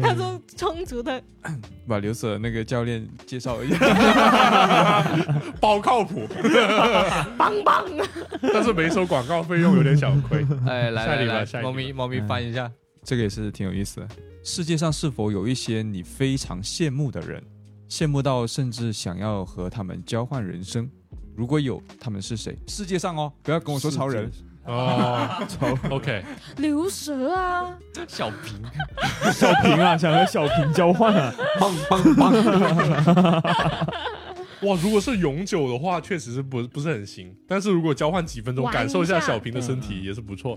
[SPEAKER 3] 他说充足的，
[SPEAKER 5] 把刘sở 那个教练介绍一下。
[SPEAKER 2] 包靠谱，
[SPEAKER 3] 棒棒。
[SPEAKER 2] 但是没收广告费用有点小 (laughs) 亏。
[SPEAKER 1] 哎，来
[SPEAKER 2] 下一
[SPEAKER 1] 来
[SPEAKER 2] 题吧
[SPEAKER 1] 来
[SPEAKER 2] 下，一题吧
[SPEAKER 1] 猫咪猫咪
[SPEAKER 5] 嗯
[SPEAKER 1] 翻一下，
[SPEAKER 5] 这个也是挺有意思的。世界上是否有一些你非常羡慕的人，羡慕到甚至想要和他们交换人生？如果有，他们是谁？世界上哦，不要跟我说超人，
[SPEAKER 2] 哦，OK，
[SPEAKER 3] 刘蛇啊，
[SPEAKER 1] 小平，
[SPEAKER 4] 小平啊，想和小平交换啊，
[SPEAKER 5] 棒棒棒！
[SPEAKER 2] 哇，如果是永久的话，确实是不不是很行。但是如果交换几分钟，
[SPEAKER 3] 玩一下
[SPEAKER 2] 感受一下小平的身体也是不错。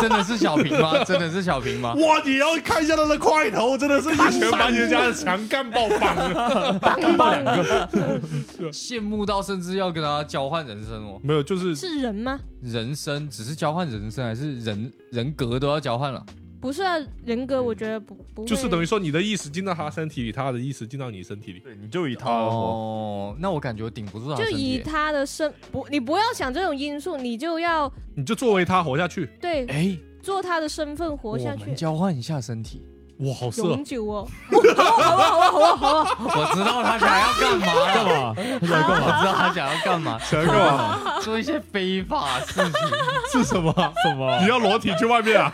[SPEAKER 1] 真的是小平吗？真的是小平吗？
[SPEAKER 2] (laughs) 哇，你要看一下他的块头，真的是
[SPEAKER 4] (laughs)
[SPEAKER 2] 一拳把人家的强干爆啊棒 (laughs) 了。
[SPEAKER 3] 啊
[SPEAKER 1] 羡慕到甚至要跟他交换人生哦，
[SPEAKER 2] 没有，就是
[SPEAKER 3] 是人吗？
[SPEAKER 1] 人生只是交换人生，还是人人格都要交换了？
[SPEAKER 3] 不是啊，人格我觉得不不会
[SPEAKER 2] 就是等于说你的意识进到他身体里，他的意识进到你身体里。
[SPEAKER 4] 对，你就以他活，
[SPEAKER 1] 哦，那我感觉我顶不住他
[SPEAKER 3] 就
[SPEAKER 1] 的身
[SPEAKER 3] 以
[SPEAKER 1] 体。
[SPEAKER 3] 他的身不，你不要想这种因素，你就要
[SPEAKER 2] 你就作为他活下去。
[SPEAKER 3] 对
[SPEAKER 1] 哎，
[SPEAKER 3] 做他的身份活下
[SPEAKER 1] 我
[SPEAKER 3] 去
[SPEAKER 1] 们，交换一下身体。
[SPEAKER 2] 哇，好色
[SPEAKER 3] 永！久哦。 (laughs) 好啊好啊好啊好啊好啊，
[SPEAKER 1] (laughs) 我知道他想要 (laughs) 干嘛了，
[SPEAKER 4] 干嘛？他想
[SPEAKER 1] 我
[SPEAKER 4] 干嘛？
[SPEAKER 1] 知道他想要干嘛，
[SPEAKER 5] 想干嘛？
[SPEAKER 1] 做一些非法事 (laughs) 情。
[SPEAKER 4] 是什么？什么
[SPEAKER 2] 你？要裸体去外面
[SPEAKER 3] (laughs)
[SPEAKER 2] 啊？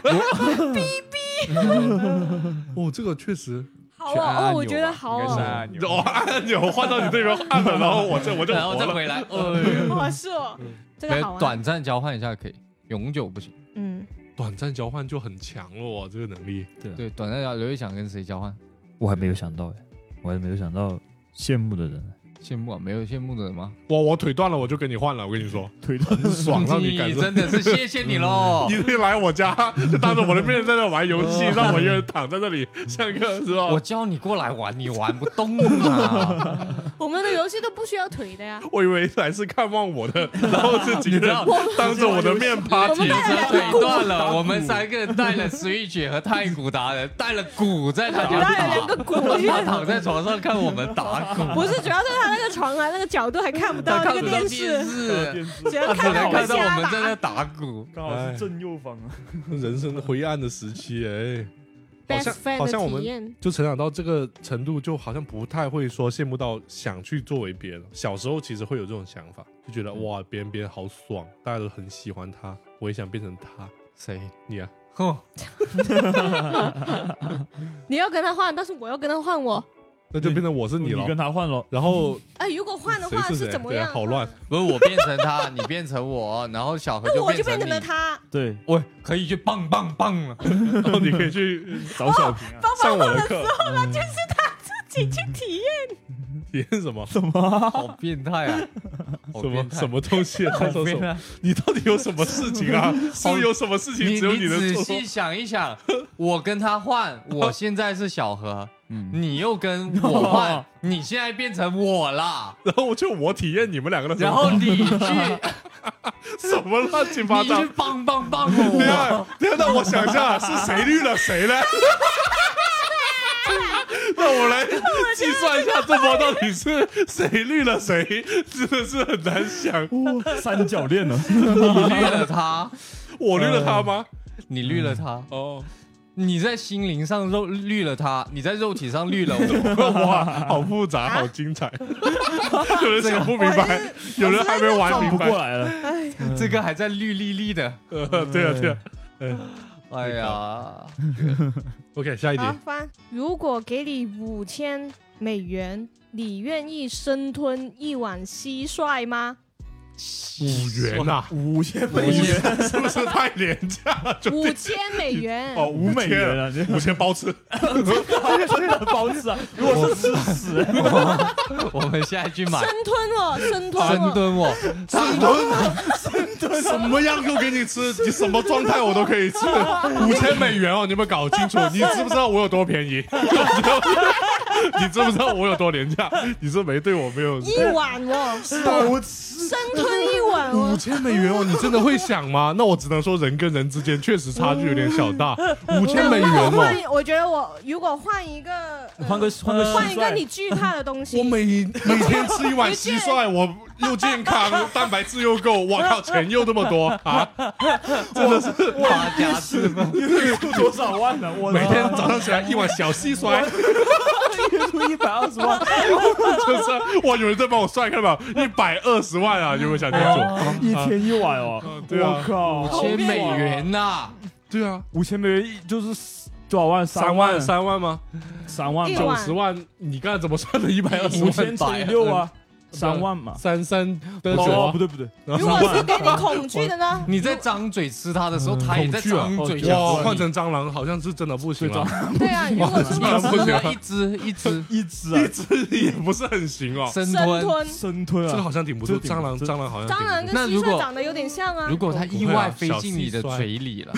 [SPEAKER 2] 哦，这个确实，
[SPEAKER 3] 好
[SPEAKER 5] 去按
[SPEAKER 3] 啊
[SPEAKER 5] 按
[SPEAKER 3] 哦，
[SPEAKER 5] 钮
[SPEAKER 3] 我觉得
[SPEAKER 5] 吧
[SPEAKER 3] 好
[SPEAKER 5] 应该是按
[SPEAKER 3] 啊，
[SPEAKER 5] 按钮
[SPEAKER 2] 哦，按钮换到你这边按了，然后我 (laughs) 这我就
[SPEAKER 1] 然后
[SPEAKER 2] 活
[SPEAKER 1] 再
[SPEAKER 2] 了。
[SPEAKER 1] 回来，呃，
[SPEAKER 3] 哦是哦，这个好啊。
[SPEAKER 1] 短暂交换一下可以，永久不行。
[SPEAKER 3] 嗯，
[SPEAKER 2] 短暂交换就很强了哦，这个能力。
[SPEAKER 1] 对，短暂交换刘烨想跟谁交换？
[SPEAKER 4] 我还没有想到哎，我还没有想到羡慕的人，
[SPEAKER 1] 羡慕啊，没有羡慕的人吗？
[SPEAKER 2] 我我腿断了，我就跟你换了。我跟你说，
[SPEAKER 4] 腿断
[SPEAKER 2] 爽让你感受。
[SPEAKER 1] 真的是谢谢 (laughs) 你喽
[SPEAKER 2] 你。一来我家就当着我的面在那玩游 (laughs) 戏，让我一个人躺在那里，像个是吧？
[SPEAKER 1] 我
[SPEAKER 2] 我
[SPEAKER 1] 叫你过来玩，你玩不动 (laughs) 啊！
[SPEAKER 3] 我们的游戏都不需要腿的呀，
[SPEAKER 2] 我以为来是看望我的，然后是 (laughs) 几个人当着我的面趴
[SPEAKER 3] 我
[SPEAKER 1] 你
[SPEAKER 2] 体
[SPEAKER 3] 们
[SPEAKER 1] 的
[SPEAKER 3] 带来
[SPEAKER 1] 腿
[SPEAKER 3] 了
[SPEAKER 1] 断了，我们三个人带了 Switch 和太古达人，带了鼓在他家
[SPEAKER 3] 带了两
[SPEAKER 1] 打，
[SPEAKER 3] 个鼓，我觉
[SPEAKER 1] 他
[SPEAKER 3] 得
[SPEAKER 1] 躺在床上看我们打鼓，
[SPEAKER 3] (laughs) 不是，主要是他那个床啊，那个角度还看不到
[SPEAKER 1] 他
[SPEAKER 3] 那
[SPEAKER 1] (laughs) 看
[SPEAKER 3] 个
[SPEAKER 1] 不到
[SPEAKER 3] 电
[SPEAKER 1] 电
[SPEAKER 3] 视，
[SPEAKER 1] 视，
[SPEAKER 3] 只
[SPEAKER 1] 他
[SPEAKER 3] 能
[SPEAKER 1] 只能
[SPEAKER 3] 看到我
[SPEAKER 1] 看
[SPEAKER 3] 们
[SPEAKER 1] 到我
[SPEAKER 3] 瞎
[SPEAKER 1] 们在
[SPEAKER 3] 打
[SPEAKER 1] 那。打鼓。
[SPEAKER 4] 刚好是正右方啊。
[SPEAKER 2] 人生灰暗的时期，哎，好
[SPEAKER 3] Best
[SPEAKER 2] 像
[SPEAKER 3] friend
[SPEAKER 2] 好像我
[SPEAKER 3] 的
[SPEAKER 2] 们
[SPEAKER 3] 体验，
[SPEAKER 2] 就成长到这个程度，就好像不太会说羡慕到想去作为别人。小时候其实会有这种想法，就觉得
[SPEAKER 1] 嗯
[SPEAKER 2] 哇，别人别人好爽，大家都很喜欢他，我也想变成他。
[SPEAKER 1] 谁？
[SPEAKER 2] 你啊，
[SPEAKER 1] 哼，
[SPEAKER 3] 你要跟他换，但是我要跟他换我。
[SPEAKER 2] 那就变成我是你
[SPEAKER 4] 你
[SPEAKER 2] 了。
[SPEAKER 4] 跟他换咯，
[SPEAKER 2] 然
[SPEAKER 3] (laughs)
[SPEAKER 2] 后
[SPEAKER 3] 哎，如果换的
[SPEAKER 2] 谁
[SPEAKER 3] 话
[SPEAKER 2] 是谁？
[SPEAKER 3] 怎么
[SPEAKER 2] 对啊
[SPEAKER 3] 样？
[SPEAKER 2] 好
[SPEAKER 3] (laughs)
[SPEAKER 2] 乱。
[SPEAKER 1] 不是我变成他，你变成我，然后小何
[SPEAKER 3] 那我就
[SPEAKER 1] 变
[SPEAKER 3] 变成了
[SPEAKER 1] 你。
[SPEAKER 3] 他，
[SPEAKER 4] (laughs) 对，
[SPEAKER 1] 我可以去棒棒棒了。
[SPEAKER 2] 然
[SPEAKER 4] 哦
[SPEAKER 2] 后你可以去
[SPEAKER 4] 找小平啊，
[SPEAKER 3] 帮
[SPEAKER 2] 上
[SPEAKER 3] 帮
[SPEAKER 2] 我
[SPEAKER 3] 我
[SPEAKER 2] 的
[SPEAKER 3] 的 (laughs)
[SPEAKER 2] 课
[SPEAKER 3] 时候呢，就是他自己去体验。
[SPEAKER 2] 体验什么
[SPEAKER 4] 什么？
[SPEAKER 1] 好变态 (laughs) 啊！好
[SPEAKER 2] 什
[SPEAKER 1] 变
[SPEAKER 2] 么
[SPEAKER 1] 态
[SPEAKER 2] 什？么东西啊，
[SPEAKER 1] 好
[SPEAKER 2] 他说什
[SPEAKER 1] 变
[SPEAKER 2] 么？
[SPEAKER 1] 态！
[SPEAKER 2] 你到底有什么事
[SPEAKER 1] (laughs)
[SPEAKER 2] 情啊？是不是有什么事情
[SPEAKER 1] 你
[SPEAKER 2] 只有
[SPEAKER 1] 你
[SPEAKER 2] 能
[SPEAKER 1] 仔
[SPEAKER 2] 做？
[SPEAKER 1] 细想一想，我跟他
[SPEAKER 2] (laughs)
[SPEAKER 1] 换，我现在是小何，
[SPEAKER 5] 嗯，
[SPEAKER 1] 你又跟我
[SPEAKER 2] (laughs)
[SPEAKER 1] 换，你现在变成我了，
[SPEAKER 2] 然后就我体验你们两个的什
[SPEAKER 1] 然后
[SPEAKER 2] 么
[SPEAKER 1] 你
[SPEAKER 2] (laughs)
[SPEAKER 1] 去
[SPEAKER 2] 什么乱七八
[SPEAKER 1] 你
[SPEAKER 2] 糟
[SPEAKER 1] 去。棒棒棒
[SPEAKER 2] (laughs) 等一
[SPEAKER 1] 我，
[SPEAKER 2] 下，等一下，让我想一下，是谁绿了谁呢？ (laughs) 那我来计算一下，这波到底是谁绿了谁，真的是很难想。
[SPEAKER 4] (laughs) (laughs) 三角恋呢？
[SPEAKER 1] 你绿了
[SPEAKER 2] (laughs)
[SPEAKER 1] 他，
[SPEAKER 2] 我绿了他吗？
[SPEAKER 1] 你绿了他，
[SPEAKER 2] 哦， (laughs)
[SPEAKER 1] 你在心灵上肉绿了他，你在肉体上绿了我。
[SPEAKER 2] (laughs) 哇，好复杂，好精彩。有人想不明白，有人还没玩
[SPEAKER 4] 转
[SPEAKER 2] 明
[SPEAKER 4] 不过
[SPEAKER 2] 白。
[SPEAKER 4] 来了，
[SPEAKER 2] 嗯
[SPEAKER 1] 这个还在绿绿绿的，
[SPEAKER 2] (laughs) 呃，对啊，对啊。
[SPEAKER 1] 哎
[SPEAKER 2] (laughs)
[SPEAKER 1] 呀，
[SPEAKER 2] OK，下一题
[SPEAKER 3] 好，。翻。如果给你五千美元，你愿意生吞一碗蟋蟀吗？
[SPEAKER 2] 五元呐，
[SPEAKER 4] 五千
[SPEAKER 1] 美元
[SPEAKER 2] 是不是太廉价了？就
[SPEAKER 3] 五千美元，
[SPEAKER 2] 哦，
[SPEAKER 4] 五美元 (laughs)
[SPEAKER 2] 啊，
[SPEAKER 4] 啊！这
[SPEAKER 2] 五千包吃。
[SPEAKER 4] (laughs) 真的包子啊！如果是吃屎，
[SPEAKER 2] (laughs)
[SPEAKER 1] 我们现在去买
[SPEAKER 3] 生吞我，生吞哦
[SPEAKER 1] 深
[SPEAKER 3] 我。
[SPEAKER 1] 蹲我，
[SPEAKER 2] 深蹲，深蹲，什么样都给你吃，你什么状态我都可以 (laughs) (laughs) 吃。五千美元哦，你们搞清楚，你知不知道我有多便宜？你知不知道我有多廉价？你是没对我没有
[SPEAKER 3] 一碗哦，
[SPEAKER 2] 我
[SPEAKER 3] 生吞一碗
[SPEAKER 2] 五
[SPEAKER 3] 哦，
[SPEAKER 2] 千美元哦，你真的会想吗？那我只能说人跟人之间确实差距有点小
[SPEAKER 3] (laughs)
[SPEAKER 2] 大，五千美元
[SPEAKER 3] 那我
[SPEAKER 2] 哦。
[SPEAKER 3] 换，我觉得我如果换一个，呃
[SPEAKER 4] 换个换个
[SPEAKER 3] 换
[SPEAKER 4] 蟋
[SPEAKER 3] 一个
[SPEAKER 4] 蟀
[SPEAKER 3] 你惧怕的东西，
[SPEAKER 2] 我 (laughs) 每每天吃一碗蟋
[SPEAKER 3] (laughs)
[SPEAKER 2] 蟀，我又健康，蛋白质又够，我靠，钱又那么多啊！真的是
[SPEAKER 1] 发家致富，
[SPEAKER 4] 月入多少万呢？我
[SPEAKER 2] 每天早上起来一碗小蟋蟀，
[SPEAKER 4] 月入一百二十万，
[SPEAKER 2] 就是哇，有人在帮我算看吧，一百二十万啊，有没有想清楚？
[SPEAKER 4] 一天一晚 (laughs) 哦
[SPEAKER 2] 嗯，对啊
[SPEAKER 4] 我靠，
[SPEAKER 1] 千美元呐、
[SPEAKER 2] 对啊，
[SPEAKER 4] 五千美元一就是多少万？
[SPEAKER 2] 三万
[SPEAKER 4] 万
[SPEAKER 2] 三万吗？
[SPEAKER 4] 三万
[SPEAKER 3] 一
[SPEAKER 4] 吧，
[SPEAKER 2] 九
[SPEAKER 3] 万
[SPEAKER 2] 十万，你刚才怎么算的？一百二十
[SPEAKER 4] 五
[SPEAKER 2] 万
[SPEAKER 4] 千，乘以六啊，三万嘛。
[SPEAKER 2] 三三得
[SPEAKER 4] 哦，
[SPEAKER 2] 九
[SPEAKER 4] 不。对不对，
[SPEAKER 2] 然
[SPEAKER 3] 如
[SPEAKER 2] 后
[SPEAKER 3] 果
[SPEAKER 2] 三
[SPEAKER 3] 是
[SPEAKER 2] 万
[SPEAKER 3] 给你恐惧
[SPEAKER 2] (laughs)
[SPEAKER 3] 的呢？
[SPEAKER 1] 你在张嘴吃它的时候，
[SPEAKER 2] 嗯
[SPEAKER 1] 它也在
[SPEAKER 2] 恐惧啊
[SPEAKER 1] 张嘴
[SPEAKER 4] 哦
[SPEAKER 1] 吃
[SPEAKER 4] 对啊
[SPEAKER 2] 哇，
[SPEAKER 1] 你。
[SPEAKER 2] 换成蟑螂好像是真的不行
[SPEAKER 4] 对蟑
[SPEAKER 2] 了，
[SPEAKER 3] 对啊，如
[SPEAKER 1] (laughs)
[SPEAKER 3] 果是
[SPEAKER 2] 当然不行啊
[SPEAKER 1] 一只一只
[SPEAKER 4] 一只啊，
[SPEAKER 2] 这也不是很行哦。
[SPEAKER 1] 生
[SPEAKER 3] 生
[SPEAKER 1] 吞。
[SPEAKER 3] 吞，
[SPEAKER 4] 生吞
[SPEAKER 2] 这个
[SPEAKER 4] 啊，
[SPEAKER 2] 好像顶不住
[SPEAKER 4] 这顶
[SPEAKER 2] 蟑
[SPEAKER 4] 不
[SPEAKER 2] 螂，
[SPEAKER 4] 这
[SPEAKER 2] 蟑螂好像
[SPEAKER 3] 蟑螂
[SPEAKER 2] 顶
[SPEAKER 3] 跟
[SPEAKER 1] 那
[SPEAKER 3] 蟋
[SPEAKER 1] 如
[SPEAKER 3] 蟀
[SPEAKER 1] 果
[SPEAKER 3] 长得有点像啊
[SPEAKER 1] 如。果它意外飞进你的
[SPEAKER 2] 不会啊小蟋蟀
[SPEAKER 1] 嘴里了，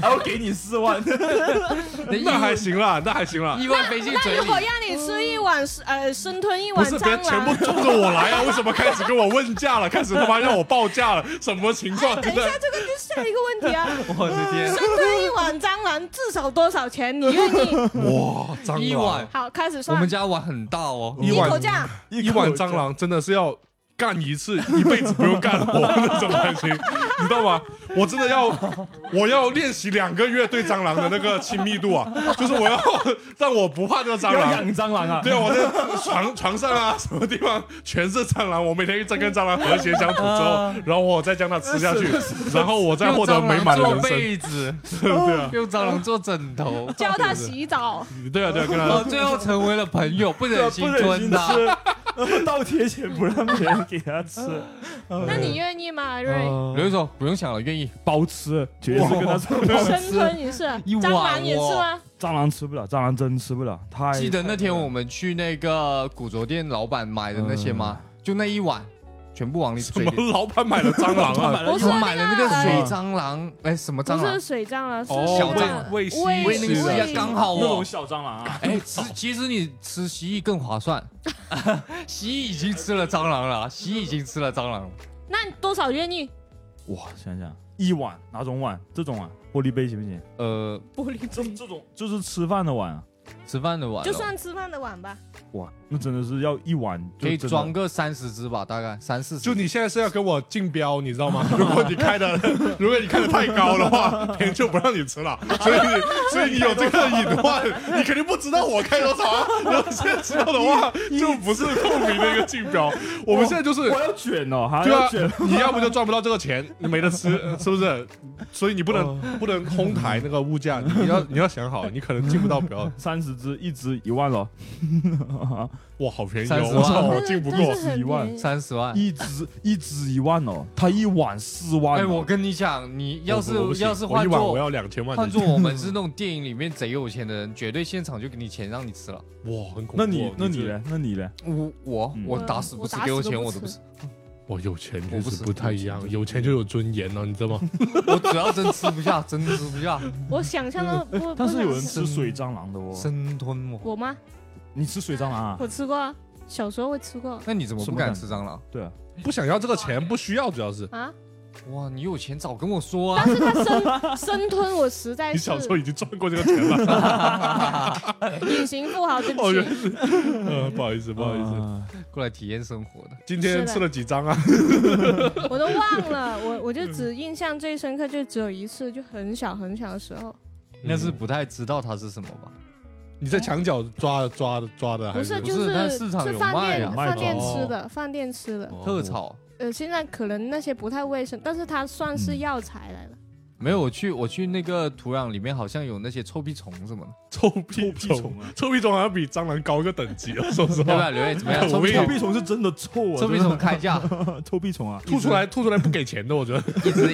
[SPEAKER 4] 还要给你四万，
[SPEAKER 1] 那
[SPEAKER 2] 不住 (laughs) 那还行啦，那还行啦。
[SPEAKER 1] 意外飞进
[SPEAKER 3] 那
[SPEAKER 1] 嘴
[SPEAKER 3] 如果
[SPEAKER 1] 里，
[SPEAKER 3] 让你吃一碗，呃，生吞一
[SPEAKER 2] 不
[SPEAKER 3] 碗
[SPEAKER 2] 是，别
[SPEAKER 3] 蟑
[SPEAKER 2] 全部
[SPEAKER 3] 螂，
[SPEAKER 2] 冲着我来啊！为什么开始跟我问价了？开始他妈让我报价了？什么情况？
[SPEAKER 3] 等
[SPEAKER 2] 真
[SPEAKER 3] 一
[SPEAKER 2] 的
[SPEAKER 3] 下，这个就是下一个问题啊。
[SPEAKER 1] 我的天
[SPEAKER 3] 生！吞一碗蟑螂至少多少钱？你愿意？
[SPEAKER 2] 哇，蟑螂
[SPEAKER 1] 一碗，
[SPEAKER 3] 好，开始
[SPEAKER 1] 我
[SPEAKER 3] 算。
[SPEAKER 1] 们家碗很大哦，
[SPEAKER 2] 一
[SPEAKER 3] 一
[SPEAKER 2] 碗
[SPEAKER 3] 口价，
[SPEAKER 2] 一碗蟑螂真的是要干一次，一辈子不用干活那种感情， (laughs) 你知道吗？我真的要，我要练习两个月对蟑螂的那个亲密度啊，就是我要让我不怕这个蟑
[SPEAKER 4] 要
[SPEAKER 2] 螂
[SPEAKER 4] 养。蟑螂啊，
[SPEAKER 2] 对啊，我在床床上啊，什么地方全是蟑螂，我每天在跟蟑螂和谐相处之后，然后我再将它吃下去，然后我再获
[SPEAKER 1] 用
[SPEAKER 2] 得
[SPEAKER 1] 蟑
[SPEAKER 2] 美
[SPEAKER 1] 螂
[SPEAKER 2] 满的
[SPEAKER 1] 做
[SPEAKER 2] 人生。
[SPEAKER 1] 被子，
[SPEAKER 2] 对啊，
[SPEAKER 1] 用蟑螂做枕头，
[SPEAKER 3] 教他洗澡，
[SPEAKER 2] 对啊，对啊，跟
[SPEAKER 1] 然后
[SPEAKER 2] 它
[SPEAKER 1] 最后成为了朋友，不
[SPEAKER 4] 对
[SPEAKER 1] 忍
[SPEAKER 4] 啊，不
[SPEAKER 1] 心
[SPEAKER 4] 忍
[SPEAKER 1] 吞
[SPEAKER 4] 心
[SPEAKER 1] 它。
[SPEAKER 4] 吃， (laughs) 倒贴钱不让别人给他吃，哦
[SPEAKER 3] 那
[SPEAKER 4] 嗯
[SPEAKER 3] 你愿意吗，瑞？
[SPEAKER 1] 刘一说不用想了，愿意。
[SPEAKER 4] 包吃，绝对是跟他说包吃
[SPEAKER 3] 生吞也是，
[SPEAKER 1] 一碗
[SPEAKER 3] 蟑螂也是吗？
[SPEAKER 4] 蟑螂吃不了，蟑螂真吃不了，太
[SPEAKER 1] 记得那天我们去那个古着店，老板买的那些吗？就那一碗，全部往你
[SPEAKER 2] 怎
[SPEAKER 1] 嘴里。
[SPEAKER 2] 么老板买了蟑螂啊？
[SPEAKER 3] 不是
[SPEAKER 1] 我买了那个
[SPEAKER 3] 那
[SPEAKER 1] 水
[SPEAKER 4] 个
[SPEAKER 1] 蟑螂，哎，什么
[SPEAKER 3] 不
[SPEAKER 1] 蟑
[SPEAKER 3] 是
[SPEAKER 1] 螂？
[SPEAKER 3] 水蟑螂，是
[SPEAKER 2] 哦
[SPEAKER 1] 小
[SPEAKER 3] 那
[SPEAKER 1] 蟑
[SPEAKER 3] 个
[SPEAKER 1] 螂
[SPEAKER 2] 喂
[SPEAKER 3] 喂
[SPEAKER 2] 喂
[SPEAKER 1] 喂那个
[SPEAKER 3] 是
[SPEAKER 1] 蜥
[SPEAKER 3] 的
[SPEAKER 1] 蜴刚好
[SPEAKER 4] 那种
[SPEAKER 1] 哦。
[SPEAKER 4] 小蟑螂啊，
[SPEAKER 1] 哎，其其实你吃蜥蜴更划 (laughs) 算，蜥蜴已经吃了蟑螂了，蜥蜴已经吃了蟑螂了。
[SPEAKER 3] 那你多少愿意？
[SPEAKER 4] 哇，想想一碗哪种碗？这种碗，玻璃杯行不行？
[SPEAKER 1] 呃，
[SPEAKER 3] 玻璃
[SPEAKER 4] 这这种就是吃饭的碗啊，
[SPEAKER 1] 吃饭的碗哦
[SPEAKER 3] 就
[SPEAKER 1] 咯
[SPEAKER 3] 算吃饭的碗吧。
[SPEAKER 4] 哇，那真的是要一碗就
[SPEAKER 1] 可以
[SPEAKER 4] 真的
[SPEAKER 1] 装个三十只吧，大概三四十。
[SPEAKER 2] 就你现在是要跟我竞标，你知道吗？如果你开的，如果你开的太高的话，别人就不让你吃了。所以你，所以你有这个隐患，你肯定不知道我开多少啊。然后现在知道的话，就不是透明的一个竞标。我们现在就是
[SPEAKER 4] 我要卷哦，还
[SPEAKER 2] 对
[SPEAKER 4] 要
[SPEAKER 2] 啊
[SPEAKER 4] 卷，，
[SPEAKER 2] 你要不就赚不到这个钱，你没得吃，是不是？所以你不能不能哄抬那个物价，你要你要想好，你可能进不到标。
[SPEAKER 4] 三十只，一只一万哦咯，
[SPEAKER 2] 哇，好便宜
[SPEAKER 1] 30
[SPEAKER 2] 哦！
[SPEAKER 1] 万
[SPEAKER 2] 我操，
[SPEAKER 1] 哦
[SPEAKER 2] 我
[SPEAKER 3] 但是
[SPEAKER 2] 进不
[SPEAKER 3] 但
[SPEAKER 2] 过
[SPEAKER 3] 是。很
[SPEAKER 4] 一万
[SPEAKER 3] 便宜
[SPEAKER 1] 三十
[SPEAKER 2] 哎
[SPEAKER 1] 万。
[SPEAKER 4] 一只一只一万哦，他一碗四万哦。
[SPEAKER 1] 哎，我跟你讲，你要是
[SPEAKER 2] 我不行
[SPEAKER 1] 要是
[SPEAKER 2] 我一
[SPEAKER 1] 换
[SPEAKER 2] 晚我
[SPEAKER 1] 做
[SPEAKER 2] 要两千万的，
[SPEAKER 1] 换做我们是那种电影里面贼有钱的人，绝对现场就给你钱让你吃了。
[SPEAKER 2] 哇，很恐怖哦。
[SPEAKER 4] 那你那你
[SPEAKER 2] 这
[SPEAKER 4] 嘞？那你嘞？
[SPEAKER 1] 我我
[SPEAKER 4] 嗯
[SPEAKER 1] 我打死不吃，
[SPEAKER 3] 我打死
[SPEAKER 1] 给我钱
[SPEAKER 3] 都不
[SPEAKER 1] 我都不
[SPEAKER 3] 吃
[SPEAKER 1] 吃。
[SPEAKER 2] 哇，哦有钱
[SPEAKER 1] 我
[SPEAKER 2] 确
[SPEAKER 1] 不
[SPEAKER 2] 实
[SPEAKER 1] 是
[SPEAKER 2] 不太一样，有钱就有尊严啊了，你知道 (laughs) 吗？
[SPEAKER 1] 我主要真吃不下，真吃不下，
[SPEAKER 3] 我想象到不，
[SPEAKER 4] 但是有人
[SPEAKER 3] 不
[SPEAKER 4] 吃水蟑螂的哦，
[SPEAKER 1] 生吞 (laughs) 我。
[SPEAKER 3] 我吗？
[SPEAKER 4] 你吃水蟑螂啊？
[SPEAKER 3] 我吃过啊，小时候会吃过
[SPEAKER 1] 那你怎么
[SPEAKER 4] 什
[SPEAKER 1] 不
[SPEAKER 4] 么
[SPEAKER 1] 敢
[SPEAKER 4] 感
[SPEAKER 1] 吃蟑螂？
[SPEAKER 4] 对啊，
[SPEAKER 2] 不想要这个钱，不需要，主要是
[SPEAKER 3] 啊，
[SPEAKER 1] 哇，你有钱早跟我说啊
[SPEAKER 3] 但！是它生生吞我实在
[SPEAKER 2] 你
[SPEAKER 3] 是
[SPEAKER 2] 小时候已经赚过这个钱
[SPEAKER 3] (laughs)
[SPEAKER 2] 了。
[SPEAKER 3] 隐形富豪，对不
[SPEAKER 2] 哦，原来
[SPEAKER 3] 起。
[SPEAKER 2] 是，呃，不好意思，不好意思，
[SPEAKER 4] 思，
[SPEAKER 1] 过来体验生活的。
[SPEAKER 2] 今天
[SPEAKER 3] 是的
[SPEAKER 2] 吃了几张啊？
[SPEAKER 3] 我都忘了，我我就只印象最深刻就只有一次，就很小很小的时候，
[SPEAKER 2] 嗯
[SPEAKER 1] 应该是不太知道它是什么吧？
[SPEAKER 2] 你在墙角抓抓抓的，啊还
[SPEAKER 3] 不是
[SPEAKER 1] 不
[SPEAKER 3] 就是
[SPEAKER 1] 但市场
[SPEAKER 3] 是
[SPEAKER 1] 有
[SPEAKER 3] 饭
[SPEAKER 1] 卖
[SPEAKER 3] 店
[SPEAKER 1] 啊
[SPEAKER 4] 卖
[SPEAKER 3] 饭
[SPEAKER 4] 的
[SPEAKER 3] 店
[SPEAKER 2] 哦
[SPEAKER 3] 吃的，饭店吃的。
[SPEAKER 1] 特草
[SPEAKER 3] 呃，现在可能那些不太卫生，但是它算是药材来了。
[SPEAKER 1] 没有，我去我去那个土壤里面好像有那些臭屁虫什么的，
[SPEAKER 2] 臭屁
[SPEAKER 4] (laughs) 屁
[SPEAKER 2] 虫，啊
[SPEAKER 4] 虫啊！
[SPEAKER 2] 臭屁虫好像比蟑螂高一个等级了，说 (laughs) 实
[SPEAKER 1] 对
[SPEAKER 2] 话
[SPEAKER 1] 吧？。刘烨怎么
[SPEAKER 4] (laughs)
[SPEAKER 1] 样？
[SPEAKER 2] 我
[SPEAKER 1] 哎臭屁
[SPEAKER 2] 们
[SPEAKER 4] 臭
[SPEAKER 2] 也
[SPEAKER 1] 虫，
[SPEAKER 4] 屁虫是真的臭啊！
[SPEAKER 1] 臭屁虫开价，
[SPEAKER 4] 真的 (laughs) 臭屁虫啊！
[SPEAKER 2] 吐出来，吐出来不给钱的，我觉 (laughs) 得。
[SPEAKER 1] 一只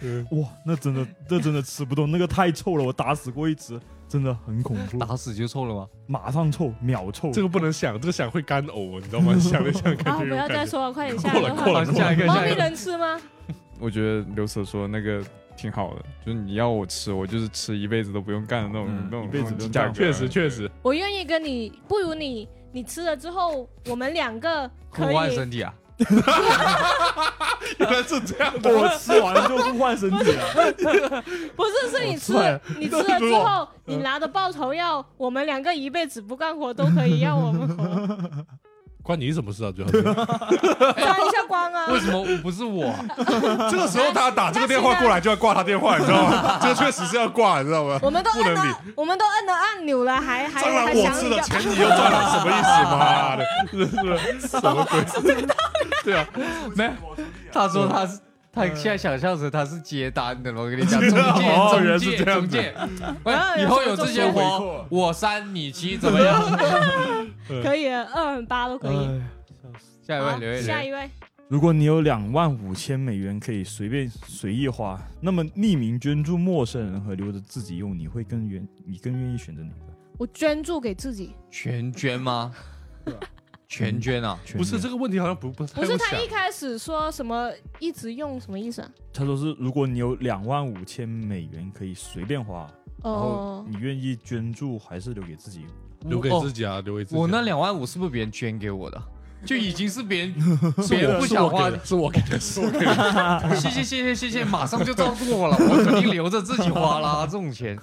[SPEAKER 2] 嗯
[SPEAKER 4] 哇，那真的，那真的吃不动，那个太臭了，我打死过一只，真的很恐怖，
[SPEAKER 1] 打死就臭了吗？
[SPEAKER 4] 马上臭，秒臭。
[SPEAKER 2] 这个不能想，这个想会干呕，你知道吗？ (laughs) 想了想，感
[SPEAKER 3] 啊，
[SPEAKER 2] 觉
[SPEAKER 3] 不
[SPEAKER 2] 有
[SPEAKER 3] 要
[SPEAKER 2] (laughs)
[SPEAKER 3] 再
[SPEAKER 2] 感觉。
[SPEAKER 3] 说了，快点下
[SPEAKER 2] 过
[SPEAKER 3] 一
[SPEAKER 2] 了，
[SPEAKER 3] 个
[SPEAKER 2] 过
[SPEAKER 3] 话
[SPEAKER 2] 了，
[SPEAKER 3] 题。
[SPEAKER 2] 过了
[SPEAKER 1] 下一个
[SPEAKER 3] 猫
[SPEAKER 1] 下
[SPEAKER 3] 咪
[SPEAKER 1] 一个，
[SPEAKER 3] 能吃吗？
[SPEAKER 5] 我觉得刘所说那个挺好的，就是你要我吃，我就是吃一辈子都不用干的那种、
[SPEAKER 4] 嗯
[SPEAKER 5] 那种
[SPEAKER 4] 一辈子
[SPEAKER 5] 那种
[SPEAKER 4] 不
[SPEAKER 5] 价
[SPEAKER 4] 干
[SPEAKER 2] (laughs)
[SPEAKER 5] 格，
[SPEAKER 2] 确实确实，
[SPEAKER 3] 我愿意跟你，不如你，你吃了之后，我们两个可
[SPEAKER 1] 互换
[SPEAKER 3] 以
[SPEAKER 1] 身体啊，
[SPEAKER 2] 原来是这样的。
[SPEAKER 4] (laughs) 我吃完就互换身体了。
[SPEAKER 3] 不是，是你吃了，你吃了之后，你拿着报酬要我们两个一辈子不干活都可以要我们活，
[SPEAKER 2] 关你什么事啊？最
[SPEAKER 3] (laughs)
[SPEAKER 2] 后这
[SPEAKER 3] 沾一下光啊！
[SPEAKER 1] 为什么不是我？啊
[SPEAKER 2] 个时候他打这个电话过来就要挂他电话，你知道吗？这个确实是要挂，你知道吗？
[SPEAKER 3] 我们都
[SPEAKER 2] 不
[SPEAKER 3] 摁
[SPEAKER 2] 能
[SPEAKER 3] 了，我们都摁了按钮了，还还
[SPEAKER 2] 蟑螂
[SPEAKER 3] 还
[SPEAKER 2] 我
[SPEAKER 3] 想
[SPEAKER 2] 吃
[SPEAKER 3] 你
[SPEAKER 2] 的
[SPEAKER 3] 干
[SPEAKER 2] 钱你又赚了，什么意 (laughs) 思？妈的，是不是？什么鬼？对啊，
[SPEAKER 1] 他说他是。他现在想象着他是接单的了，我跟你讲，中介
[SPEAKER 2] 哦原
[SPEAKER 1] 中
[SPEAKER 2] 来是
[SPEAKER 1] 介
[SPEAKER 2] 这样
[SPEAKER 1] 中
[SPEAKER 2] 子
[SPEAKER 1] 介，喂
[SPEAKER 3] 啊，
[SPEAKER 1] 以
[SPEAKER 3] 有
[SPEAKER 1] 后
[SPEAKER 3] 这个
[SPEAKER 1] 有这
[SPEAKER 3] 中
[SPEAKER 1] 些
[SPEAKER 3] 介
[SPEAKER 1] 活，我三你七，怎么样？ (laughs)
[SPEAKER 3] 可以了，二很八都可以。
[SPEAKER 1] 嗯下一位
[SPEAKER 3] 好
[SPEAKER 1] 留言，
[SPEAKER 3] 下一位，
[SPEAKER 4] 如果你有两万五千美元可以随便随意花，那么匿名捐助陌生人和留着自己用，你会更愿你更愿意选择哪个？
[SPEAKER 3] 我捐助给自己，
[SPEAKER 1] 全捐吗？全捐啊！
[SPEAKER 4] 全
[SPEAKER 2] 不是
[SPEAKER 4] 面
[SPEAKER 2] 这个问题好像不不太
[SPEAKER 3] 不是
[SPEAKER 2] 用
[SPEAKER 3] 他
[SPEAKER 2] 想
[SPEAKER 3] 一。开始说什么一直用什么意思啊？
[SPEAKER 4] 他说是，如果你有两万五千美元可以随便花，然后
[SPEAKER 3] 哦，
[SPEAKER 4] 你愿意捐助还是留给自己用？
[SPEAKER 2] 留给
[SPEAKER 1] 我
[SPEAKER 2] 自己啊，留给自己啊。
[SPEAKER 1] 哦我那两万五是不是别人捐给我的？就已经是别人别
[SPEAKER 2] 我
[SPEAKER 1] 人不想花
[SPEAKER 2] 是我给，的
[SPEAKER 1] 是我给的，是我给的。谢谢谢谢谢谢，马上就照顾我了，我肯定留着自己花啦。这种钱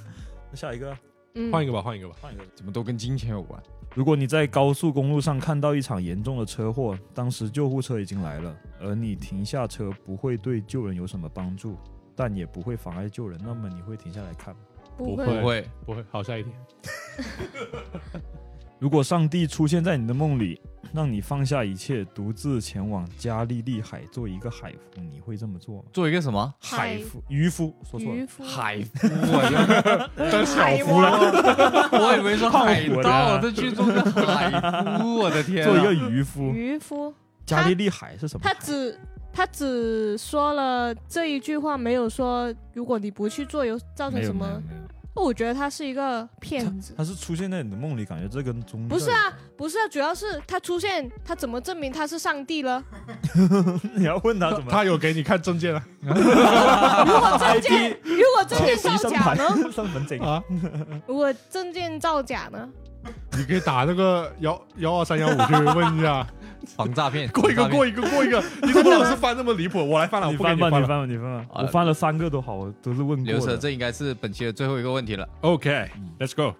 [SPEAKER 4] 那下一个啊，
[SPEAKER 3] 嗯
[SPEAKER 2] 换一个吧，换一个吧。
[SPEAKER 4] 换一个。
[SPEAKER 1] 怎么都跟金钱有关？
[SPEAKER 4] 如果你在高速公路上看到一场严重的车祸，当时救护车已经来了，而你停下车不会对救人有什么帮助，但也不会妨碍救人，那么你会停下来看吗？
[SPEAKER 2] 不
[SPEAKER 3] 不
[SPEAKER 1] 不
[SPEAKER 3] 会，
[SPEAKER 1] 会，
[SPEAKER 2] 不会，好，下一题。
[SPEAKER 4] 如果上帝出现在你的梦里，让你放下一切，独自前往加利利海做一个海夫，你会这么做吗？
[SPEAKER 1] 做一个什么
[SPEAKER 3] 海
[SPEAKER 4] 夫、渔夫，说错
[SPEAKER 3] 渔
[SPEAKER 4] 了，
[SPEAKER 3] 夫，
[SPEAKER 1] 海夫啊？
[SPEAKER 2] 当小
[SPEAKER 3] 夫了，
[SPEAKER 1] (laughs) 我以为说海
[SPEAKER 4] 胖虎
[SPEAKER 1] 盗，
[SPEAKER 4] 的
[SPEAKER 1] 这去做个海夫，我的天啊！
[SPEAKER 4] 做一个渔夫。
[SPEAKER 3] 渔夫，
[SPEAKER 4] 加利利海是什么海？
[SPEAKER 3] 嗯他只他只说了这一句话，没有说如果你不去做，有造成
[SPEAKER 4] 没有
[SPEAKER 3] 什
[SPEAKER 4] 没
[SPEAKER 3] 么？
[SPEAKER 4] 有
[SPEAKER 3] 哦
[SPEAKER 4] 没有，
[SPEAKER 3] 我觉得他是一个骗子。
[SPEAKER 4] 他是出现在你的梦里，感觉这跟宗教
[SPEAKER 3] 不是啊，不是啊，主要是他出现，他怎么证明他是上帝了？
[SPEAKER 4] (laughs) 你要问他
[SPEAKER 2] 他
[SPEAKER 4] 怎么？
[SPEAKER 2] 他有给你看证件啊？
[SPEAKER 3] 如果证件，如果证件
[SPEAKER 4] 实
[SPEAKER 3] 造
[SPEAKER 4] 上
[SPEAKER 3] 假
[SPEAKER 4] 盘
[SPEAKER 3] 呢？
[SPEAKER 4] (laughs) 上门整
[SPEAKER 2] 啊，
[SPEAKER 3] 如果证件造假呢？
[SPEAKER 2] 你可以打那个幺幺二三幺五去问一下。
[SPEAKER 1] 防诈骗，
[SPEAKER 2] 过一个，
[SPEAKER 1] 防诈
[SPEAKER 2] 过
[SPEAKER 1] 骗
[SPEAKER 2] 一个，过一个。你怎么老是翻那么离谱？我来翻了，我
[SPEAKER 4] 你
[SPEAKER 2] 不给
[SPEAKER 4] 翻吧，
[SPEAKER 2] 翻
[SPEAKER 4] 啊你翻
[SPEAKER 2] 了。
[SPEAKER 4] 吧，你翻吧！
[SPEAKER 1] 啊
[SPEAKER 4] 我翻了三个都好，我都是问
[SPEAKER 1] 刘
[SPEAKER 4] 过
[SPEAKER 1] 蛇，
[SPEAKER 4] 的。
[SPEAKER 1] 这应该是本期的最后一个问题了。
[SPEAKER 2] OK，Let's、go。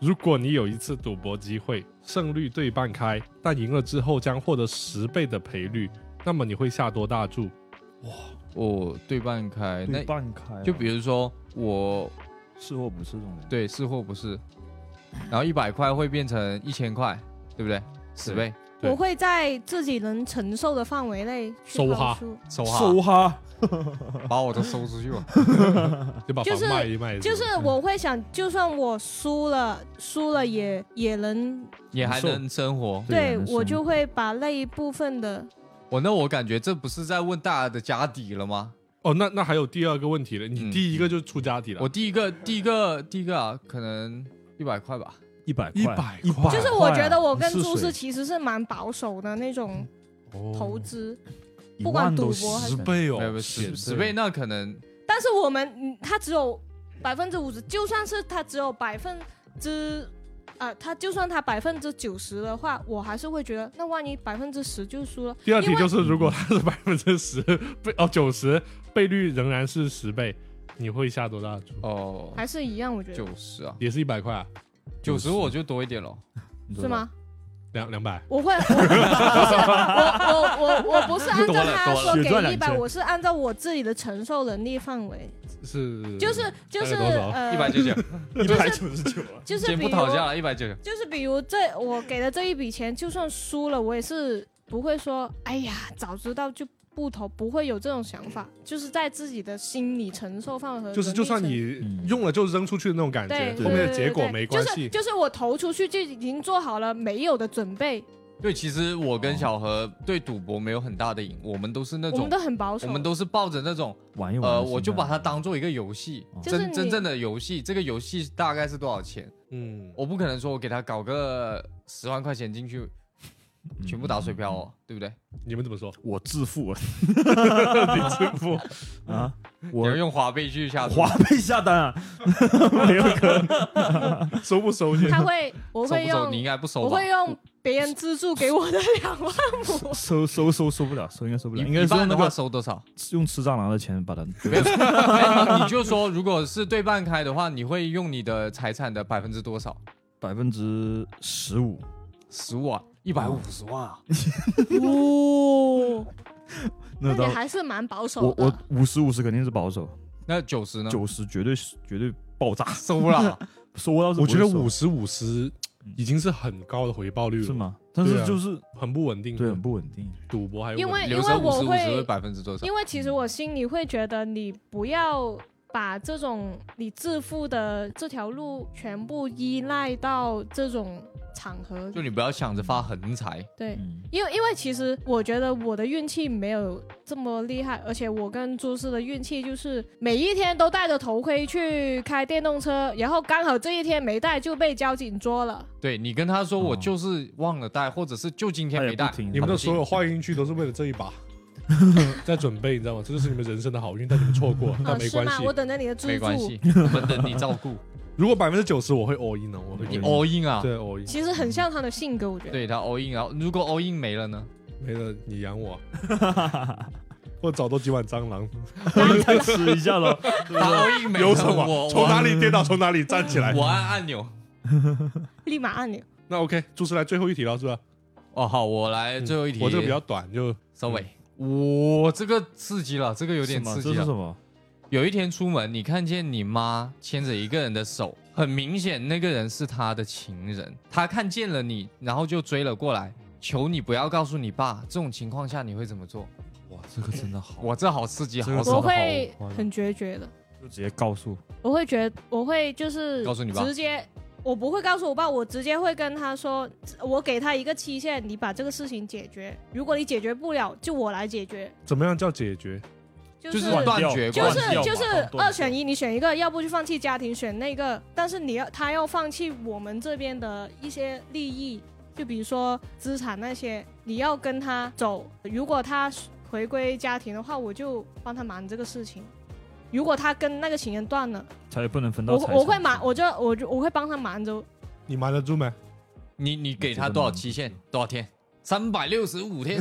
[SPEAKER 2] 如果你有一次赌博机会，胜率对半开，但赢了之后将获得十倍的赔率，那么你会下多大注？
[SPEAKER 1] 我对半开，那
[SPEAKER 4] 对半开啊，
[SPEAKER 1] 就比如说我
[SPEAKER 4] 是或不是这种人。
[SPEAKER 1] 对，是或不是。然后一百块会变成一千块，对不对？十倍
[SPEAKER 2] 对
[SPEAKER 3] 我会在自己能承受的范围内去
[SPEAKER 2] 收
[SPEAKER 3] 抛
[SPEAKER 2] 哈
[SPEAKER 3] 出，
[SPEAKER 1] 收哈，
[SPEAKER 4] 收哈，
[SPEAKER 1] 把我都收出 (laughs) 去了。
[SPEAKER 2] 就把
[SPEAKER 3] 就是
[SPEAKER 2] 房卖一卖，
[SPEAKER 3] 就是我会想，就算我输了，输了也也能，
[SPEAKER 1] 你还能生活？
[SPEAKER 3] 对
[SPEAKER 4] 能
[SPEAKER 3] 我
[SPEAKER 4] 收
[SPEAKER 3] 就会把那一部分的
[SPEAKER 1] 我那我感觉这不是在问大家的家底了吗？
[SPEAKER 2] 哦，那那还有第二个问题了，你
[SPEAKER 1] 嗯
[SPEAKER 2] 第一个就出家底了，
[SPEAKER 1] 我第一个，第一个，第一个啊，可能一百块吧。
[SPEAKER 4] 一百啊
[SPEAKER 2] 一百块，
[SPEAKER 3] 就是我觉得我跟
[SPEAKER 4] 哎你试
[SPEAKER 3] 朱
[SPEAKER 4] 水
[SPEAKER 3] 是
[SPEAKER 4] 哦
[SPEAKER 3] 其实是蛮保守的那种投资，不管
[SPEAKER 4] 万
[SPEAKER 3] 赌
[SPEAKER 4] 都
[SPEAKER 3] 博还
[SPEAKER 2] 十
[SPEAKER 4] 十
[SPEAKER 3] 是
[SPEAKER 4] 倍，
[SPEAKER 2] 倍
[SPEAKER 1] 没有没
[SPEAKER 2] 哦，
[SPEAKER 1] 有十十倍，那可能
[SPEAKER 3] 但是我们嗯他只有百分之五十，就算是他只有百分之。啊，他就算他百分之九十的话，我还是会觉得，那万一百分之十就输了，
[SPEAKER 2] 第二
[SPEAKER 3] 因
[SPEAKER 2] 题
[SPEAKER 3] 为
[SPEAKER 2] 就是，如果它是百分之十倍哦九十倍率仍然是十倍，你会下多大注？
[SPEAKER 1] 哦
[SPEAKER 3] 还是一样，我觉得
[SPEAKER 1] 九十啊，
[SPEAKER 2] 也是一百块啊，
[SPEAKER 1] 九十我就多一点咯。
[SPEAKER 4] 你知
[SPEAKER 3] 是
[SPEAKER 4] 道吧？
[SPEAKER 3] 吗？
[SPEAKER 2] 两两百。
[SPEAKER 3] 我会，我不是我我我我不是按照
[SPEAKER 1] 多了
[SPEAKER 3] 他
[SPEAKER 1] 多
[SPEAKER 3] 说
[SPEAKER 4] 了血赚
[SPEAKER 3] 给一
[SPEAKER 4] 两
[SPEAKER 3] 百，
[SPEAKER 4] 千
[SPEAKER 3] 我是按照我自己的承受能力范围，
[SPEAKER 2] 是
[SPEAKER 3] 就是就是
[SPEAKER 2] 大概多少
[SPEAKER 3] 呃，
[SPEAKER 1] 一百九十九，
[SPEAKER 4] 一百九十九啊！
[SPEAKER 3] (laughs) 就是
[SPEAKER 1] 先
[SPEAKER 3] 比
[SPEAKER 1] 不
[SPEAKER 3] 如
[SPEAKER 1] 讨价了，一百九十九。
[SPEAKER 3] 就是比如这我给的这一笔钱，就算输了，我也是不会说，哎呀，早知道就不投，不会有这种想法，就是在自己的心理承受范围和
[SPEAKER 2] 就是，
[SPEAKER 3] 能力
[SPEAKER 2] 就算
[SPEAKER 3] 承
[SPEAKER 2] 你用了就扔出去的那种感觉
[SPEAKER 3] 嗯对，
[SPEAKER 2] 后面的结果
[SPEAKER 3] 对对对
[SPEAKER 2] 没关系。
[SPEAKER 3] 就是就是我投出去就已经做好了没有的准备，
[SPEAKER 1] 对，其实我跟小何对赌博没有很大的瘾，我们都是那
[SPEAKER 3] 我们
[SPEAKER 1] 种，
[SPEAKER 3] 都很保守，
[SPEAKER 1] 我们都是抱着那种
[SPEAKER 4] 玩一玩的
[SPEAKER 1] 呃，
[SPEAKER 4] 心态。
[SPEAKER 1] 我就把它当做一个游戏，
[SPEAKER 4] 哦
[SPEAKER 3] 就是
[SPEAKER 1] 真
[SPEAKER 3] 你
[SPEAKER 1] 真正的游戏。这个游戏大概是多少钱？
[SPEAKER 2] 嗯，
[SPEAKER 1] 我不可能说我给他搞个十万块钱进去，
[SPEAKER 4] 嗯
[SPEAKER 1] 全部打水漂哦，对不对？
[SPEAKER 2] 你们怎么说？
[SPEAKER 4] (laughs) 我自
[SPEAKER 1] (laughs)
[SPEAKER 4] 负啊
[SPEAKER 2] 林志富，
[SPEAKER 4] (laughs) 啊，
[SPEAKER 1] 你
[SPEAKER 4] 我
[SPEAKER 1] 要用花呗去下注
[SPEAKER 4] 华被下单啊，
[SPEAKER 1] (laughs)
[SPEAKER 4] 没有可能，。
[SPEAKER 2] 收不收钱？
[SPEAKER 3] 他会，我
[SPEAKER 1] 收
[SPEAKER 3] 会
[SPEAKER 1] 不收？
[SPEAKER 3] 用
[SPEAKER 1] 你应，该不收
[SPEAKER 3] 我
[SPEAKER 1] 吧？
[SPEAKER 3] 会用别人资助给我的
[SPEAKER 2] (laughs)
[SPEAKER 3] 两万五
[SPEAKER 4] 收收收收不了，收应该收不了，
[SPEAKER 1] 一
[SPEAKER 4] 应该
[SPEAKER 1] 一
[SPEAKER 4] 是
[SPEAKER 1] 半
[SPEAKER 4] 用那
[SPEAKER 1] 的话
[SPEAKER 4] 个
[SPEAKER 1] 收多
[SPEAKER 4] (laughs)
[SPEAKER 1] 少？
[SPEAKER 4] 用吃蟑螂的钱把它
[SPEAKER 1] 没有，没有你就说，如果是对半开的话，你会用你的财产的百分之多少？
[SPEAKER 4] 百分之十五，
[SPEAKER 1] 十五啊，一百五十万啊，
[SPEAKER 3] 哦，那
[SPEAKER 4] 那
[SPEAKER 3] 你
[SPEAKER 4] 到
[SPEAKER 3] 还是蛮保守
[SPEAKER 4] 我
[SPEAKER 3] 的。
[SPEAKER 4] 我五十五十肯定是保守，
[SPEAKER 1] 那九十呢？
[SPEAKER 4] 哦九十绝对绝对爆炸，
[SPEAKER 1] (laughs) 收了，啊
[SPEAKER 4] 收到是
[SPEAKER 2] 我觉得
[SPEAKER 4] 不
[SPEAKER 2] 五
[SPEAKER 4] 会收
[SPEAKER 2] 十嗯五十已经是很高的回报率了，
[SPEAKER 4] 是？吗？但是就是
[SPEAKER 2] 很不稳定，
[SPEAKER 4] 对很不稳定，
[SPEAKER 2] 赌博还有
[SPEAKER 3] (laughs) 因为
[SPEAKER 1] 留着
[SPEAKER 3] 我
[SPEAKER 1] 五十五
[SPEAKER 3] 会
[SPEAKER 1] 十会百分之多少？
[SPEAKER 3] 因为其实我心里会觉得，你不要把这种你致富的这条路全部依赖到这种场合。
[SPEAKER 1] 就你不要想着发横财，
[SPEAKER 3] 对，
[SPEAKER 4] 嗯，
[SPEAKER 3] 因为因为其实我觉得我的运气没有这么厉害，而且我跟朱师的运气就是每一天都戴着头盔去开电动车，然后刚好这一天没戴就被交警捉了。
[SPEAKER 1] 对你跟他说我
[SPEAKER 4] 哦
[SPEAKER 1] 就是忘了带，或者是就今天
[SPEAKER 4] 他也
[SPEAKER 1] 没带
[SPEAKER 4] 不，听
[SPEAKER 2] 你们的
[SPEAKER 1] 都
[SPEAKER 2] 所有坏运气都是为了这一 (laughs) 把在准备，你知道吗？这就是你们人生的好运，但你们错过，
[SPEAKER 3] 啊，
[SPEAKER 2] 但没
[SPEAKER 3] 是
[SPEAKER 2] 关
[SPEAKER 3] 吗？
[SPEAKER 2] 系
[SPEAKER 3] 我。等着你的资
[SPEAKER 1] 没关
[SPEAKER 3] 助。 (laughs)
[SPEAKER 1] 系，我们等你照顾。
[SPEAKER 2] 如果百分之九十，我会 all in 的，我会
[SPEAKER 1] 你
[SPEAKER 2] all in
[SPEAKER 1] all in 啊，
[SPEAKER 2] (laughs) 对 all in，
[SPEAKER 3] 其实很像他的性格，我觉得。
[SPEAKER 1] 对他 all in 啊，如果 all in 没了呢？
[SPEAKER 2] 没了你养
[SPEAKER 4] (laughs)
[SPEAKER 2] 我，或找多几碗蟑螂，
[SPEAKER 3] 哎
[SPEAKER 4] (laughs) 再吃一下喽，
[SPEAKER 1] 他 all in 没了，
[SPEAKER 2] 有什
[SPEAKER 1] 我
[SPEAKER 2] 么？从哪
[SPEAKER 1] 我
[SPEAKER 2] 里跌倒从哪里站起来。
[SPEAKER 1] 我按按钮。
[SPEAKER 3] 立马按钮。
[SPEAKER 2] 那 OK，朱师来最后一题了，是吧？
[SPEAKER 1] 哦，好，我来最后一题，
[SPEAKER 2] 嗯我这个比较嗯短，就
[SPEAKER 1] 收尾。我这个刺激了，这个有点
[SPEAKER 4] 是吗
[SPEAKER 1] 刺
[SPEAKER 4] 这
[SPEAKER 1] 激
[SPEAKER 4] 是
[SPEAKER 1] 了
[SPEAKER 4] 什。么？
[SPEAKER 1] 有一天出门，你看见你妈牵着一个人的手，很明显那个人是她的情人，她看见了你，然后就追了过来，求你不要告诉你爸。这种情况下你会怎么做？
[SPEAKER 4] 哇，这个真的好，
[SPEAKER 1] 我这好刺激，
[SPEAKER 4] 这个
[SPEAKER 1] 好
[SPEAKER 4] 真的
[SPEAKER 1] 爽！
[SPEAKER 3] 我会
[SPEAKER 4] 好
[SPEAKER 3] 很决绝的，
[SPEAKER 4] 就直接告诉
[SPEAKER 3] 我会觉我会就是
[SPEAKER 1] 告诉你爸
[SPEAKER 3] 直接，我不会告诉我爸，我直接会跟他说，我给他一个期限，你把这个事情解决。如果你解决不了，就我来解决，
[SPEAKER 2] 怎么样叫解决？
[SPEAKER 3] 就
[SPEAKER 1] 就是是
[SPEAKER 4] 断
[SPEAKER 1] 断
[SPEAKER 4] 掉
[SPEAKER 1] 绝
[SPEAKER 3] 就
[SPEAKER 1] 关系
[SPEAKER 3] 是
[SPEAKER 4] 掉嘛
[SPEAKER 3] 就是
[SPEAKER 4] 断掉
[SPEAKER 3] 二选一，你选一个，要不就放弃家庭，选那个。但是你要他要放弃我们这边的一些利益，就比如说资产那些，你要跟他走。如果他回归家庭的话，我就帮他瞒这个事情。如果他跟那个情人断了，
[SPEAKER 4] 他也不能分到
[SPEAKER 3] 我
[SPEAKER 4] 财产
[SPEAKER 3] 我会瞒，我就我就我会帮他瞒着。
[SPEAKER 2] 你瞒得住没？
[SPEAKER 1] 你你给
[SPEAKER 4] 我觉
[SPEAKER 1] 他
[SPEAKER 4] 得
[SPEAKER 1] 多少
[SPEAKER 4] 蛮
[SPEAKER 1] 期限？多少天？三百六十五天，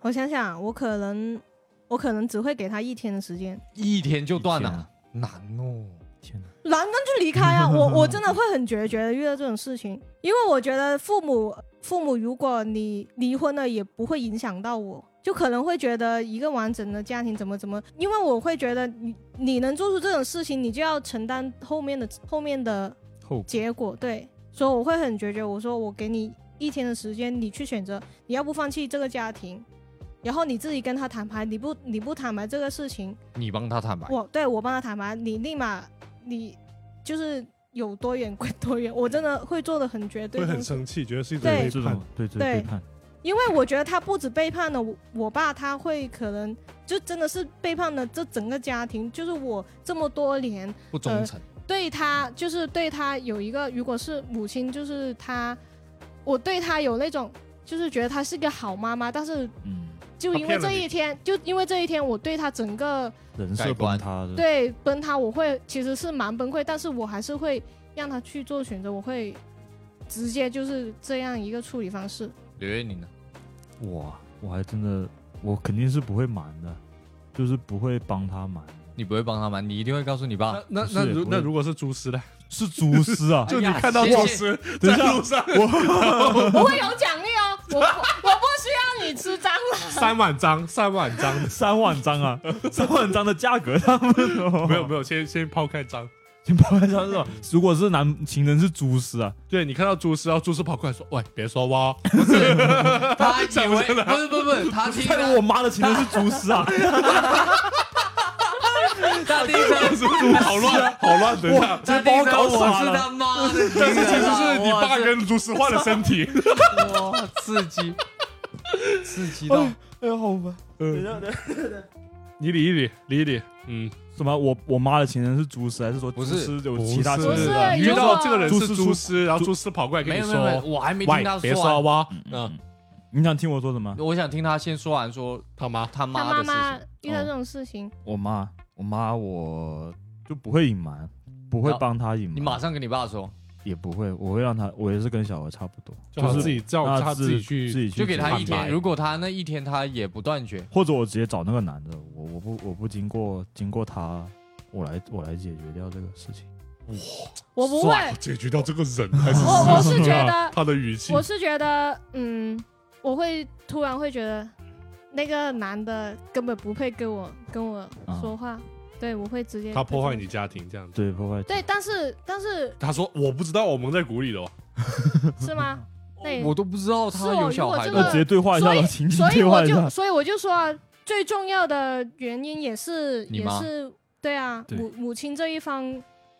[SPEAKER 3] 我想想，我可能我可能只会给他一天的时间，
[SPEAKER 1] 一天就断
[SPEAKER 4] 一天
[SPEAKER 1] 了
[SPEAKER 4] 啊，
[SPEAKER 1] 难哦。
[SPEAKER 4] 天啊哪，
[SPEAKER 3] 然那就离开啊！我我真的会很决绝的遇到这种事情，因为我觉得父母父母如果你离婚了，也不会影响到我，就可能会觉得一个完整的家庭怎么怎么，因为我会觉得你你能做出这种事情，你就要承担后面的后面的
[SPEAKER 4] 后果
[SPEAKER 3] 结果，对，所以我会很决绝，我说我给你一天的时间，你去选择，你要不放弃这个家庭。然后你自己跟他坦白，你不你不坦白这个事情，
[SPEAKER 1] 你帮他坦白，
[SPEAKER 3] 我对我帮他坦白，你立马你就是有多远滚多远，我真的会做的很绝对
[SPEAKER 2] 会
[SPEAKER 3] 这
[SPEAKER 2] 很
[SPEAKER 3] 种事，
[SPEAKER 2] 生气，觉得是一种
[SPEAKER 3] 对
[SPEAKER 2] 背
[SPEAKER 4] 这
[SPEAKER 2] 叛
[SPEAKER 4] 种。对对
[SPEAKER 3] 对
[SPEAKER 4] 背叛，
[SPEAKER 3] 因为我觉得他不止背叛了我我爸，他会可能就真的是背叛了这整个家庭，就是我这么多年
[SPEAKER 1] 不忠
[SPEAKER 3] 呃
[SPEAKER 1] 诚。
[SPEAKER 3] 对他就是对他有一个，如果是母亲，就是他，我对他有那种就是觉得他是个好妈妈，但是
[SPEAKER 4] 嗯，
[SPEAKER 3] 就
[SPEAKER 2] 他
[SPEAKER 3] 因为
[SPEAKER 2] 骗了
[SPEAKER 3] 这
[SPEAKER 2] 你
[SPEAKER 3] 一天，就因为这一天，我对他整个
[SPEAKER 4] 人
[SPEAKER 1] 改
[SPEAKER 4] 设
[SPEAKER 1] 观
[SPEAKER 4] 崩塌的，
[SPEAKER 3] 对崩塌，我会其实是蛮崩溃，但是我还是会让他去做选择，我会直接就是这样一个处理
[SPEAKER 2] (laughs)
[SPEAKER 3] 方式。
[SPEAKER 1] 刘月，你呢？
[SPEAKER 4] 哇，我还真的，我肯定是不会瞒的，就是不会帮他瞒。
[SPEAKER 1] 你不会帮他吗？你一定会告诉你
[SPEAKER 4] (laughs)
[SPEAKER 1] 爸。
[SPEAKER 2] 那那那
[SPEAKER 4] 是
[SPEAKER 2] 如
[SPEAKER 4] 不会
[SPEAKER 2] 那如果是蛛丝呢？
[SPEAKER 4] 是蛛丝啊
[SPEAKER 1] 哎
[SPEAKER 2] 就你
[SPEAKER 1] 呀
[SPEAKER 2] 看到
[SPEAKER 1] 谢谢
[SPEAKER 2] 蛛丝
[SPEAKER 4] 等
[SPEAKER 2] 在
[SPEAKER 4] 一下
[SPEAKER 2] 路上
[SPEAKER 3] (laughs) 我会有奖励哦，我我我不需要你吃蟑螂，
[SPEAKER 2] 三万张，三万张，
[SPEAKER 4] (laughs) (laughs) 三万张啊，三万张的价格，他们
[SPEAKER 2] 没
[SPEAKER 4] (laughs)
[SPEAKER 2] 有没有，先先抛开张。
[SPEAKER 4] 先抛开张是吧？如果是男情人是蛛丝 (laughs) 啊，
[SPEAKER 2] 对你看到蛛丝，然后蛛丝跑过来说：“喂，别说哇
[SPEAKER 1] (laughs)
[SPEAKER 2] 哦，
[SPEAKER 1] 不是，他以为不是不是不是，他听
[SPEAKER 4] 看
[SPEAKER 1] 到
[SPEAKER 4] 来我妈的情人是蛛丝啊，
[SPEAKER 1] 他听
[SPEAKER 4] (laughs)
[SPEAKER 1] 到
[SPEAKER 2] 是不是好乱，好乱。”等一下，
[SPEAKER 1] 他
[SPEAKER 4] 把
[SPEAKER 1] 听
[SPEAKER 4] 我
[SPEAKER 1] 到
[SPEAKER 4] 搞
[SPEAKER 1] 我
[SPEAKER 4] 傻
[SPEAKER 1] 是
[SPEAKER 4] 了。
[SPEAKER 1] 他妈
[SPEAKER 2] (laughs)
[SPEAKER 1] 的，
[SPEAKER 2] 但是其实是你爸跟蛛丝换了身体。
[SPEAKER 1] 我哇刺激，刺激到
[SPEAKER 4] 哎呀，好吧，
[SPEAKER 2] 嗯，你理一理，理一理。嗯，
[SPEAKER 4] 什么？我我妈的情人是蛛丝，还是说
[SPEAKER 1] 不
[SPEAKER 4] 蛛
[SPEAKER 1] 是
[SPEAKER 4] 丝有
[SPEAKER 2] 不
[SPEAKER 4] 其
[SPEAKER 2] (laughs)
[SPEAKER 4] 他
[SPEAKER 2] 是
[SPEAKER 4] 情人
[SPEAKER 3] 不
[SPEAKER 4] 啊
[SPEAKER 3] 是
[SPEAKER 2] 遇到这个人
[SPEAKER 4] 如果
[SPEAKER 2] 是蛛丝，然后蛛丝跑过来跟
[SPEAKER 1] 没
[SPEAKER 2] 你
[SPEAKER 1] 有没有没有，
[SPEAKER 2] 说
[SPEAKER 1] 我还：“没听
[SPEAKER 2] 喂
[SPEAKER 1] 他，
[SPEAKER 2] 别
[SPEAKER 1] 说
[SPEAKER 2] 说
[SPEAKER 1] 完。
[SPEAKER 2] 哇哦。”
[SPEAKER 4] 嗯
[SPEAKER 2] 嗯，
[SPEAKER 4] 你想听我说什么？
[SPEAKER 1] 我想听他先说完说
[SPEAKER 2] 他妈
[SPEAKER 1] 他
[SPEAKER 3] 他
[SPEAKER 1] 妈
[SPEAKER 3] 妈
[SPEAKER 1] 的事
[SPEAKER 3] 妈
[SPEAKER 1] 情。
[SPEAKER 3] 遇到这种事
[SPEAKER 2] 嗯
[SPEAKER 3] 情，
[SPEAKER 4] 我妈，我妈，我就不会隐瞒，不会
[SPEAKER 1] 那
[SPEAKER 4] 帮她隐瞒，
[SPEAKER 1] 你马上跟你爸说，
[SPEAKER 4] 也不会，我会让她，我也是跟小何差不多，
[SPEAKER 2] 就他
[SPEAKER 4] 是
[SPEAKER 2] 自己叫
[SPEAKER 4] 让
[SPEAKER 2] 他
[SPEAKER 4] 自
[SPEAKER 2] 自己去
[SPEAKER 4] 自己去
[SPEAKER 1] 就给他一
[SPEAKER 4] 解决
[SPEAKER 2] 坦白
[SPEAKER 1] 天。如果他那一天他也不断绝，
[SPEAKER 4] 或者我直接找那个男的，我我不我不经过经过他，我来我来解决掉这个事情。
[SPEAKER 3] 我不会，
[SPEAKER 2] 解决掉这个 (laughs) 人还是
[SPEAKER 3] 我我是觉得
[SPEAKER 2] (laughs) 他的语气
[SPEAKER 3] 我是觉得，嗯，我会突然会觉得那个男的根本不配跟我跟我说话，对我会直接
[SPEAKER 2] 嗯他破坏你。家庭这样子。
[SPEAKER 4] 对，破坏
[SPEAKER 3] 对，但是但是
[SPEAKER 2] 他说我不知道，我蒙在鼓里的哦。(laughs)
[SPEAKER 3] 是吗？那
[SPEAKER 1] 我都不知道他有小孩
[SPEAKER 3] 哎是我如果这
[SPEAKER 4] 那
[SPEAKER 1] 的
[SPEAKER 3] 个
[SPEAKER 4] 直接对话一下
[SPEAKER 3] 所
[SPEAKER 4] 吧，
[SPEAKER 3] 以
[SPEAKER 4] (laughs) 情景
[SPEAKER 3] 所以
[SPEAKER 4] 对
[SPEAKER 3] 我
[SPEAKER 4] 话一下
[SPEAKER 3] 就。所以我就说啊、最重要的原因也是
[SPEAKER 1] 你
[SPEAKER 3] 也
[SPEAKER 1] 妈
[SPEAKER 3] 是对啊，
[SPEAKER 5] 对
[SPEAKER 3] 母母亲这一方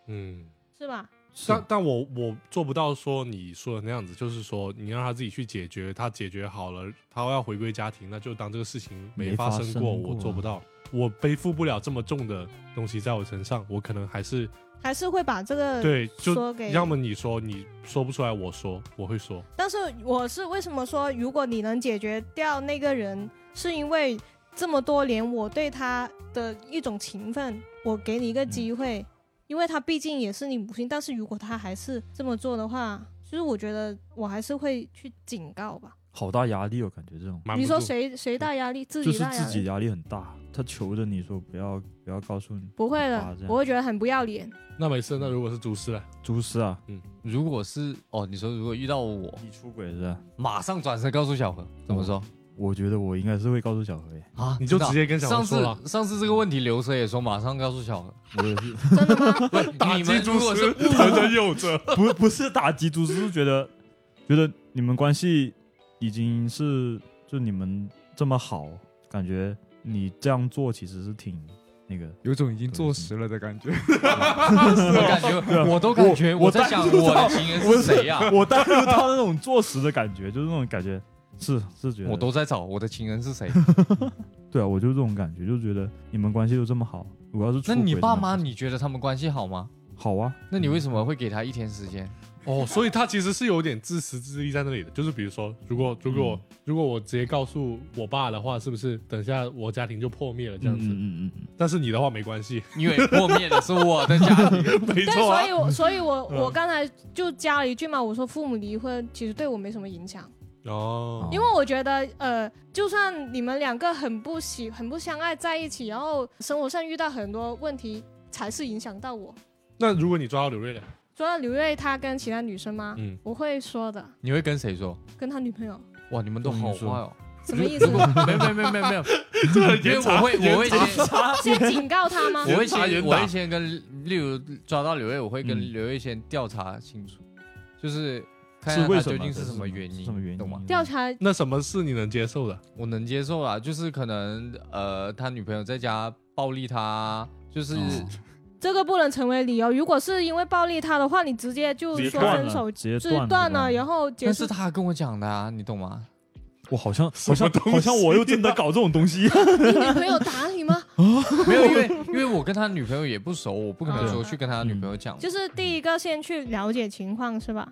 [SPEAKER 2] 嗯，
[SPEAKER 3] 是吧？
[SPEAKER 4] 是
[SPEAKER 2] 但但我我做不到说你说的那样子，就是说你让他自己去解决，他解决好了，他要回归家庭，那就当这个事情没
[SPEAKER 4] 没
[SPEAKER 2] 发
[SPEAKER 4] 发
[SPEAKER 2] 生
[SPEAKER 4] 生
[SPEAKER 2] 过。
[SPEAKER 4] 过啊
[SPEAKER 2] 我做不到，我背负不了这么重的东西在我身上，我可能还是
[SPEAKER 3] 还是会把这个
[SPEAKER 2] 对，就
[SPEAKER 3] 呃说给
[SPEAKER 2] 要么你说你说不出来，我说我会说，
[SPEAKER 3] 但是我是为什么说，如果你能解决掉那个人，是因为这么多年我对他的一种情分，我给你一
[SPEAKER 4] 嗯
[SPEAKER 3] 个机会，因为他毕竟也是你母亲。但是如果他还是这么做的话，就是我觉得我还是会去警告吧。
[SPEAKER 4] 好大压力哦，感觉这种
[SPEAKER 2] 瞒不
[SPEAKER 3] 你说
[SPEAKER 2] 住
[SPEAKER 3] 谁谁大压力，自
[SPEAKER 4] 就
[SPEAKER 3] 己
[SPEAKER 4] 是
[SPEAKER 3] 大压
[SPEAKER 4] 自
[SPEAKER 3] 力，
[SPEAKER 4] 己压力很大，他求着你说不要不要告诉你，
[SPEAKER 3] 不会
[SPEAKER 4] 啊
[SPEAKER 3] 的
[SPEAKER 4] 这，样
[SPEAKER 3] 我会觉得很不要脸。
[SPEAKER 2] 那没事，那如果是主师了，
[SPEAKER 4] 蛛丝啊，
[SPEAKER 1] 如果是哦，你说如果遇到我，
[SPEAKER 4] 你出轨是吧？
[SPEAKER 1] 马上转身告诉小何，怎么说
[SPEAKER 4] 我觉得我应该是会告诉小何耶，
[SPEAKER 1] 啊？
[SPEAKER 2] 嗯你就
[SPEAKER 1] 真的啊
[SPEAKER 2] 直接跟小
[SPEAKER 1] 上
[SPEAKER 2] 王说
[SPEAKER 1] 次
[SPEAKER 2] 了。
[SPEAKER 1] 上次这个问题，刘蛇也说马上告诉小何。
[SPEAKER 4] 我也是 (laughs)
[SPEAKER 3] 真的吗？
[SPEAKER 1] 不是
[SPEAKER 2] 打
[SPEAKER 1] 你
[SPEAKER 2] 击
[SPEAKER 1] 们
[SPEAKER 2] 主
[SPEAKER 1] 如果
[SPEAKER 2] 师
[SPEAKER 1] 是
[SPEAKER 2] 疼着有着，
[SPEAKER 4] 不不是打击蛛丝，是觉得觉得你们关系已经是就你们这么好，感觉你这样做其实是挺那个。
[SPEAKER 5] 有种已经坐实了的感觉。
[SPEAKER 1] (laughs) 我感觉，我都感觉
[SPEAKER 4] 我
[SPEAKER 1] 我在想我的情人是谁
[SPEAKER 4] (laughs)
[SPEAKER 1] 呀？
[SPEAKER 4] 我带入到那种坐实的感觉，就是那种感觉，是是觉得
[SPEAKER 1] 我都在找我的情人是谁。
[SPEAKER 4] 对啊，我就这种感觉，就觉得你们关系都这么好，我要是出
[SPEAKER 1] 那
[SPEAKER 4] 轨
[SPEAKER 1] 你
[SPEAKER 4] 的
[SPEAKER 1] 爸
[SPEAKER 4] 话
[SPEAKER 1] 妈，你觉得他们关系好吗？
[SPEAKER 4] 好啊，
[SPEAKER 1] 那你为什么会给他一天时间？
[SPEAKER 2] 哦，所以他其实是有点自私自利在那里的，就是比如说，如果如
[SPEAKER 4] 嗯
[SPEAKER 2] 果、如果我直接告诉我爸的话，是不是等下我家庭就破灭了这样子？
[SPEAKER 4] 嗯嗯嗯嗯，
[SPEAKER 2] 但是你的话没关
[SPEAKER 1] (laughs)
[SPEAKER 2] 系，
[SPEAKER 1] 因为破灭的是我的家 (laughs) 庭。
[SPEAKER 2] 没
[SPEAKER 3] 对，
[SPEAKER 2] 错、
[SPEAKER 3] 所
[SPEAKER 2] 啊
[SPEAKER 3] 以。我所以我我刚才就加了一句嘛，我说父母离婚其实对我没什么影响。
[SPEAKER 4] 嗯
[SPEAKER 2] 哦，
[SPEAKER 3] 因为我觉得，呃，就算你们两个很不喜、很不相爱在一起，然后生活上遇到很多问题，才是影响到我。
[SPEAKER 2] 那如果你抓到刘瑞了，
[SPEAKER 3] 说到刘瑞他跟其他女生吗？
[SPEAKER 2] 嗯，
[SPEAKER 3] 我会说的，
[SPEAKER 1] 你会跟谁说？
[SPEAKER 3] 跟他女朋友
[SPEAKER 1] 哇，你们都好坏哦！
[SPEAKER 3] 什么意思？ (laughs)
[SPEAKER 1] 没有没有没有没有 (laughs) 没有，
[SPEAKER 2] 这个
[SPEAKER 1] 因为
[SPEAKER 2] 严
[SPEAKER 1] 我
[SPEAKER 2] 查
[SPEAKER 1] 会我会
[SPEAKER 2] 严查
[SPEAKER 1] 先
[SPEAKER 3] 先警告他吗？
[SPEAKER 1] 我会
[SPEAKER 2] 严查
[SPEAKER 1] 先
[SPEAKER 2] 严
[SPEAKER 1] 我
[SPEAKER 2] 打
[SPEAKER 1] 会先跟，例如抓到刘烨，我会跟
[SPEAKER 4] 嗯
[SPEAKER 1] 刘烨先调查清楚，就是看
[SPEAKER 4] 是
[SPEAKER 1] 看
[SPEAKER 4] 为
[SPEAKER 1] 他
[SPEAKER 4] 什
[SPEAKER 1] 究
[SPEAKER 4] 么
[SPEAKER 1] 竟
[SPEAKER 4] 这
[SPEAKER 1] 是什么
[SPEAKER 4] 么
[SPEAKER 1] 原因，
[SPEAKER 4] 什么原因？
[SPEAKER 1] 懂吗？
[SPEAKER 3] 调查
[SPEAKER 2] 那什么是你能接受的？
[SPEAKER 1] 我能接受啦，就是可能呃，他女朋友在家暴力他，就是、
[SPEAKER 4] 哦
[SPEAKER 3] 这个不能成为理由。如果是因为暴力他的话，你直接就
[SPEAKER 4] 直接
[SPEAKER 3] 说
[SPEAKER 4] 断
[SPEAKER 3] 分
[SPEAKER 4] 了
[SPEAKER 3] 手，
[SPEAKER 4] 直接
[SPEAKER 3] 就是断
[SPEAKER 4] 了，
[SPEAKER 3] 了，然后结
[SPEAKER 1] 但是
[SPEAKER 3] 束。
[SPEAKER 1] 他跟我讲的啊，你懂
[SPEAKER 3] (laughs)
[SPEAKER 1] 吗？
[SPEAKER 4] 我好像好
[SPEAKER 2] 什么
[SPEAKER 4] 像
[SPEAKER 2] 东西啊
[SPEAKER 4] 好像我又真的搞这种东西，
[SPEAKER 3] 你女朋友打你吗？
[SPEAKER 1] 没有，因为因为我跟他女朋友也不熟，我不可能
[SPEAKER 3] 对
[SPEAKER 1] 说去跟他女朋友讲。
[SPEAKER 3] 就是第一个先去了解情况是吧？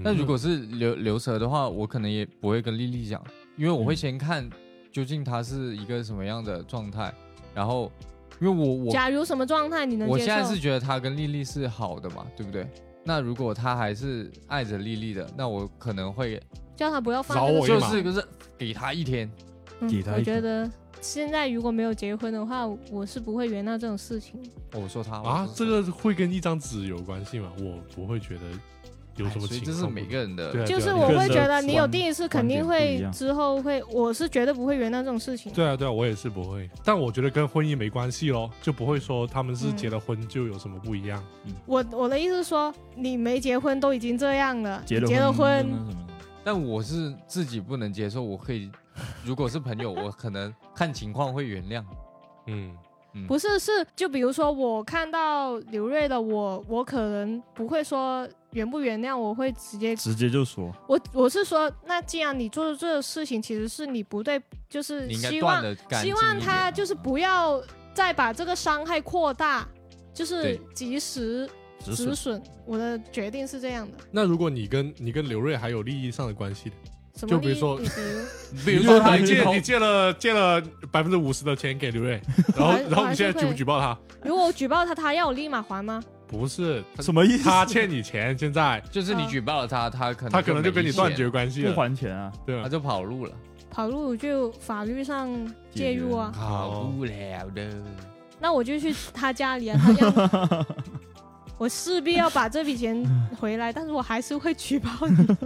[SPEAKER 1] 那如果是留留蛇的话，我可能也不会跟丽丽讲，因为我会先看究竟她是一个什么样的状态，然后因为我我
[SPEAKER 3] 假如什么状态你能
[SPEAKER 1] 我
[SPEAKER 3] 接
[SPEAKER 1] 现在是
[SPEAKER 3] 受？
[SPEAKER 1] 觉得她跟丽丽是好的嘛，对不对？那如果她还是爱着丽丽的，那我可能会
[SPEAKER 3] 叫他不要
[SPEAKER 2] 饶
[SPEAKER 3] 放这个
[SPEAKER 2] 我一
[SPEAKER 1] 就
[SPEAKER 2] 马
[SPEAKER 1] 是就是给她一天，
[SPEAKER 3] 嗯
[SPEAKER 4] 给他
[SPEAKER 3] 我
[SPEAKER 4] 一
[SPEAKER 3] 觉
[SPEAKER 4] 拳
[SPEAKER 3] 得现在如果没有结婚的话，我是不会原谅这种事情。
[SPEAKER 1] 哦我说她我
[SPEAKER 2] 啊
[SPEAKER 1] 说，她
[SPEAKER 2] 这个会跟一张纸有关系吗？我不会觉得有什么
[SPEAKER 1] 哎所以
[SPEAKER 2] 情
[SPEAKER 1] 这
[SPEAKER 2] 况。
[SPEAKER 1] 是每个人的
[SPEAKER 2] 对啊
[SPEAKER 3] 就是
[SPEAKER 2] 对啊
[SPEAKER 3] 我会
[SPEAKER 4] 个人的
[SPEAKER 3] 觉得你有
[SPEAKER 4] 观
[SPEAKER 3] 第一次，肯
[SPEAKER 4] 观点
[SPEAKER 3] 定
[SPEAKER 4] 不一
[SPEAKER 3] 会
[SPEAKER 4] 样
[SPEAKER 3] 之后会，我是绝对不会原谅这种事情。
[SPEAKER 2] 对啊，对啊，我也是不会，但我觉得跟婚姻没关系咯，就不会说他们是结了婚就有什么不一样。
[SPEAKER 3] 我我的意思是说，你没结婚都已经这样了，
[SPEAKER 4] 结了
[SPEAKER 3] 结了
[SPEAKER 4] 婚
[SPEAKER 3] 婚，
[SPEAKER 4] 真的什么的
[SPEAKER 1] 但我是自己不能接受，我可以，如果是朋友，我可能看情况会原谅。
[SPEAKER 2] 嗯，
[SPEAKER 3] 不是是就比如说我看到刘瑞的我，我可能不会说原不原谅，我会直接
[SPEAKER 4] 直接就说
[SPEAKER 3] 我我是说，那既然你做的这个事情其实是你不对，就是
[SPEAKER 1] 你应该
[SPEAKER 3] 希
[SPEAKER 1] 断
[SPEAKER 3] 望
[SPEAKER 1] 的干净
[SPEAKER 3] 希
[SPEAKER 1] 一点
[SPEAKER 3] 望他就是不要再把这个伤害扩大，就是
[SPEAKER 1] 对
[SPEAKER 3] 及时
[SPEAKER 4] 止
[SPEAKER 3] 止
[SPEAKER 4] 损，
[SPEAKER 3] 损。我的决定是这样的，
[SPEAKER 2] 那如果你跟你跟刘瑞还有利益上的关系，
[SPEAKER 3] 什么
[SPEAKER 2] 就比如
[SPEAKER 3] 利
[SPEAKER 2] 说
[SPEAKER 3] 你比如
[SPEAKER 2] 比如说你借你借了借了百分之五十的钱给
[SPEAKER 1] (laughs)
[SPEAKER 2] 刘瑞，然后
[SPEAKER 3] 还
[SPEAKER 2] 然后你现在举
[SPEAKER 3] 还是会
[SPEAKER 2] 不举报他？
[SPEAKER 3] 如果我举报他，他要我立马还吗？
[SPEAKER 2] 不是，
[SPEAKER 4] 什么意思？ (laughs)
[SPEAKER 2] 他欠你钱，现在
[SPEAKER 1] 就是你
[SPEAKER 3] 啊
[SPEAKER 1] 举报了他，他可能
[SPEAKER 2] 他可能就跟你
[SPEAKER 1] 没钱
[SPEAKER 2] 断，绝关系
[SPEAKER 6] 不
[SPEAKER 2] 了，
[SPEAKER 6] 还钱啊？
[SPEAKER 2] 对
[SPEAKER 1] 他
[SPEAKER 2] 啊，
[SPEAKER 1] 就跑路了，
[SPEAKER 3] 跑路就法律上介入啊，
[SPEAKER 1] 跑
[SPEAKER 2] 好，
[SPEAKER 1] 不了的。
[SPEAKER 3] 那我就去他家里啊，他要
[SPEAKER 2] (laughs)
[SPEAKER 3] 我势必要把这笔钱回来，但是我还是会举报你，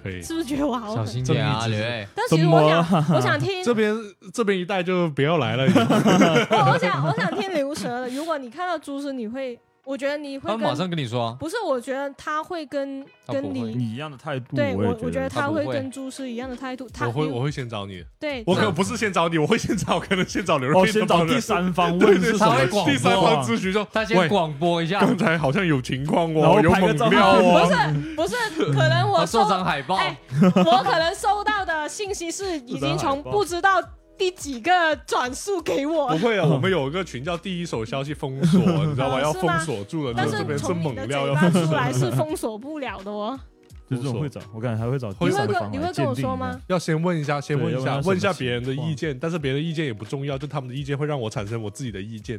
[SPEAKER 2] 可以。
[SPEAKER 3] 是不是觉得我好
[SPEAKER 1] 小
[SPEAKER 3] 狠？
[SPEAKER 1] 心点啊，
[SPEAKER 2] 正义之
[SPEAKER 1] 刘
[SPEAKER 2] 士
[SPEAKER 1] 瑞。
[SPEAKER 3] 但其实我想，我想听，
[SPEAKER 2] 这边这边一带就不要来了，
[SPEAKER 3] (laughs) 哦我我想我想听刘蛇的。如果你看到猪师，你会，我觉得你会
[SPEAKER 1] 他马
[SPEAKER 3] 跟
[SPEAKER 1] 上跟你说啊，
[SPEAKER 3] 不是，我觉得他会跟
[SPEAKER 1] 他不
[SPEAKER 3] 跟
[SPEAKER 1] 会
[SPEAKER 3] 你，
[SPEAKER 4] 你一样的态度，
[SPEAKER 3] 嗯对
[SPEAKER 4] 我也
[SPEAKER 3] 我我觉得
[SPEAKER 1] 他
[SPEAKER 3] 他
[SPEAKER 1] 不
[SPEAKER 3] 会
[SPEAKER 1] 会
[SPEAKER 3] 跟猪师一样的态度。他
[SPEAKER 2] 我会
[SPEAKER 3] 你
[SPEAKER 2] 我会先找你，
[SPEAKER 3] 对，
[SPEAKER 2] 我
[SPEAKER 3] 这
[SPEAKER 2] 可不是先找你，我会先找，可能先找刘瑞， (laughs)
[SPEAKER 4] 哦，先找第，三方
[SPEAKER 2] 对
[SPEAKER 4] 问
[SPEAKER 2] 对，
[SPEAKER 4] 是什
[SPEAKER 1] 他
[SPEAKER 4] 么
[SPEAKER 1] 会
[SPEAKER 2] 对
[SPEAKER 4] 情况
[SPEAKER 2] (laughs) 第三方咨询说，
[SPEAKER 1] 他
[SPEAKER 2] 喂
[SPEAKER 1] 先广播一下，
[SPEAKER 2] 刚才好像有情况
[SPEAKER 4] 然
[SPEAKER 2] 哦，
[SPEAKER 4] 后
[SPEAKER 2] 有
[SPEAKER 4] 拍个
[SPEAKER 2] 猛
[SPEAKER 4] 照
[SPEAKER 2] 料
[SPEAKER 3] 不
[SPEAKER 2] 哦，
[SPEAKER 3] 是不是，可能
[SPEAKER 1] 他
[SPEAKER 3] 我收
[SPEAKER 1] 做张海报，
[SPEAKER 3] 哎，我可能收到的信息是已经从不知道第几个转述给我
[SPEAKER 2] 不，会啊，我们有一个群叫“第一手消息封锁”，你知道吧？
[SPEAKER 3] 哦
[SPEAKER 2] 要
[SPEAKER 3] 是
[SPEAKER 2] 封
[SPEAKER 3] 吗
[SPEAKER 2] 锁住了，
[SPEAKER 3] 但
[SPEAKER 2] 就这
[SPEAKER 3] 是
[SPEAKER 2] 边是
[SPEAKER 3] 从
[SPEAKER 2] 猛
[SPEAKER 3] 你的
[SPEAKER 2] 料
[SPEAKER 3] 嘴
[SPEAKER 2] 要
[SPEAKER 3] 巴
[SPEAKER 2] 封
[SPEAKER 3] 出
[SPEAKER 2] 锁，
[SPEAKER 3] 来是封锁不了的哦。
[SPEAKER 4] 就这种会找，我感觉还会找
[SPEAKER 2] 会
[SPEAKER 4] 第
[SPEAKER 3] 你会
[SPEAKER 4] 三
[SPEAKER 3] 跟
[SPEAKER 4] 方
[SPEAKER 3] 你
[SPEAKER 4] 来
[SPEAKER 3] 会
[SPEAKER 4] 鉴
[SPEAKER 3] 跟
[SPEAKER 4] 定
[SPEAKER 3] 我
[SPEAKER 4] 一
[SPEAKER 3] 说
[SPEAKER 4] 下
[SPEAKER 3] 吗？？
[SPEAKER 2] 要先问一下，先问一
[SPEAKER 4] 对要
[SPEAKER 2] 下，
[SPEAKER 4] 问他
[SPEAKER 2] 问一下
[SPEAKER 4] 什么情
[SPEAKER 2] 别人的意
[SPEAKER 4] 况
[SPEAKER 2] 见，但是别人的意见也不重要，就他们的意见会让我产生我自己的意见。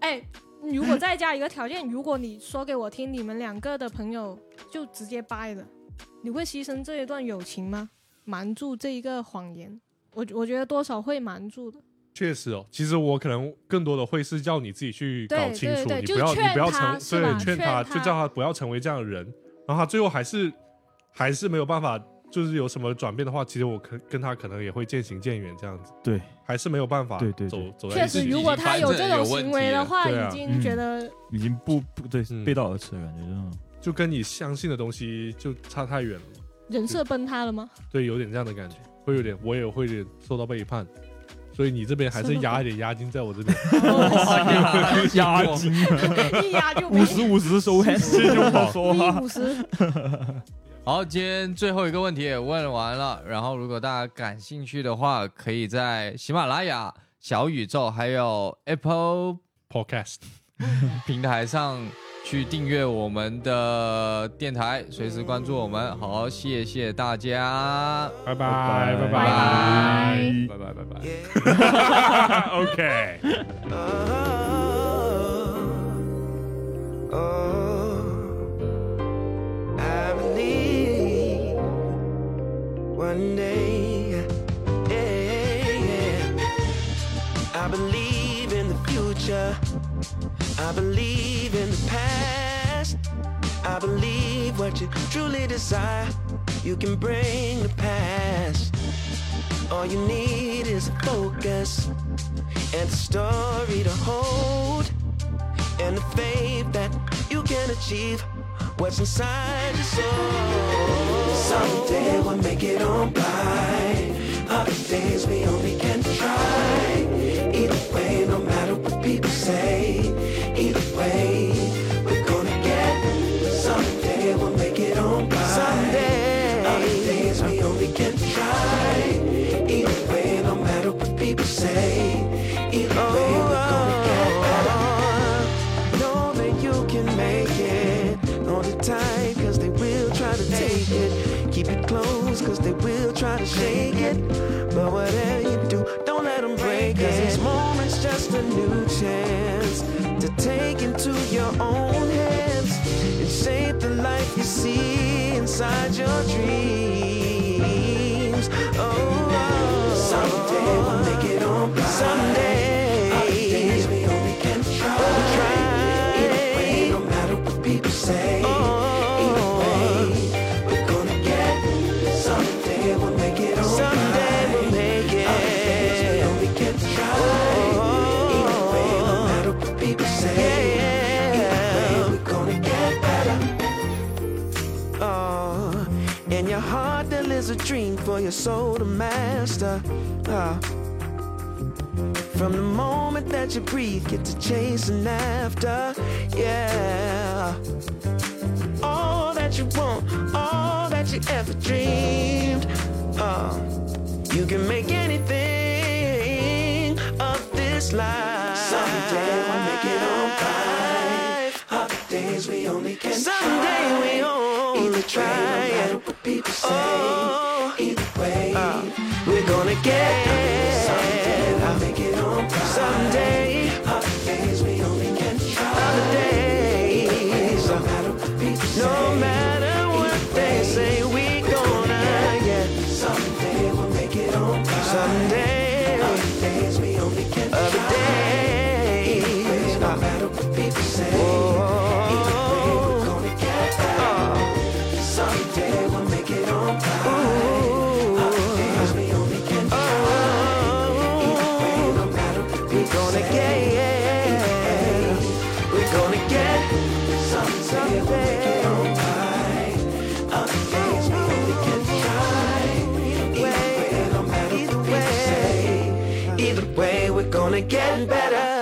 [SPEAKER 3] 哎，如果再加一个条件，如果你说给我听，你们两个的朋友就直接掰了，你会牺牲这一段友情吗？瞒住这一个谎言，我我觉得多少会瞒住的。
[SPEAKER 2] 确实哦，其实我可能更多的会是叫你自己去
[SPEAKER 3] 对
[SPEAKER 2] 搞清楚，
[SPEAKER 3] 对对
[SPEAKER 2] 你
[SPEAKER 3] 就
[SPEAKER 2] 不要你
[SPEAKER 3] 劝
[SPEAKER 2] 不要
[SPEAKER 3] 他
[SPEAKER 2] 成
[SPEAKER 3] 是
[SPEAKER 2] 对
[SPEAKER 3] 吧劝
[SPEAKER 2] 他，
[SPEAKER 3] 他
[SPEAKER 2] 就叫他不要成为这样的人。然后他最后还是还是没有办法，就是有什么转变的话，其实我可跟他可能也会渐行渐远这样子。
[SPEAKER 4] 对，
[SPEAKER 2] 还是没有办法
[SPEAKER 4] 对对对
[SPEAKER 2] 走走在
[SPEAKER 3] 确
[SPEAKER 2] 一
[SPEAKER 3] 实，
[SPEAKER 2] 起。
[SPEAKER 3] 如果他有这种行为的话，
[SPEAKER 2] 已经
[SPEAKER 3] 已经觉得
[SPEAKER 4] 已经不不对
[SPEAKER 2] 嗯，
[SPEAKER 4] 背道而驰了，感觉这种。
[SPEAKER 2] 就跟你相信的东西就差太远了，
[SPEAKER 3] 人设崩塌了吗？ (laughs)
[SPEAKER 2] 对，有点这样的感觉，会有点，我也会有点受到背叛。所以你这边还是压一点押金在我这边， (laughs)
[SPEAKER 3] (laughs)
[SPEAKER 4] 押金
[SPEAKER 3] 一压就没
[SPEAKER 4] 五十五十收 hand，这就不好说
[SPEAKER 3] 一
[SPEAKER 4] 了。
[SPEAKER 3] 五十。
[SPEAKER 1] 好，今天最后一个问题也问完了，然后如果大家感兴趣的话，可以在喜马拉雅、小宇宙还有 Apple
[SPEAKER 2] Podcast
[SPEAKER 1] 平台上去订阅我们的电台，随时关注我们。好，谢谢大家，
[SPEAKER 2] 拜拜拜
[SPEAKER 4] 拜
[SPEAKER 3] 拜
[SPEAKER 2] 拜拜拜拜。
[SPEAKER 7] (laughs)
[SPEAKER 5] OK。
[SPEAKER 7] Uh-huh. Oh, oh, I believe one day, yeah, yeah. I believe in the future. I believe in the past. I believe what you truly desire, you can bring to pass. All you need is focus and a story to hold and the faith that you can achieve what's inside your soul. Someday we'll make it on by. Other days we only can try. Either way, no matter what people say, either way, we're gonna get. Someday we'll make it on by. Someday. Other days we only can try. Either way, no matter what people say, either way, we're gonna get better know that you can make it all the time cause they will try to take it keep it close cause they will try to shake it but whatever you do don't let them break cause this moment's just a new chance to take into your own hands and shape the life you see inside your dreams oh, oh. someday we'll make it on by. someday Other days we only can try Either way, no matter what people say. Either way, we're gonna get someday we'll make it. Someday we'll make it. We only can try. Either way, no matter what people say. Either way, we're gonna get better. Oh, in your heart there lives a dream for your soul to master. Ah. From the moment that you breathe, get to chasing after, yeah. All that you want, all that you ever dreamed, uh, you can make anything of this life. Someday we'll make it on by. Other days we only can Someday we only try. No matter what people say, either way, uh, we're gonna get. Someday I'll make it on. Prime. Someday are the days we only can try. Other days, no matter what people say, no matter what they say, we gonna get. Someday we'll make it on. Prime. Someday are the days we only can try. Other days, no matter what people say. Either way, we're gonna get there. Someday we'll make it on time. Other days we only can try. Either way, no matter what people say. We're gonna get someday we'll make it on time. Other days we only can try. Either way, no matter what people say. Either way, we're gonna get better.